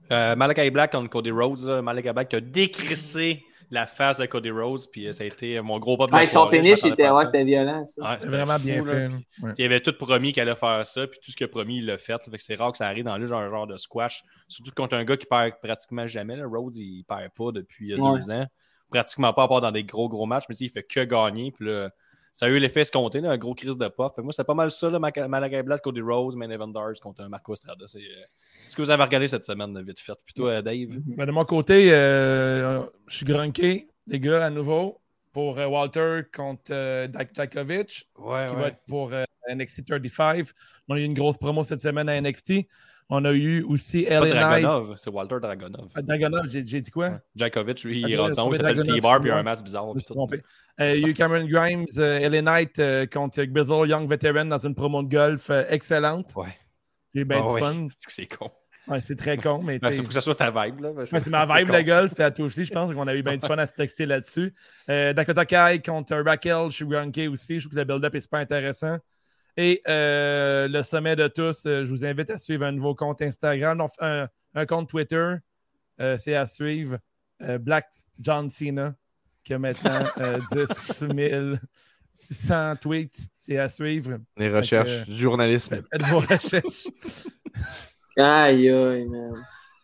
D: Euh, Malakai Black contre Cody Rhodes. là. Malakai Black qui a décrissé la face de Cody Rhodes. Puis euh, ça a été mon gros pop de la
F: Ouais, son
D: soirée, je
F: finish,
D: m'attendais
F: était,
D: pas à
F: ouais,
D: ça.
F: c'était violent, ça.
D: Ouais,
A: C'est
D: c'était
A: vraiment
D: fou,
A: bien
D: là.
A: fait.
D: Ouais. Il avait tout promis qu'il allait faire ça, puis tout ce qu'il a promis, il l'a fait. Fait que c'est rare que ça arrive dans le genre, un genre de squash. Surtout contre un gars qui perd pratiquement jamais. là. Rhodes, il perd pas depuis euh,
F: Ouais.
D: deux ans. Pratiquement pas, à part dans des gros, gros matchs. Mais tu sais, il fait que gagner. Puis là, ça a eu l'effet escompté, là, un gros crise de pop. Fait que moi, c'est pas mal ça, là, Maca- Malakai Black, Cody Rhodes, Main Event Darts contre un Marco Estrada. C'est euh, ce que vous avez regardé cette semaine, là, vite fait. Puis toi, euh, Dave.
A: Ben, de mon côté, euh, je suis grunqué, les gars, à nouveau, pour euh, Walter contre euh, Dak Takovic,
D: Ah Ouais,
A: qui va être pour euh, NXT 35. On a eu une grosse promo cette semaine à NXT. On a eu aussi
G: Pas
A: Ellen Knight.
G: Dragonov, c'est Walter Dragonov.
A: Ah, Dragonov, j'ai j'ai dit quoi?
G: Djakovic, lui, il est
A: Dragonov,
G: rendu en haut, il
A: c'est
G: s'appelle
A: Dragonov,
G: T-Bar, puis il a
A: excuse-moi.
G: un masque bizarre.
A: Je me
G: puis
A: suis
G: tout.
A: trompé. Euh, il y a eu Cameron Grimes, euh, Ellen Knight euh, contre Grizzle Young Veteran dans une promo de golf euh, excellente.
G: Ouais.
A: J'ai bien
G: Ah
A: Ben,
G: ouais,
A: du fun.
G: c'est que c'est con.
A: Ouais, c'est très con, mais
G: Il
A: tu sais,
G: faut que ça soit ta vibe. là, parce que
A: ouais, c'est ma vibe,
G: con.
A: le golf. À toi aussi, je pense qu'on a eu bien du fun à se texter là-dessus. Euh, Dakota Kai contre Raquel Shuganke aussi. Je trouve que le build-up est super intéressant. Et euh, le sommet de tous, euh, je vous invite à suivre un nouveau compte Instagram, non, un, un compte Twitter. Euh, c'est à suivre euh, Black John Cena, qui a maintenant euh, 10 600 tweets. C'est à suivre.
E: Les recherches,
A: Fait
E: journalisme.
A: Faites vos recherches.
F: Aïe, aïe, man.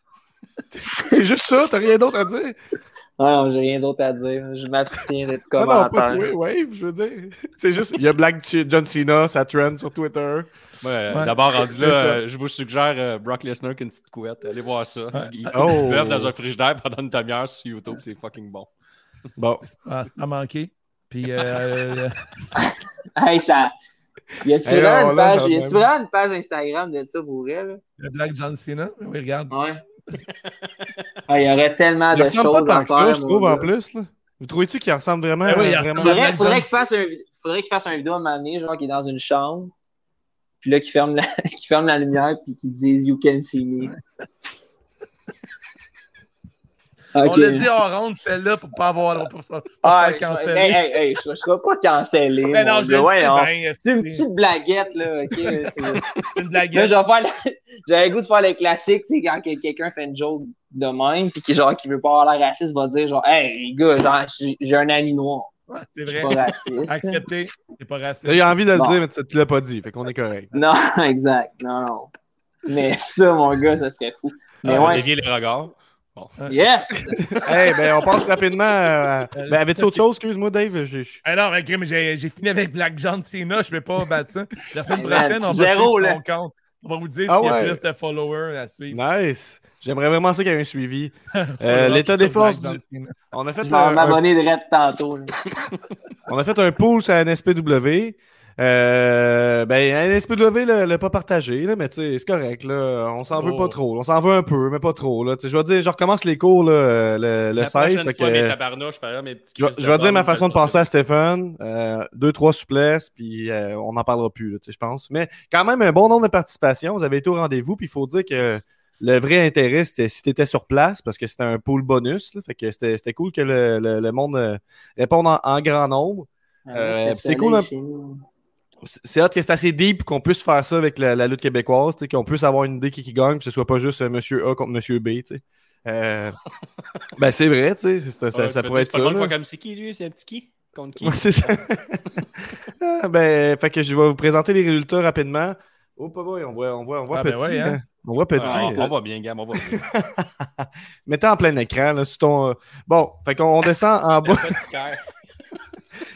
E: C'est juste ça, t'as rien d'autre à dire?
F: Ah non, j'ai rien d'autre à dire. Je m'abstiens d'être
E: Ah Non, non, pas
F: commentateur.
E: toi, Wave, je veux dire. C'est juste, il y a Black Ch- John Cena, ça trend sur Twitter.
G: Ouais, euh,
A: Ouais.
G: D'abord, rendu là,
E: C'est ça.
G: euh, je vous suggère euh, Brock Lesnar avec une petite couette. Allez voir ça. Il coupe
E: Oh.
G: du bœuf dans un frigidaire pendant une demi-heure sur YouTube. C'est fucking bon.
E: Bon,
A: Ah, c'est pas manqué. Puis, euh,
F: Hey, ça. Y a-tu
E: Hey,
F: vraiment,
E: on
F: une
E: l'a,
F: page...
E: quand
F: y a-tu
E: même.
F: vraiment une page Instagram de ça pour vrai, là?
A: le Black John Cena, oui, regarde.
F: Ouais. Ah, il y aurait tellement
E: il
F: de
E: ressemble
F: choses
E: pas tant
F: à
E: que ça,
F: faire.
E: je trouve, en
F: Il
E: plus. Là. Vous trouvez-tu qu'il ressemble vraiment? euh,
A: Eh oui, il ressemble-
E: vraiment...
F: faudrait,
A: Black
F: faudrait
A: John-
F: qu'il fasse un, vid- faudrait qu'il fasse un vidéo à un moment donné, genre qu'il est dans une chambre, puis là qu'il ferme la, qu'il ferme la lumière, puis qu'il dise You can see me.
A: On l'a dit en ronde, celle-là, pour pas avoir pour ça. Pour
F: Ah,
A: se
F: je,
A: faire
F: hey,
A: canceller.
F: hey, hey, je, je serai pas cancellé.
A: Mais non,
F: mon hein.
A: je
F: gars,
A: le sais ben.
F: voyons.
A: bien,
F: C'est une
A: c'est
F: petite blaguette, là, ok? c'est-
A: c'est une
F: Là,
A: blague.
F: je vais faire la- j'avais le goût de faire le classique, tu sais, quand que- quelqu'un fait une joke de même, puis qui, genre, qui veut pas avoir l'air raciste, va dire, genre, hey, les gars, genre, j'ai- j'ai un ami noir.
A: C'est
F: Je suis
A: vrai.
F: pas raciste.
A: Accepté, c'est pas raciste.
E: Là, il a envie de le
F: Bon.
E: dire, mais tu tu l'as pas dit, fait qu'on est correct.
F: Non, exact. Non, non. Mais ça, mon gars, ça serait fou. Mais
E: Ah,
G: On
F: ouais.
G: dévier les regards.
F: Yes!
E: hey, ben, on passe rapidement à... Ben, avais-tu autre chose? Excuse-moi, Dave. j'ai- j'ai-
A: Ah non, mais Grim, j'ai j'ai fini avec Black John Cena, je vais pas battre ça. La semaine
F: Eh ben,
A: prochaine, on va
F: zéro,
A: suivre
F: là.
A: mon compte. On va vous dire
E: Ah
A: s'il y a
E: ouais.
A: plus de followers à suivre.
E: Nice! J'aimerais vraiment ça qu'il y ait un suivi.
A: Followers
E: Euh, l'état
A: sur
E: des forces
A: Black
E: du-
A: John Cena.
E: On a
F: Je
E: fait,
F: vais
E: un, un-
F: m'abonner de Red tantôt. là.
E: on a fait un pool sur NSPW. Euh, ben, NSPW l'a l'a pas partagé, là, mais tu sais, c'est correct. Là. On s'en veut
A: Oh.
E: pas trop. On s'en veut un peu, mais pas trop. Là. Tu sais, Je vais dire, je recommence les cours là, le, le
G: La
E: 16.
G: prochaine
E: fait
G: fois,
E: que-
G: mes tabarnouches, par exemple, mes petits
E: Je vais,
G: crises
E: je vais dire ma
G: tabarnouches,
E: façon de
G: je vais
E: penser à Stéphane. Euh, deux, trois souplesses, puis euh, on n'en parlera plus, là, tu sais, je pense. Mais quand même, un bon nombre de participations. Vous avez été au rendez-vous, puis il faut dire que le vrai intérêt, c'était si tu étais sur place, parce que c'était un pool bonus. là. fait que c'était c'était cool que le, le- le monde euh, réponde en, en grand nombre. Euh, c'est cool, hein.
F: chez nous.
E: C'est- C'est hot que c'est assez deep qu'on puisse faire ça avec la, la lutte québécoise, tu sais, qu'on puisse avoir une idée qui, qui gagne, que ce soit pas juste euh, Monsieur A contre Monsieur B. tu sais. Euh, ben c'est vrai, tu sais, c'est- ça, ça,
G: Ah Ouais, tu vas dire,
E: pourrait être
G: c'est
E: ça.
G: pas le
E: là.
G: fois comme c'est qui, lui? C'est un petit qui? Contre qui?
E: Ouais, c'est ça. Ah, ben, fait que je vais vous présenter les résultats rapidement. Oh, pas boy, on voit, on voit, on voit
A: Ah, ben
E: petit.
A: ouais,
E: hein.
A: hein.
E: On voit petit.
G: Ah,
E: hein.
G: on va bien, gamme, on va bien.
E: Mettez en plein écran, là, sur ton. euh, Bon, fait qu'on on descend en bas.
G: L'apothicaire.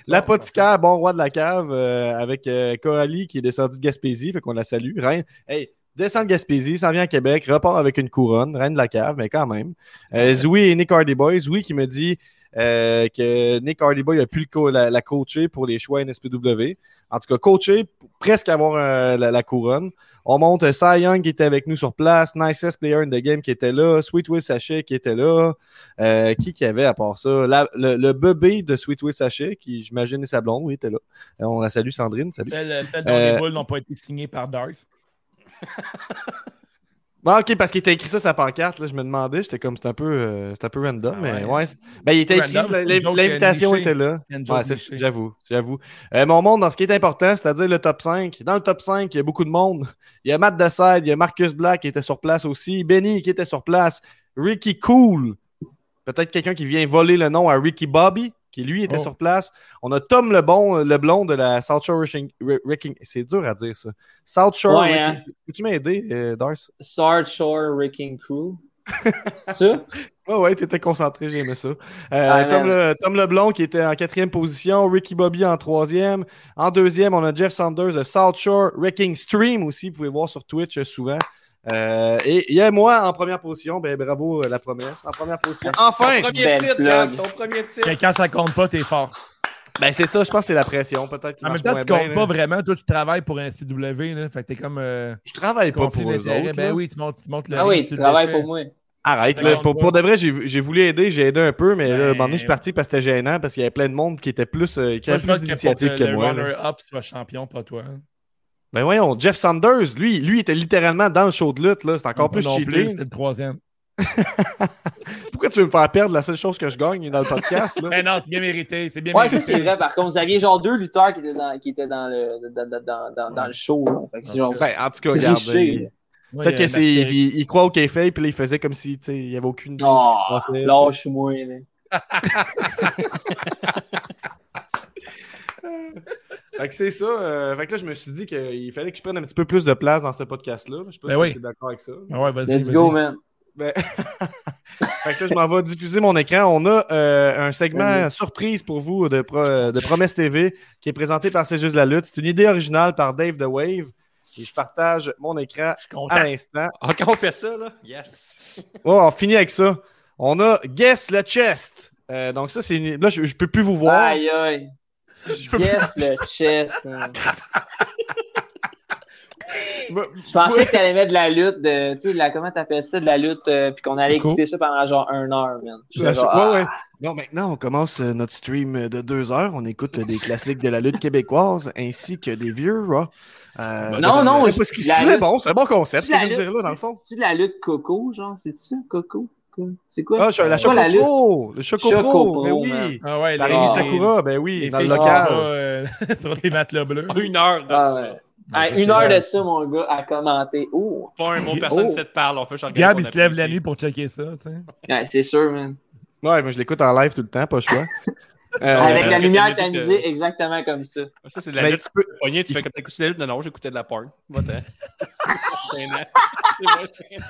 E: L'apothicaire, bon roi de la cave, euh, avec euh, Coralie qui est descendue de Gaspésie, fait qu'on la salue. Reine, hey, descend de Gaspésie, s'en vient à Québec, repart avec une couronne, reine de la cave, mais quand même. Euh, Zoui et Nick Hardy Boy, Zoui qui me dit euh, que Nick Hardy Boy a pu le co- la, la coacher pour les choix NSPW. En tout cas, coacher, pour presque avoir euh, la, la couronne. On monte euh, Cy Young qui était avec nous sur place, Nicest Player in the Game qui était là, Sweet Will Sachet qui était là. Euh, qui qu'il y avait à part ça? La- le, le bébé de Sweet Will Sachet, qui j'imagine est sa blonde, oui, était là. Euh, on la salue, Sandrine, salut.
A: Celles, celles dont
E: Euh,
A: les boules n'ont pas été signées par Darth.
E: Ah, ok, parce qu'il était écrit ça sa pancarte, là, je me demandais, j'étais comme, c'est un peu, euh, c'est un peu random,
A: Ah ouais.
E: mais ouais. c'est- Ben, il était écrit,
A: Random, c'est une
E: l'in-
A: joke,
E: l'invitation
A: euh, nichée.
E: était là.
A: C'est une joke
E: Ouais, c'est-
A: nichée.
E: j'avoue, j'avoue. Euh, mon monde, dans ce qui est important, c'est-à-dire le top 5. Dans le top 5, il y a beaucoup de monde. Il y a Matt Desside, il y a Marcus Black qui était sur place aussi, Benny qui était sur place, Ricky Cool, peut-être quelqu'un qui vient voler le nom à Ricky Bobby, qui lui était
A: Oh.
E: sur place. On a Tom le bon, le blond de la South Shore Wrecking. Wrecking- C'est dur à dire ça. South Shore.
F: Ouais,
E: Wrecking-
F: hein.
E: Peux-tu m'aider, euh, Darce?
F: Sarge Shore Wrecking Crew. C'est ça?
E: Ouais, ouais, t'étais concentré, j'aimais ça. Euh,
F: man.
E: Tom, le, Tom Leblond qui était en quatrième position, Ricky Bobby en troisième. En deuxième, on a Jeff Sanders de South Shore Wrecking Stream aussi, vous pouvez voir sur Twitch euh, souvent. Euh, et il y a moi en première position, ben bravo euh, la promesse. En première position. Enfin!
G: Premier
F: Belle
G: titre, hein,
F: plug. Ah
G: Gab, ton premier titre.
A: Mais quand ça compte pas, t'es fort.
E: Ben, c'est ça, je pense que c'est la pression. Peut-être qu'il
A: En même
E: marche
A: temps,
E: moins
A: tu comptes
E: bien,
A: pas
E: là.
A: vraiment. Toi, tu travailles pour un CW, là. Fait que t'es comme. euh,
E: Je travaille pas
A: conflit
E: pour eux
A: d'intérêt.
E: autres.
A: Ben
E: là.
A: oui, tu montes, tu montes le.
F: Ah
A: ring,
F: oui, tu
A: le
F: travailles
A: fais.
F: pour moi.
E: Arrête, là. Pour, pour de vrai, j'ai j'ai voulu aider, j'ai aidé un peu, mais là, à un moment donné, je suis parti parce que c'était gênant, parce qu'il y avait plein de monde qui était plus, euh, qui
A: Ben, Moi,
E: avait
A: je pense
E: plus
A: que
E: d'initiative
A: pour
E: que
A: le-
E: moi.
A: Le
E: là.
A: runner-up, c'est pas champion, pas toi. hein.
E: Ben voyons, Jeff Sanders, lui, lui était littéralement dans le show de lutte, là. C'est encore
A: Non,
E: plus
A: non
E: cheaté.
A: C'est le troisième.
E: Pourquoi tu veux me faire perdre la seule chose que je gagne dans le podcast, là?
A: Ben non, c'est bien mérité. C'est bien
F: Ouais, ça
A: mérité.
F: c'est vrai. Par contre, vous aviez genre deux lutteurs qui étaient dans, qui étaient dans, le, dans, dans- dans, dans, dans le show. là. Fait que c'est genre,
E: Ben, en tout cas, regarde. il-
F: triché.
A: Ouais,
E: Peut-être
A: euh,
E: que c'est. Il,
A: Marc-Éric.
E: il croit au café, puis là, il faisait comme si, tu sais, il n'y avait aucune idée de ce qui se
F: Oh,
E: passait, tu sais.
F: lâche-moi. là.
E: Fait que c'est ça. euh, fait que là, je me suis dit qu'il fallait que je prenne un petit peu plus de place dans ce podcast-là. Je sais pas
A: Ben
E: si
A: oui.
E: tu es d'accord avec ça.
A: Ah ouais, vas-y.
F: Let's
A: vas-y.
F: go, man.
E: Ben- fait que là, je m'en vais diffuser mon écran. On a euh, un segment
F: Vas-y.
E: surprise pour vous de, Pro- de Promesse TV qui est présenté par C'est juste la lutte. C'est une idée originale par Dave The Wave. Et je partage mon écran
A: Je suis content.
E: à l'instant.
G: Ok, Ah, on fait ça, là. Yes.
E: Oh, on finit avec ça. On a Guess le Chest. Euh, donc ça, c'est une... Là, je, je peux plus vous voir.
F: Aïe, aïe.
E: Je peux
F: Yes, le chest. hein.
E: Moi-
F: Je pensais que t'allais mettre de la lutte, de, tu sais, de la, comment t'appelles ça, de la lutte, euh, puis qu'on allait
A: Cool.
F: écouter ça pendant genre un heure, man. Je
E: Ouais,
F: fais genre,
E: ouais. Non, maintenant, on commence euh, notre stream euh, de deux heures. On écoute euh, des classiques de la lutte québécoise ainsi que des vieux Raw. Euh,
F: Non, non,
E: c'est- c'est-
F: je-
E: c'est
F: la
E: très
F: lutte-
E: bon, c'est un bon concept, ce
F: C'est-tu
E: que je
F: la
E: viens de dire
F: lutte-
E: là, dans le fond.
F: ah, C'est-tu de la lutte coco, genre? C'est-tu ça, coco? Co- C'est quoi?
E: Ah, je- la
F: C'est quoi
E: Choco
F: lutte?
E: Pro, le Choco
F: Choco
E: Pro, ben
F: Pro,
E: oui.
A: Ah ouais,
E: La
A: les-
E: Rémi
F: Ah.
E: Sakura, ben oui,
A: les
E: dans le
A: filles qui
E: local.
A: sont pas, euh, sur les matelas bleus.
G: Une heure de
F: Ah,
G: ça.
F: ouais. Ah, une heure de ça, mon gars, à commenter. Oh!
G: Pas un mot, personne ne
F: Oh.
G: sait de parler. On fait genre.
A: Gab, il se lève la nuit pour checker ça. tu sais.
F: Ouais, c'est sûr, man.
E: Ouais, moi je l'écoute en live tout le temps, pas le choix. Euh,
F: Avec la
G: euh,
F: lumière
G: lutte, euh,
F: tamisée, exactement comme ça.
G: Ça, c'est de la
E: mais
G: lutte.
E: tu peux-
G: Tu pognes, tu fais comme t'écoutes de la lutte. Non, non, j'écoutais de la porn. Va-t'en. C'est gênant. C'est gênant.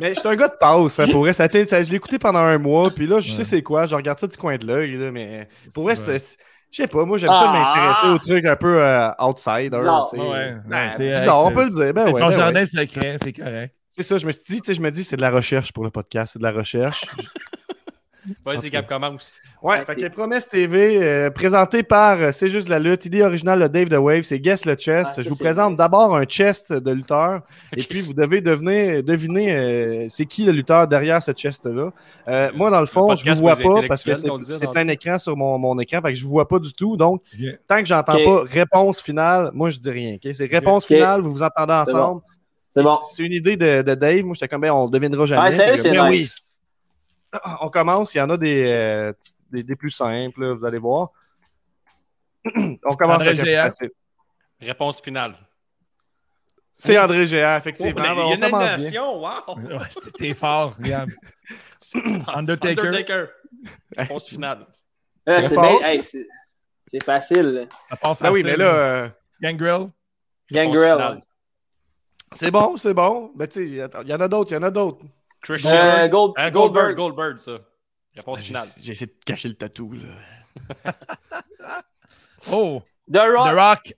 E: Mais je suis un gars de passe, hein, pour vrai. Ça a été- ça- je l'ai écouté pendant un mois, puis là, je sais
A: Ouais.
E: c'est quoi, je regarde ça du coin de l'œil, là, mais pour vrai,
A: C'est
E: c'était- je sais pas, moi j'aime ça
F: Ah!
E: m'intéresser aux trucs un peu euh, outsider.
F: Bizarre.
E: tu sais.
A: Ouais, ouais,
E: Ben,
A: c'est-
E: bizarre,
A: c'est-
E: on peut le dire. Ben
A: C'est
E: ouais,
A: ton
E: ben ouais.
A: jardin secret, c'est correct.
E: C'est ça, je me suis dit, tu sais, je me dis, c'est de la recherche pour le podcast, c'est de la recherche.
G: Vas-y, Gab, commence.
E: Ouais, fait que Promesse TV, euh, présenté par euh, C'est juste la lutte, idée originale de Dave The Wave, c'est Guess le Chest.
F: Ah, ça,
E: je vous
F: c'est
E: présente
F: vrai.
E: d'abord un chest de lutteur, et puis vous devez devenir, deviner euh, c'est qui le lutteur derrière ce chest-là. Euh, moi, dans le fond, je ne
G: podcast
E: vous vois
G: pour les
E: pas parce que c'est
G: intellectuels, on le disait
E: c'est
G: dans-
E: plein écran sur mon, mon écran, fait que je ne vous vois pas du tout. Donc,
A: Bien.
E: tant que j'entends
F: Ok.
E: pas réponse finale, moi, je dis rien. ok? C'est réponse
F: Ok.
E: finale, vous vous entendez
F: C'est bon.
E: ensemble.
F: C'est
E: Et
F: bon.
E: C'est une idée de, de Dave. Moi, j'étais comme, ben, on ne devinera jamais.
F: Ouais, sérieux,
E: Puis,
F: c'est
E: ben
F: nice.
E: oui. On commence. Il y en a des, euh, des, des plus simples, là, vous allez voir. on commence
A: André
E: avec le plus
A: Géant.
E: facile.
G: Réponse finale.
E: C'est André Géant,
G: Oh,
E: effectivement.
G: ben,
E: Ben,
G: Il y a
E: on
G: une
E: commence bien.
G: animation. Wow.
A: Ouais, C'était fort, Gab. Undertaker.
G: Undertaker. Réponse finale.
F: Ah,
E: Très
F: c'est
E: fort.
F: bien- hey, c'est- c'est facile.
A: Ça part
E: Ben oui,
A: facile.
E: mais là, euh,
A: Gangrel.
G: Réponse
F: Gangrel.
G: finale.
E: c'est bon, c'est bon. Ben, tu sais, attends, il y en a d'autres, il y en a d'autres.
G: Christian.
F: Euh, Gold-
G: Hein, Goldberg,
F: Goldberg.
G: Goldberg, ça. Réponse
E: Ben, j'ai-
G: finale.
E: J'ai essayé de cacher le tatou, là.
A: Oh,
F: The Rock.
A: The Rock.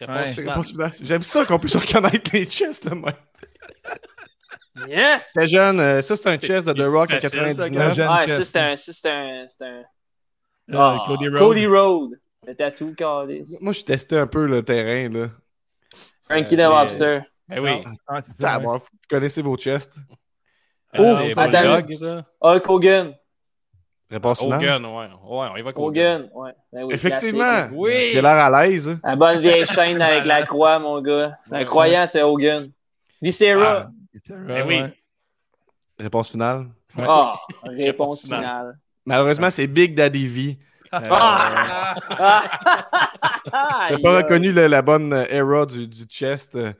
G: Réponse
A: Ouais.
E: C'est
G: finale.
E: réponse finale. J'aime ça qu'on puisse reconnaître les chests, là, moi.
F: Yes!
E: Très jeune, euh, ça, c'est un
G: C'est-
E: chest de
G: c'est
E: The Rock en
G: facile, ça,
E: 99.
A: gars. Jeune
F: Ouais,
A: chest.
F: ça, c'est un. Ça, c'est un. c'est un-
A: Euh,
F: Ah,
A: Cody Rhodes.
F: Cody Road. Le tatou, Carlis.
E: Moi, je testais un peu le terrain, là.
F: Frankie the
G: Euh,
F: Lobster.
G: Ben oui.
A: Ah, c'est ça, ouais.
E: Tabarnak, Vous connaissez vos chests.
G: Euh,
F: Oh,
G: c'est
F: attends.
G: Bulldog, ça.
F: Hulk Hogan.
D: Oh,
E: Réponse finale.
G: Hogan, ouais. Ouais, on évoque Hogan.
F: Hogan. Ouais. Ben oui,
E: Effectivement.
F: classique.
G: Oui.
E: Il a l'air à l'aise. hein.
F: La bonne vieille chaîne avec la croix, mon gars.
E: Ben
F: Le croyant, c'est Hogan. Viscera.
A: C'est ça,
F: Eh
G: Ben
A: ouais.
G: oui.
E: Réponse finale.
F: Ah, réponse
G: Réponse finale.
F: finale.
E: Malheureusement, c'est Big Daddy V. Euh,
F: Ah!
E: T'as
F: T'as
E: pas reconnu le- la bonne euh, era du, du chest. euh.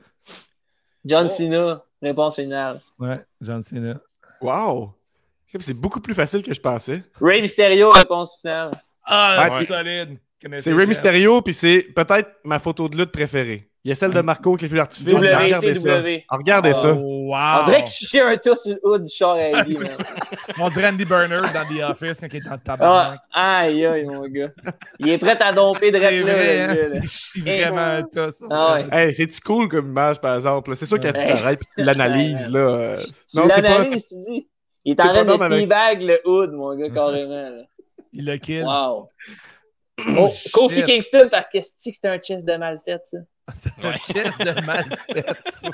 F: John Cena, réponse finale.
A: Ouais, John Cena.
E: Wow! C'est beaucoup plus facile que je pensais.
F: Ray Mysterio, réponse finale.
A: Ah,
E: Ouais,
A: c'est
E: puis-
A: solide. Connaissez
E: C'est Rey
A: Jeff.
E: Mysterio, puis c'est peut-être ma photo de lutte préférée. Il y a celle de Marco avec les feux d'artifice. mais Regardez ça.
F: WCW.
E: Ah, Regardez
A: Oh,
E: ça. Ah,
A: wow.
F: On dirait que je chiais un tour sur le haut du char à Eddie, man.
A: On dirait Andy Bernard dans The Office quand il est en tabarnak.
F: Ah, aïe, aïe, mon gars. Il est prêt à domper de
A: C'est
F: là,
A: vrai,
F: le
A: hein,
F: gars, là. Eh
A: c'est- je suis vraiment un tas. ça.
F: Ah ouais.
E: Hey, c'est-tu cool comme image, par exemple? là? C'est sûr que tu
F: Ouais.
E: t'arrêtes et tu l'analyses, là. euh.
F: Tu
E: Non, t'es pas...
F: l'analyses, tu dis. Il est
E: t'es
F: en
E: pas
F: train de
E: d'homme avec- Mm-hmm.
F: teabag le hood, mon gars, carrément. là.
A: Il le kill.
F: Wow. Oh,
A: shit.
F: Kofi Kingston, parce que c'est que c'était un chest de mal fait, ça.
A: C'est un chef de malfaite.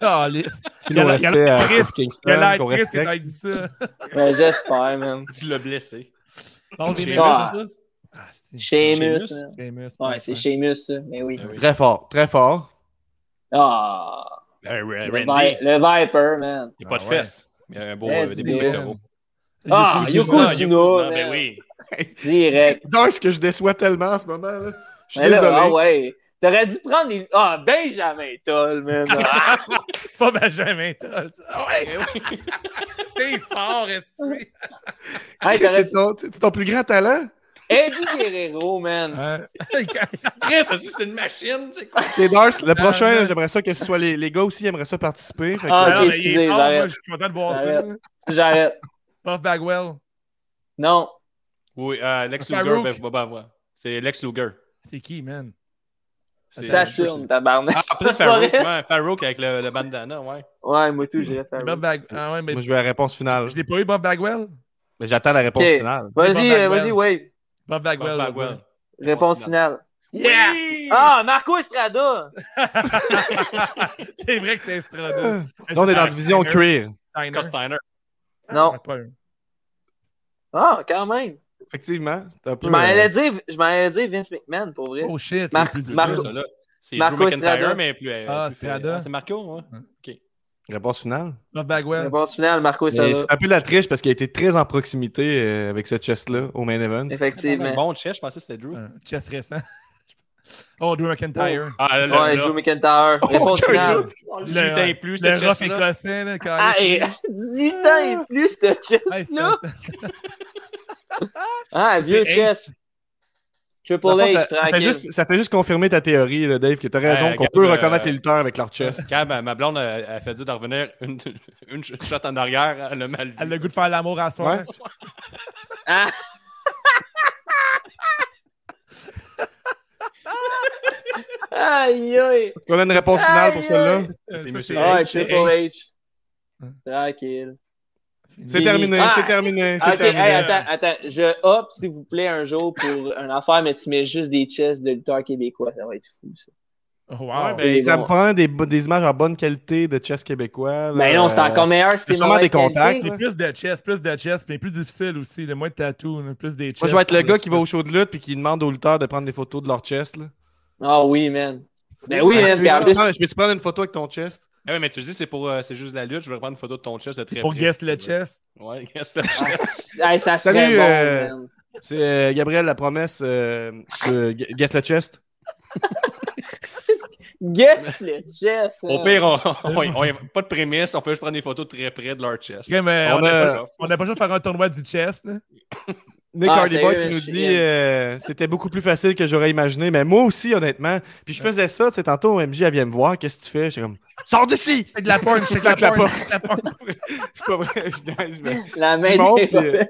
A: Calice.
E: Puis nos
A: Il y a- il y a
E: respects à
A: l'actrice-
E: Kofi euh, Kingston,
A: Il a l'air
E: qu'on
A: triste que
E: respecte.
A: t'aies dit ça.
F: Ben, j'espère, man.
G: Tu l'as blessé.
A: Bon, j'ai
F: Ah.
A: ça. Ah, c'est-
F: Sheamus.
G: Sheamus.
F: man.
A: Sheamus,
F: Ouais, c'est Sheamus, ça. Mais oui.
E: Très fort, très fort.
F: Ah,
E: Ben
F: le,
G: Randy,
F: Vi- le Viper, man.
G: il n'y a pas de
A: Ah ouais.
G: fesses. Il y a un beau,
F: Eh,
G: euh, des beaux
F: c'est-
G: pectoraux.
F: Ah, Yokozuna,
G: Yokozuna,
F: man.
G: ben oui.
F: Direct.
E: Donc, ce que je déçois tellement en ce moment, là. Je suis
F: Mais là,
E: désolé.
F: ah ouais. T'aurais dû prendre des. Ah, Benjamin Toll, man. Ah,
A: C'est pas Benjamin Toll. ça. Ah Ouais, T'es fort, esti.
E: Chris,
F: hey, t'aurais
E: C'est
F: dû.
E: ton, c'est ton plus grand talent.
F: Eddie Guerrero, man.
G: Chris, ça, c'est une machine. tu sais quoi.
E: T'es Darce, le
A: non.
E: prochain, j'aimerais ça que ce soit les, les gars aussi, aimeraient ça participer. Fait que- euh,
F: Ah,
A: Ah, mais il
F: ok,
A: est
F: excusez,
A: fort, moi,
F: j'arrête.
A: je suis content de voir ça.
F: J'arrête. J'arrête.
A: Puff Bagwell.
F: Non.
G: Oui, euh, Lex
A: Farouk.
G: Luger, ben, bah, bah, ouais. c'est Lex Luger.
A: C'est qui, man?
G: C'est-
F: Saturne, tabarnak.
G: Ah, après
F: Sorry.
G: Farouk, ouais, Farouk avec le, le bandana, ouais.
E: Ah.
F: Ouais, moi tout, j'ai fait.
A: Buff Bag- Ah ouais, mais
E: Moi, je veux la réponse finale.
A: je l'ai pas eu, Buff Bagwell?
E: Mais j'attends la réponse
F: Ok.
E: finale.
A: Bob
F: Vas-y,
A: Bagwell.
F: euh, vas-y, Wade.
A: Buff Bagwell.
G: Bob
A: je veux
G: Bagwell.
A: dire.
F: Réponse finale.
G: Oui!
F: Ah, Marco Estrada.
A: c'est vrai que c'est Estrada.
E: Là, Ah! on est dans la division
A: Steiner.
E: Creer.
A: Steiner.
G: Scott Steiner.
F: Non.
A: Ah, pas eux.
F: Ah, quand même.
E: Effectivement, c'est un peu.
F: Je m'en
E: euh,
F: allais dire, je m'en allais dire Vince McMahon, pour vrai.
A: Oh shit.
F: Mar-
A: c'est plus dur,
F: Marco-
A: ça.
G: ça, là. C'est
F: Marco
G: Drew McIntyre,
F: Estrada.
G: mais plus. euh,
A: Ah,
G: plus-
A: Estrada.
G: ah, c'est Marco, ouais.
E: euh, Réponse finale.
A: Buff Bagwell.
F: Réponse finale, Marco
E: Mais
F: Estrada.
E: C'est un peu de la triche parce qu'il a été très en proximité euh, avec ce chest-là au main event.
G: Un
F: Effectivement.
G: bon chest, je pensais que c'était Drew.
A: Un Chess récent. Oh, Drew McIntyre.
G: Ah, là, là,
F: Ouais,
G: là.
F: Drew McIntyre. Réponse
E: Oh, Aucun
F: finale.
E: doute.
G: Le,
A: Le-
G: plus,
A: Le
G: ce
A: rough
G: chest-là.
A: écossais, là, quand
F: Ah, et 18 ans et plus, ce
A: Hey, c'est
F: chest-là.
A: ça.
F: Ah, vieux
A: c'est
F: chest. Triple
E: Dans le fond,
F: H,
E: ça, ça fait
F: tranquille.
E: juste, ça fait juste confirmer ta théorie, là, Dave, que t'as raison,
G: Euh,
E: qu'on
G: regarde,
E: peut
G: euh,
E: reconnaître les lutteurs avec leur chest.
G: Quand ma, ma blonde elle, elle fait dire de revenir une, une ch- shot en arrière, hein, elle a mal vu.
A: Elle a le goût de faire l'amour à soi.
E: Ouais.
F: Ah, Aïe, aïe.
E: Est-ce qu'on a une réponse finale pour
F: Aïe,
E: celle-là?
A: Euh,
G: C'est
A: ça,
G: monsieur
A: c'est-
G: H.
F: Ouais, Triple H. Tranquille.
E: C'est
F: Et-
E: terminé,
F: Ah!
E: c'est terminé, c'est
F: Ok, hey,
E: terminé. hein.
F: attends, attends. Je hop, s'il vous plaît, un jour pour une affaire, mais tu mets juste des chests de lutteurs québécois. Ça va être fou, ça.
A: Oh, wow.
E: Ouais, ben,
F: Et
E: ça
F: bon.
E: me prend des, bo- des images en bonne qualité de chess québécois. là. euh,
F: Mais Ben non, c'est encore meilleur si
E: c'est
F: t'es
E: sûrement
F: mauvaise
E: des contacts,
A: C'est
F: qualité.
A: plus de chess, plus de chess, mais plus difficile aussi. Le moins de tatou, là, plus des chess.
E: Moi, je vais être le gars qui va au show de lutte puis qui demande aux lutteurs de prendre des photos de leur chest. Là.
F: Ah oui, man. Ben oui,
E: Est-ce
F: man.
E: que
F: puis
E: je,
F: en plus-
E: peux prendre- je peux-tu prendre une photo avec ton chest?
G: Ah ouais, mais tu dis, c'est pour, euh, c'est juste la lutte. Je vais prendre une photo de ton chest de très
A: Pour
G: près.
A: guess le chess.
G: Ouais, guess le chest.
F: Hey, ça serait
E: Salut,
F: bon,
E: euh,
F: man.
E: C'est euh, Gabriel la promesse, euh, sur- gu- guess le chest.
F: Guess le chess.
G: Au
F: hein.
G: pire, on, on- on- on- pas de prémisse, on peut juste prendre des photos de très près de leur chest.
A: Ok, mais
E: On
A: on n'a
E: a-
A: pas- on n'a pas juste faire un tournoi du chess. là.
E: Nick
F: Ah,
E: Hardy Boy
F: sérieux,
E: qui nous
F: je
E: dit
F: suis-
E: euh, c'était beaucoup plus facile que j'aurais imaginé, mais moi aussi, honnêtement. Puis je faisais ça, tu sais, tantôt, MJ, elle vient me voir, qu'est-ce que tu fais? J'étais comme, sors d'ici!
A: C'est de la porn, c'est de la
E: Claque la
A: porn.
E: porte.
A: c'est de la porn.
E: C'est pas vrai, je niaise, mais
F: La main
E: je monte,
F: des-
E: puis, euh,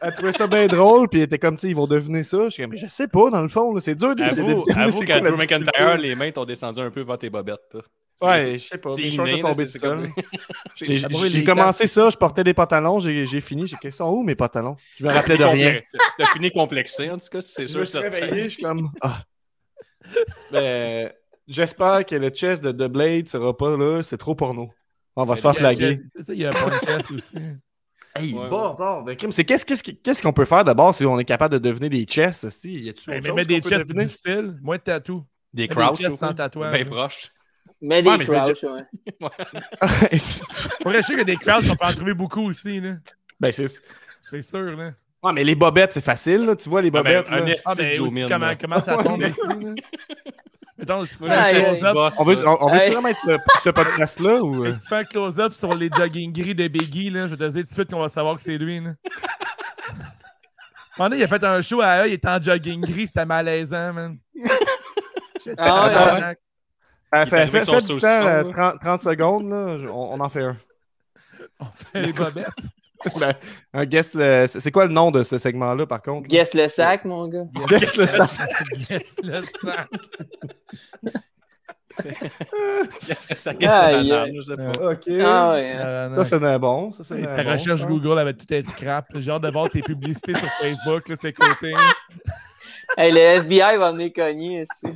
E: Elle trouvait ça bien drôle, puis elle était comme, tu sais, ils vont deviner ça. J'étais comme, mais je sais pas, dans le fond, là, c'est dur de de- de
G: Avoue,
E: déterminer
G: avoue
E: c'est
G: qu'à
E: quoi
G: Drew
E: la difficulté.
G: McIntyre, les mains t'ont descendu un peu vers tes bobettes. là.
E: Ouais, je sais pas,
G: c'est
E: mes shorts
G: inné,
E: sont
G: là,
E: tombés
G: c'est-
E: tout seuls. J'ai
A: Ça brûle
E: j'ai
A: les
E: commencé ça, je portais des pantalons, j'ai j'ai fini, j'ai qu'est-ce qu'ils sont où mes pantalons? Je
G: Ah,
E: me rappelais de rien.
G: Complexe. T'as fini complexé, en tout cas, c'est
E: Je
G: sûr.
E: me suis
G: certain.
E: réveillé, je suis comme. Ah. Ben, j'espère que le chest de The Blade sera pas là, c'est trop porno. On va se faire
A: Il y a le
E: flaguer.
A: chess, c'est ça, Il y a un porn chess aussi.
E: Hey,
G: Ouais,
E: bordel de crime. C'est qu'est-ce qu'est-ce qui- qu'est-ce qu'on peut faire d'abord si on est capable de devenir des chests? aussi? Y a-tu
A: Mais
E: autre
A: mais
E: chose
A: mets des
E: qu'on peut
A: chess plus
E: devenir?
A: difficiles, moins de tatou.
G: Des
A: Des
G: crouchs,
A: chaises
G: au
A: sans
G: fond. Ben,
A: tatouage,
G: bien
A: là.
G: proches.
F: Mais des
E: Ouais, mais je veux
F: crouchs, ouais.
A: Pour sûr qu'il y a des crowds, on peut en trouver beaucoup aussi. là.
E: ben, c'est.
A: C'est sûr. Là.
E: Ouais, mais les bobettes, c'est facile, là. Tu vois, les
G: Ah ben,
E: bobettes.
G: un
E: là.
G: esti
A: Ah, ben,
G: de zoom
A: aussi,
G: in,
A: comment,
G: là.
A: comment ça
E: Ouais,
A: tombe
E: mais-
A: ici? là? Mettons, si tu fais
G: Un
A: un
F: Ouais,
G: chest
A: close-up-
G: boss,
E: on veut,
G: ça.
E: on, on veut-tu
F: Hey.
E: vraiment être sur ce podcast-là ou. euh?
A: si tu fais un close-up sur les jogging gris de Biggie, là, je vais te dire tout de suite qu'on va savoir que c'est lui. Là. Un moment donné, il a fait un show à eux, il était en jogging gris, c'était malaisant, man.
F: Ah, ouais, ouais.
A: Tabarnak.
E: Ah,
G: est
E: fait-
G: arrivé
E: fait-
G: avec son
E: Faites du temps,
G: saucisson,
E: là,
G: là.
E: 30, 30 secondes, là. je- on, on en fait un.
A: On fait les bobettes.
E: Ben, un guess le- C'est c'est quoi le nom de ce segment-là, par contre? là?
F: Guess le sac, mon gars.
E: Guess le sac.
A: Yes, le sac.
G: Est-ce que ça reste
F: Aïe,
G: banal,
F: aïe.
G: je sais pas.
E: OK.
F: Ah ouais.
A: Euh, non.
E: Ça, c'est un bon. Ça, c'est
A: Hey,
E: un
A: ta
E: bon,
A: recherche
E: ça.
A: Google avait tout être crap. J'ai hâte de voir tes publicités sur Facebook, là, ces côtés.
F: Hey, le FBI va venir cogner ici.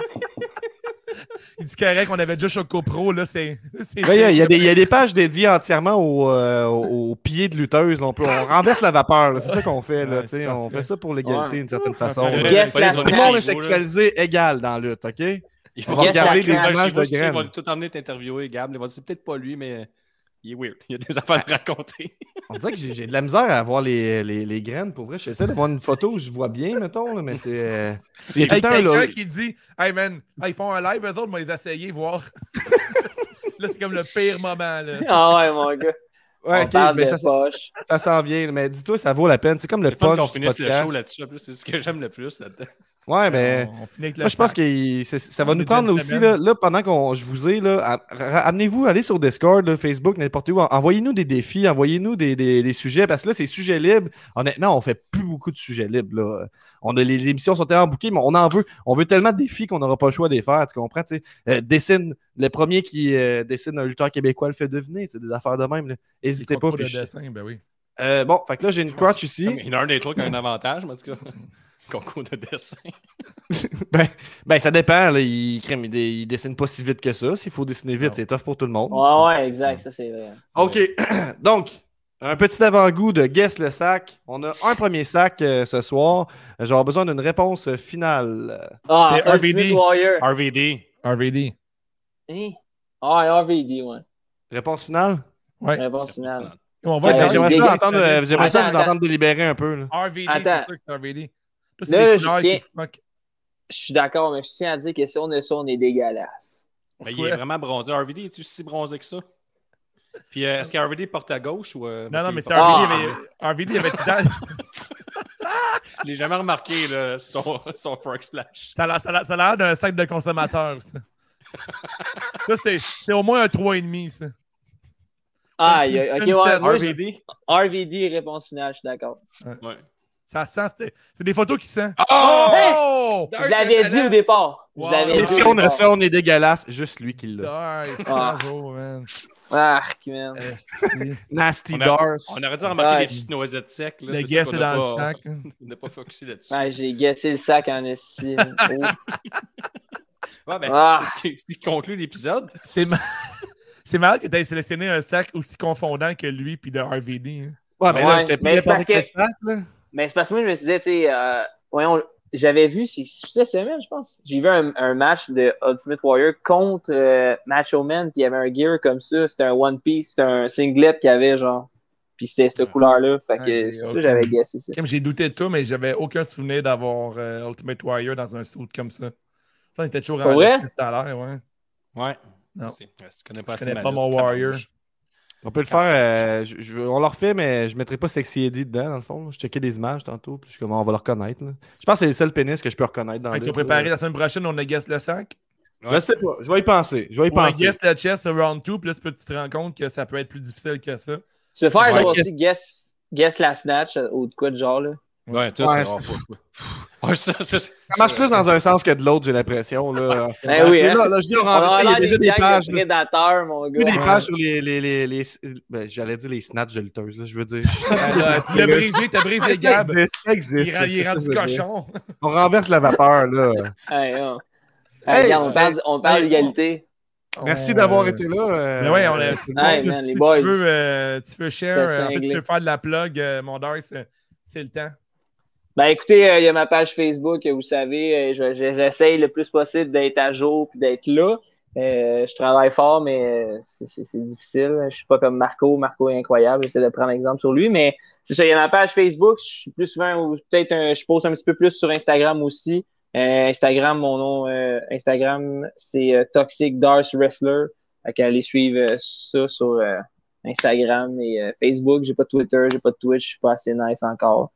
A: Il dit correct, on avait déjà Choco Pro, là, c'est. c'est-
E: Ben, Il y, a- il y a des- il y a des pages dédiées entièrement aux, euh, aux- aux pieds de lutteuses. là. On, peut, on renverse la vapeur. là. C'est ça qu'on fait. là,
A: Ouais,
E: tu sais.
A: c'est
E: on
A: parfait.
E: fait ça pour l'égalité
F: Ouais.
E: d'une certaine façon.
A: parfait.
E: là.
F: Guess
E: Tout
F: la
E: le
F: semaine.
E: monde est sexualisé égal dans la lutte, OK?
G: Ils
E: On
G: vont
E: va
F: Guess
E: regarder
F: la
E: les
F: classe.
E: images de
G: Ils vont
E: graines.
G: tout emmener t'interviewer, Gab. Ils vont dire, c'est peut-être pas lui, mais il est weird. Il y a des affaires à raconter.
E: On dirait que j'ai j'ai de la misère à voir les, les- les graines. Pour vrai, j'essaie de voir une photo où je vois bien, mettons, là, mais c'est. euh, Il y a tout
A: Hey,
E: le temps,
A: quelqu'un
E: là.
A: qui dit Hey man, ah, ils font un live, eux autres, moi, ils essayer, voir. là, c'est comme le pire moment. Là.
F: Ah ouais, mon gars.
E: Ouais,
F: On
E: ok,
F: parle
E: mais
F: de
E: ça, ça-
F: poche.
E: ça s'en vient. là, Mais dis-toi, ça vaut la peine. C'est comme le
G: C'est fun qu'on
E: punch. du
G: finisse le
E: podcast.
G: show là-dessus. En plus, c'est ce que j'aime le plus là-dedans.
E: Ouais, mais.
A: On, on finit avec le
E: Moi, je pense
A: sac.
E: que il- c'est- ça va
A: On est
E: nous prendre là, aussi,
A: gentlemen.
E: là, là, pendant qu'on je vous ai, là, à- ra- amenez-vous, allez sur Discord, là, Facebook, n'importe où, en- envoyez-nous des défis, envoyez-nous des, des- des sujets, parce que là, c'est sujets libres. Honnêtement, on fait plus beaucoup de sujets libres. Là. On a, les, les émissions sont tellement bouquées, mais on en veut. On veut tellement de défis qu'on n'aura pas le choix de les faire, tu comprends? tu sais. Euh, dessine, le premier qui euh, dessine un lutteur québécois le fait devenir, c'est des affaires de même. là.
A: Les
E: N'hésitez pas.
A: concours
E: puis
A: de
E: je-
A: dessin, ben oui.
E: Euh, bon, fait que là, j'ai une crotch ici.
G: Mais une heure des trois qui a un avantage, mais en tout cas, concours de dessin.
E: Ben, ça dépend. Là. Il, crème, il, il dessine pas si vite que ça. S'il faut dessiner vite,
A: Non.
E: c'est tough pour tout le monde.
F: Ouais, ouais, exact, ça c'est vrai.
E: OK. Donc, un petit avant-goût de Guess le sac. On a un premier sac euh, ce soir. J'aurai besoin d'une réponse euh, finale.
F: Ah,
A: C'est RVD.
F: Ultimate Warrior.
G: RVD.
A: RVD.
F: Hein? Ah, RVD, ouais.
E: Réponse finale?
A: Ouais.
F: Réponse finale.
A: On
F: Ouais,
A: dans-
E: Ben, J'aimerais ça,
F: Guess-
E: entendre, euh, j'aimerais ça
F: Attends,
E: vous
F: attends.
E: entendre délibérer un peu. là.
A: RVD, c'est
F: Attends.
A: sûr que c'est RVD. Toi,
F: Là,
A: c'est des
F: je
A: couleurs
F: tiens-
A: qui fuck.
F: Je suis d'accord, mais je tiens à dire que si on est ça, on est dégueulasse.
G: Mais Ben, il
A: Pourquoi?
G: est vraiment bronzé. RVD, est-tu si bronzé que ça? Puis euh, est-ce que RVD porte à gauche ou. euh,
A: Non,
G: parce
A: non,
G: qu'il
A: mais c'est
G: porte-
F: Ah.
A: RVD. avait- RVD avait tout dans-
G: Je l'ai Ah! jamais remarqué, là, son, son Frog Splash.
A: Ça a l'air- ça a l'air- ça a l'air d'un sac de consommateurs, ça. ça, c'est- c'est au moins un 3,5, ça.
F: Ah, il y a- ok,
A: Une
F: ouais,
A: sept,
F: moi, je-
G: RVD?
F: RVD, réponse finale, je suis d'accord.
G: Ouais.
A: Ça sent, c'est c'est des photos qui sentent.
F: Oh! Je l'avais dit au départ. Je
A: Wow.
F: l'avais
A: Et
E: Et
F: dit.
E: si
F: au
E: on
F: départ.
E: ça, on est dégueulasse. Juste lui qui l'a.
A: Nice,
F: Ah.
A: bravo, man. Eh,
F: Arc, man.
A: Esti.
E: Nasty
G: On a-
E: Dars.
G: On aurait dû remarquer
F: Ouais.
G: des petites noisettes secs. Là,
A: Le
G: c'est ça
A: gars,
G: qu'on
A: c'est
G: a
A: dans le
G: pas-
A: sac.
G: On n'a pas focusé là-dessus.
F: Ah, j'ai gassé le sac en estime.
G: Ouais, ben,
F: Ah.
G: ce, qui, ce qui conclut l'épisode,
A: C'est ma- c'est malade que tu aies sélectionné un sac aussi confondant que lui puis de RVD. hein.
E: Ouais, Ah, mais là,
F: Ouais,
E: j'étais plus
F: mais c'est
E: n'importe
F: parce
E: quel
F: que-
E: sac. là.
F: Mais c'est parce que moi, je me suis dit, tu sais, euh, voyons, j'avais vu, c'est cette semaine, je pense. J'ai vu un, un match de Ultimate Warrior contre euh, Macho Man, puis il y avait un gear comme ça. C'était un One Piece, c'était un singlet qu'il y avait, genre. Puis c'était cette couleur-là. Fait que
A: Ah, j'ai-
F: c'est pour ça
A: ok.
F: que j'avais gassé ça.
A: Comme j'ai douté de toi, mais j'avais aucun souvenir d'avoir euh, Ultimate Warrior dans un suit comme ça. Ça, on était toujours
F: Pour vrai?
A: la piste à l'air, ouais.
G: Ouais.
A: Non.
G: C'est- ouais, si tu connais pas,
A: Je
G: assez
A: connais
G: ma
A: pas
G: lutte,
A: mon
G: ça
A: Warrior.
G: bouge.
E: On peut le faire. euh, je- je- on le refait, mais je mettrai pas Sexy Eddie dedans, dans le fond. Je checkais des images tantôt. Puis je suis comme, ah, on va le reconnaître. là. Je pense que c'est le seul pénis que je peux reconnaître dans
A: Fait
E: le.
A: que tu vas préparer la semaine prochaine, on a guess le sac.
E: Je sais pas. Je vais y penser. Je vais y
A: Ou on
E: penser.
A: guess le chest sur round 2, puis là, tu peux- tu te rends compte que ça peut être plus difficile que ça. Euh,
F: Tu peux faire,
E: Ouais,
F: genre,
E: qu'est-ce-
F: aussi, guess, guess la snatch euh, ou de quoi de genre, là.
G: Ouais, tout.
E: Ouais,
G: oh, faut- faut- Ouais, ça, ça, ça-
E: Ça marche plus dans un sens que de l'autre, j'ai l'impression. Là, en ce
F: Ben
E: moment.
F: oui,
E: Ah, Tu sais,
F: hein.
E: là, là, je dis, on
F: On
E: rentre,
F: a
E: il y a
F: l'air
E: déjà
F: des
E: des
F: gangs
E: pages.
F: de
E: là.
F: prédateurs, mon
E: Il y a des
F: gars.
E: pages sur les. les, les, les, ben, J'allais dire les snatchs de lutteuses, là, je veux dire.
A: Ah, là, tu l'as brisé, t'as brisé
E: Ça
A: Gab.
E: existe, ça existe.
A: Il, rend- il
E: ça, ça,
A: rend du
E: ça, ça, ça.
A: cochon.
E: On renverse la vapeur, là.
F: Hey, hein.
E: Hey,
F: Hey, regarde, on parle, on parle
A: hey,
F: d'égalité.
E: Merci
A: On-
E: d'avoir été là. euh,
A: Mais Ben ouais, on a. tu-
F: Hey,
A: tu-
F: man, les
A: tu
F: boys.
A: veux, euh, tu veux share,
F: C'est
A: euh, en fait, tu
F: cinglé.
A: veux faire de la plug, euh, mon Dark, c'est c'est le temps.
F: Ben écoutez, euh, il y a ma page Facebook, euh, vous savez, euh, je- je- j'essaye le plus possible d'être à jour puis d'être là. Euh, je travaille fort, mais euh, c'est- c'est c'est difficile. Je suis pas comme Marco. Marco est incroyable. J'essaie de prendre exemple sur lui, mais c'est ça. Il y a ma page Facebook. Je suis plus souvent, ou peut-être, un- je poste un petit peu plus sur Instagram aussi. Euh, Instagram, mon nom, euh, Instagram, c'est euh, Toxic Dars Wrestler. Fait qu'allez suivre euh, ça sur euh, Instagram et euh, Facebook. J'ai pas de Twitter, j'ai pas de Twitch. Je suis pas assez nice encore.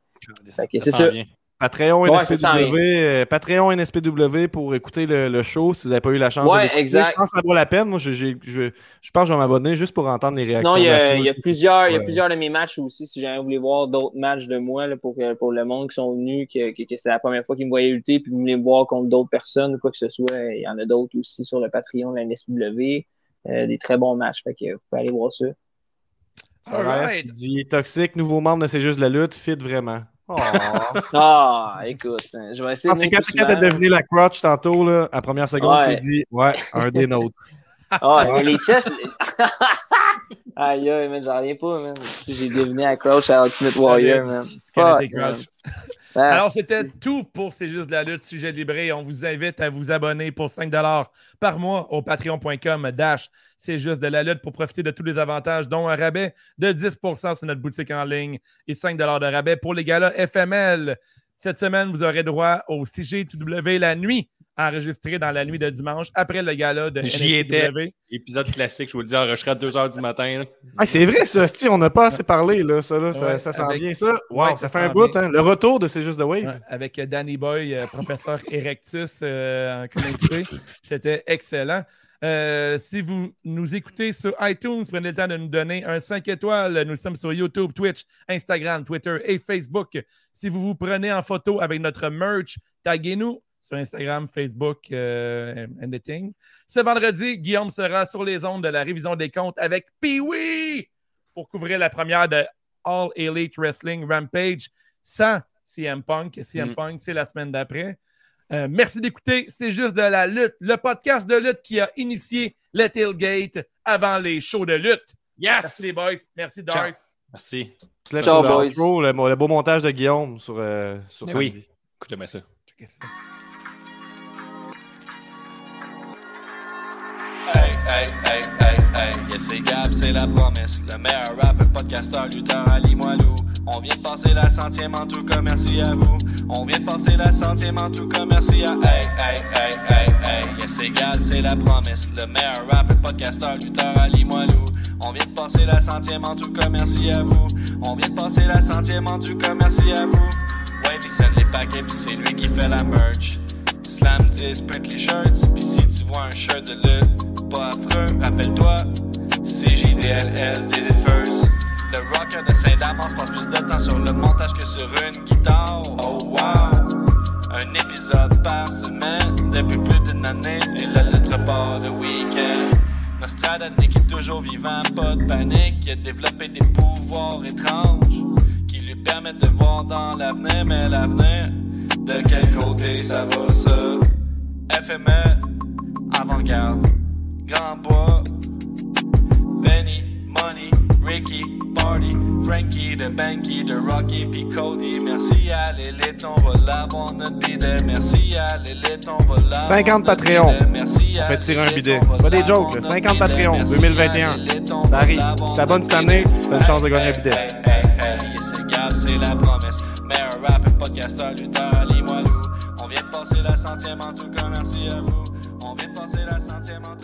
F: Fait que c'est
G: ça sent
F: ça.
G: bien.
E: Patreon
F: Ouais, c'est ça,
E: NSPW, euh, Patreon NSPW pour écouter le, le show si vous n'avez pas eu la chance.
F: Ouais,
E: de l'écouter.
F: exact.
E: Je pense que ça vaut la peine. Moi, je, j'ai- je, je pense que je vais m'abonner juste pour entendre les réactions.
F: Sinon, il y
E: de la
F: a,
E: foule.
F: il y a plusieurs, il y a
E: Ouais.
F: plusieurs de mes matchs aussi, si jamais vous voulez voir d'autres matchs de moi là, pour, que- pour le monde qui sont venus, que, que, que c'est la première fois qu'ils me voyaient lutter, puis vous voulez me voir contre d'autres personnes ou quoi que ce soit, euh, il y en a d'autres aussi sur le Patreon de la NSW. euh, des très bons matchs, fait que vous pouvez aller voir ça.
E: Torres qui dit toxique, nouveau membre de C'est juste la lutte, fit vraiment. Oh.
F: Ah, écoute, hein, je vais essayer
E: Ah,
F: de
E: c'est
F: venir
E: quand,
F: plus
E: quand t'as
F: souvent.
E: deviné la crotch tantôt, là, à première seconde,
F: Ouais.
E: c'est dit ouais, un des nôtres.
F: Ah, mais les chefs. les- aïe, aïe, man, j'en reviens pas, man. Si j'ai deviné à Crouch à Ultimate Warrior, man.
A: Kennedy
F: Fuck, man.
A: Crouch.
F: Ah,
A: Alors, c'était tout pour C'est juste de la lutte, sujet libré. On vous invite à vous abonner pour 5 par mois au patreon.com dash C'est juste de la lutte pour profiter de tous les avantages, dont un rabais de 10 sur notre boutique en ligne et 5 de rabais pour les galas FML. Cette semaine, vous aurez droit au CGW la nuit, enregistré dans la nuit de dimanche après le gala de
G: J'y étais.
A: NXTW.
G: Épisode classique, je vous le dis, enregistré à 2h du matin. là.
E: Ah, c'est vrai, ça, Sti, on n'a pas assez parlé, là, ça, là, ça,
A: Ouais,
E: ça s'en
A: avec-
E: vient, ça. Ouais,
A: Ouais,
E: ça
A: ça
E: fait un
A: s'en
E: bout,
A: vient.
E: hein. Le retour de C'est juste de Wave.
A: Ouais, avec Danny Boy, euh, professeur Erectus euh, en communauté. C'était excellent. Euh, si vous nous écoutez sur iTunes, prenez le temps de nous donner un 5 étoiles. Nous sommes sur YouTube, Twitch, Instagram, Twitter et Facebook. Si vous vous prenez en photo avec notre merch, taguez-nous sur Instagram, Facebook, euh, and the thing. Ce vendredi, Guillaume sera sur les ondes de la révision des comptes avec Pee-Wee pour couvrir la première de All Elite Wrestling Rampage sans CM Punk. CM
G: Mm.
A: Punk, c'est la semaine d'après. Euh, merci d'écouter. C'est juste de la lutte, le podcast de lutte qui a initié le tailgate avant les shows de lutte. Merci les boys. Merci Doris.
G: Merci.
E: Slash
F: Ciao,
E: sur
F: boys.
E: l'outro, le, le beau montage de Guillaume sur, euh, sur
G: Mais
E: samedi.
G: oui. Écoutez bien ça.
A: Check it.
H: Hey, hey, hey, hey, hey, yes, c'est Gab, c'est la promesse. Le meilleur rappeur, podcasteur, lutteur, Ali Moilou. On vient de passer la centième en tout cas, merci à vous. On vient de passer la centième en tout cas, merci à. Hey, hey, hey, hey, hey, yes, c'est Gab, c'est la promesse. Le meilleur rappeur, podcasteur, lutteur, Ali Moilou. On vient de passer la centième en tout cas, merci à vous. On vient de passer la centième en tout cas, merci à vous. Ouais, il send les paquets, pis c'est lui qui fait la merch. Slam 10, print les shirts, pis si tu vois un shirt de lutte, pas affreux, rappelle-toi, CJDLL did it first. Le rocker de Saint-Damas passe plus de temps sur le montage que sur une guitare, oh wow! Un épisode par semaine, depuis plus d'une année, et la lettre repart le week-end. Nostradamus qui est toujours vivant, pas de panique, qui a développé des pouvoirs étranges qui lui permettent de voir dans l'avenir, mais l'avenir, de quel côté ça va ça? FME, E, avant-garde, Grand Bois, Benny, Money, Ricky, Marty, Frankie, de Banky, de Rocky, puis Cody. Merci à l'élite, on va l'avoir notre bidet. Merci à l'élite, on va l'avoir
E: 50
H: notre
E: Patreon.
H: bidet. Merci
E: On
H: à
E: fait tirer un
H: l'élite,
E: bidet.
H: on va
E: C'est pas des
H: l'avoir
E: jokes, là.
H: notre
E: 50
H: bidet.
E: Patreon,
H: Merci à
E: 2021.
H: l'élite, on
E: Ça
H: va
E: arrive.
H: l'avoir
E: Si t'abonnes cette
H: notre
E: année,
H: bidet.
E: t'as une chance de gagner un
H: Hey,
E: bidet.
H: hey, hey, hey, c'est Gab, c'est la promesse. Meilleur rappeur, podcasteur, lutteur, les moilous. On vient de passer la centième en tout cas, merci à vous. On vient de passer la centième en tout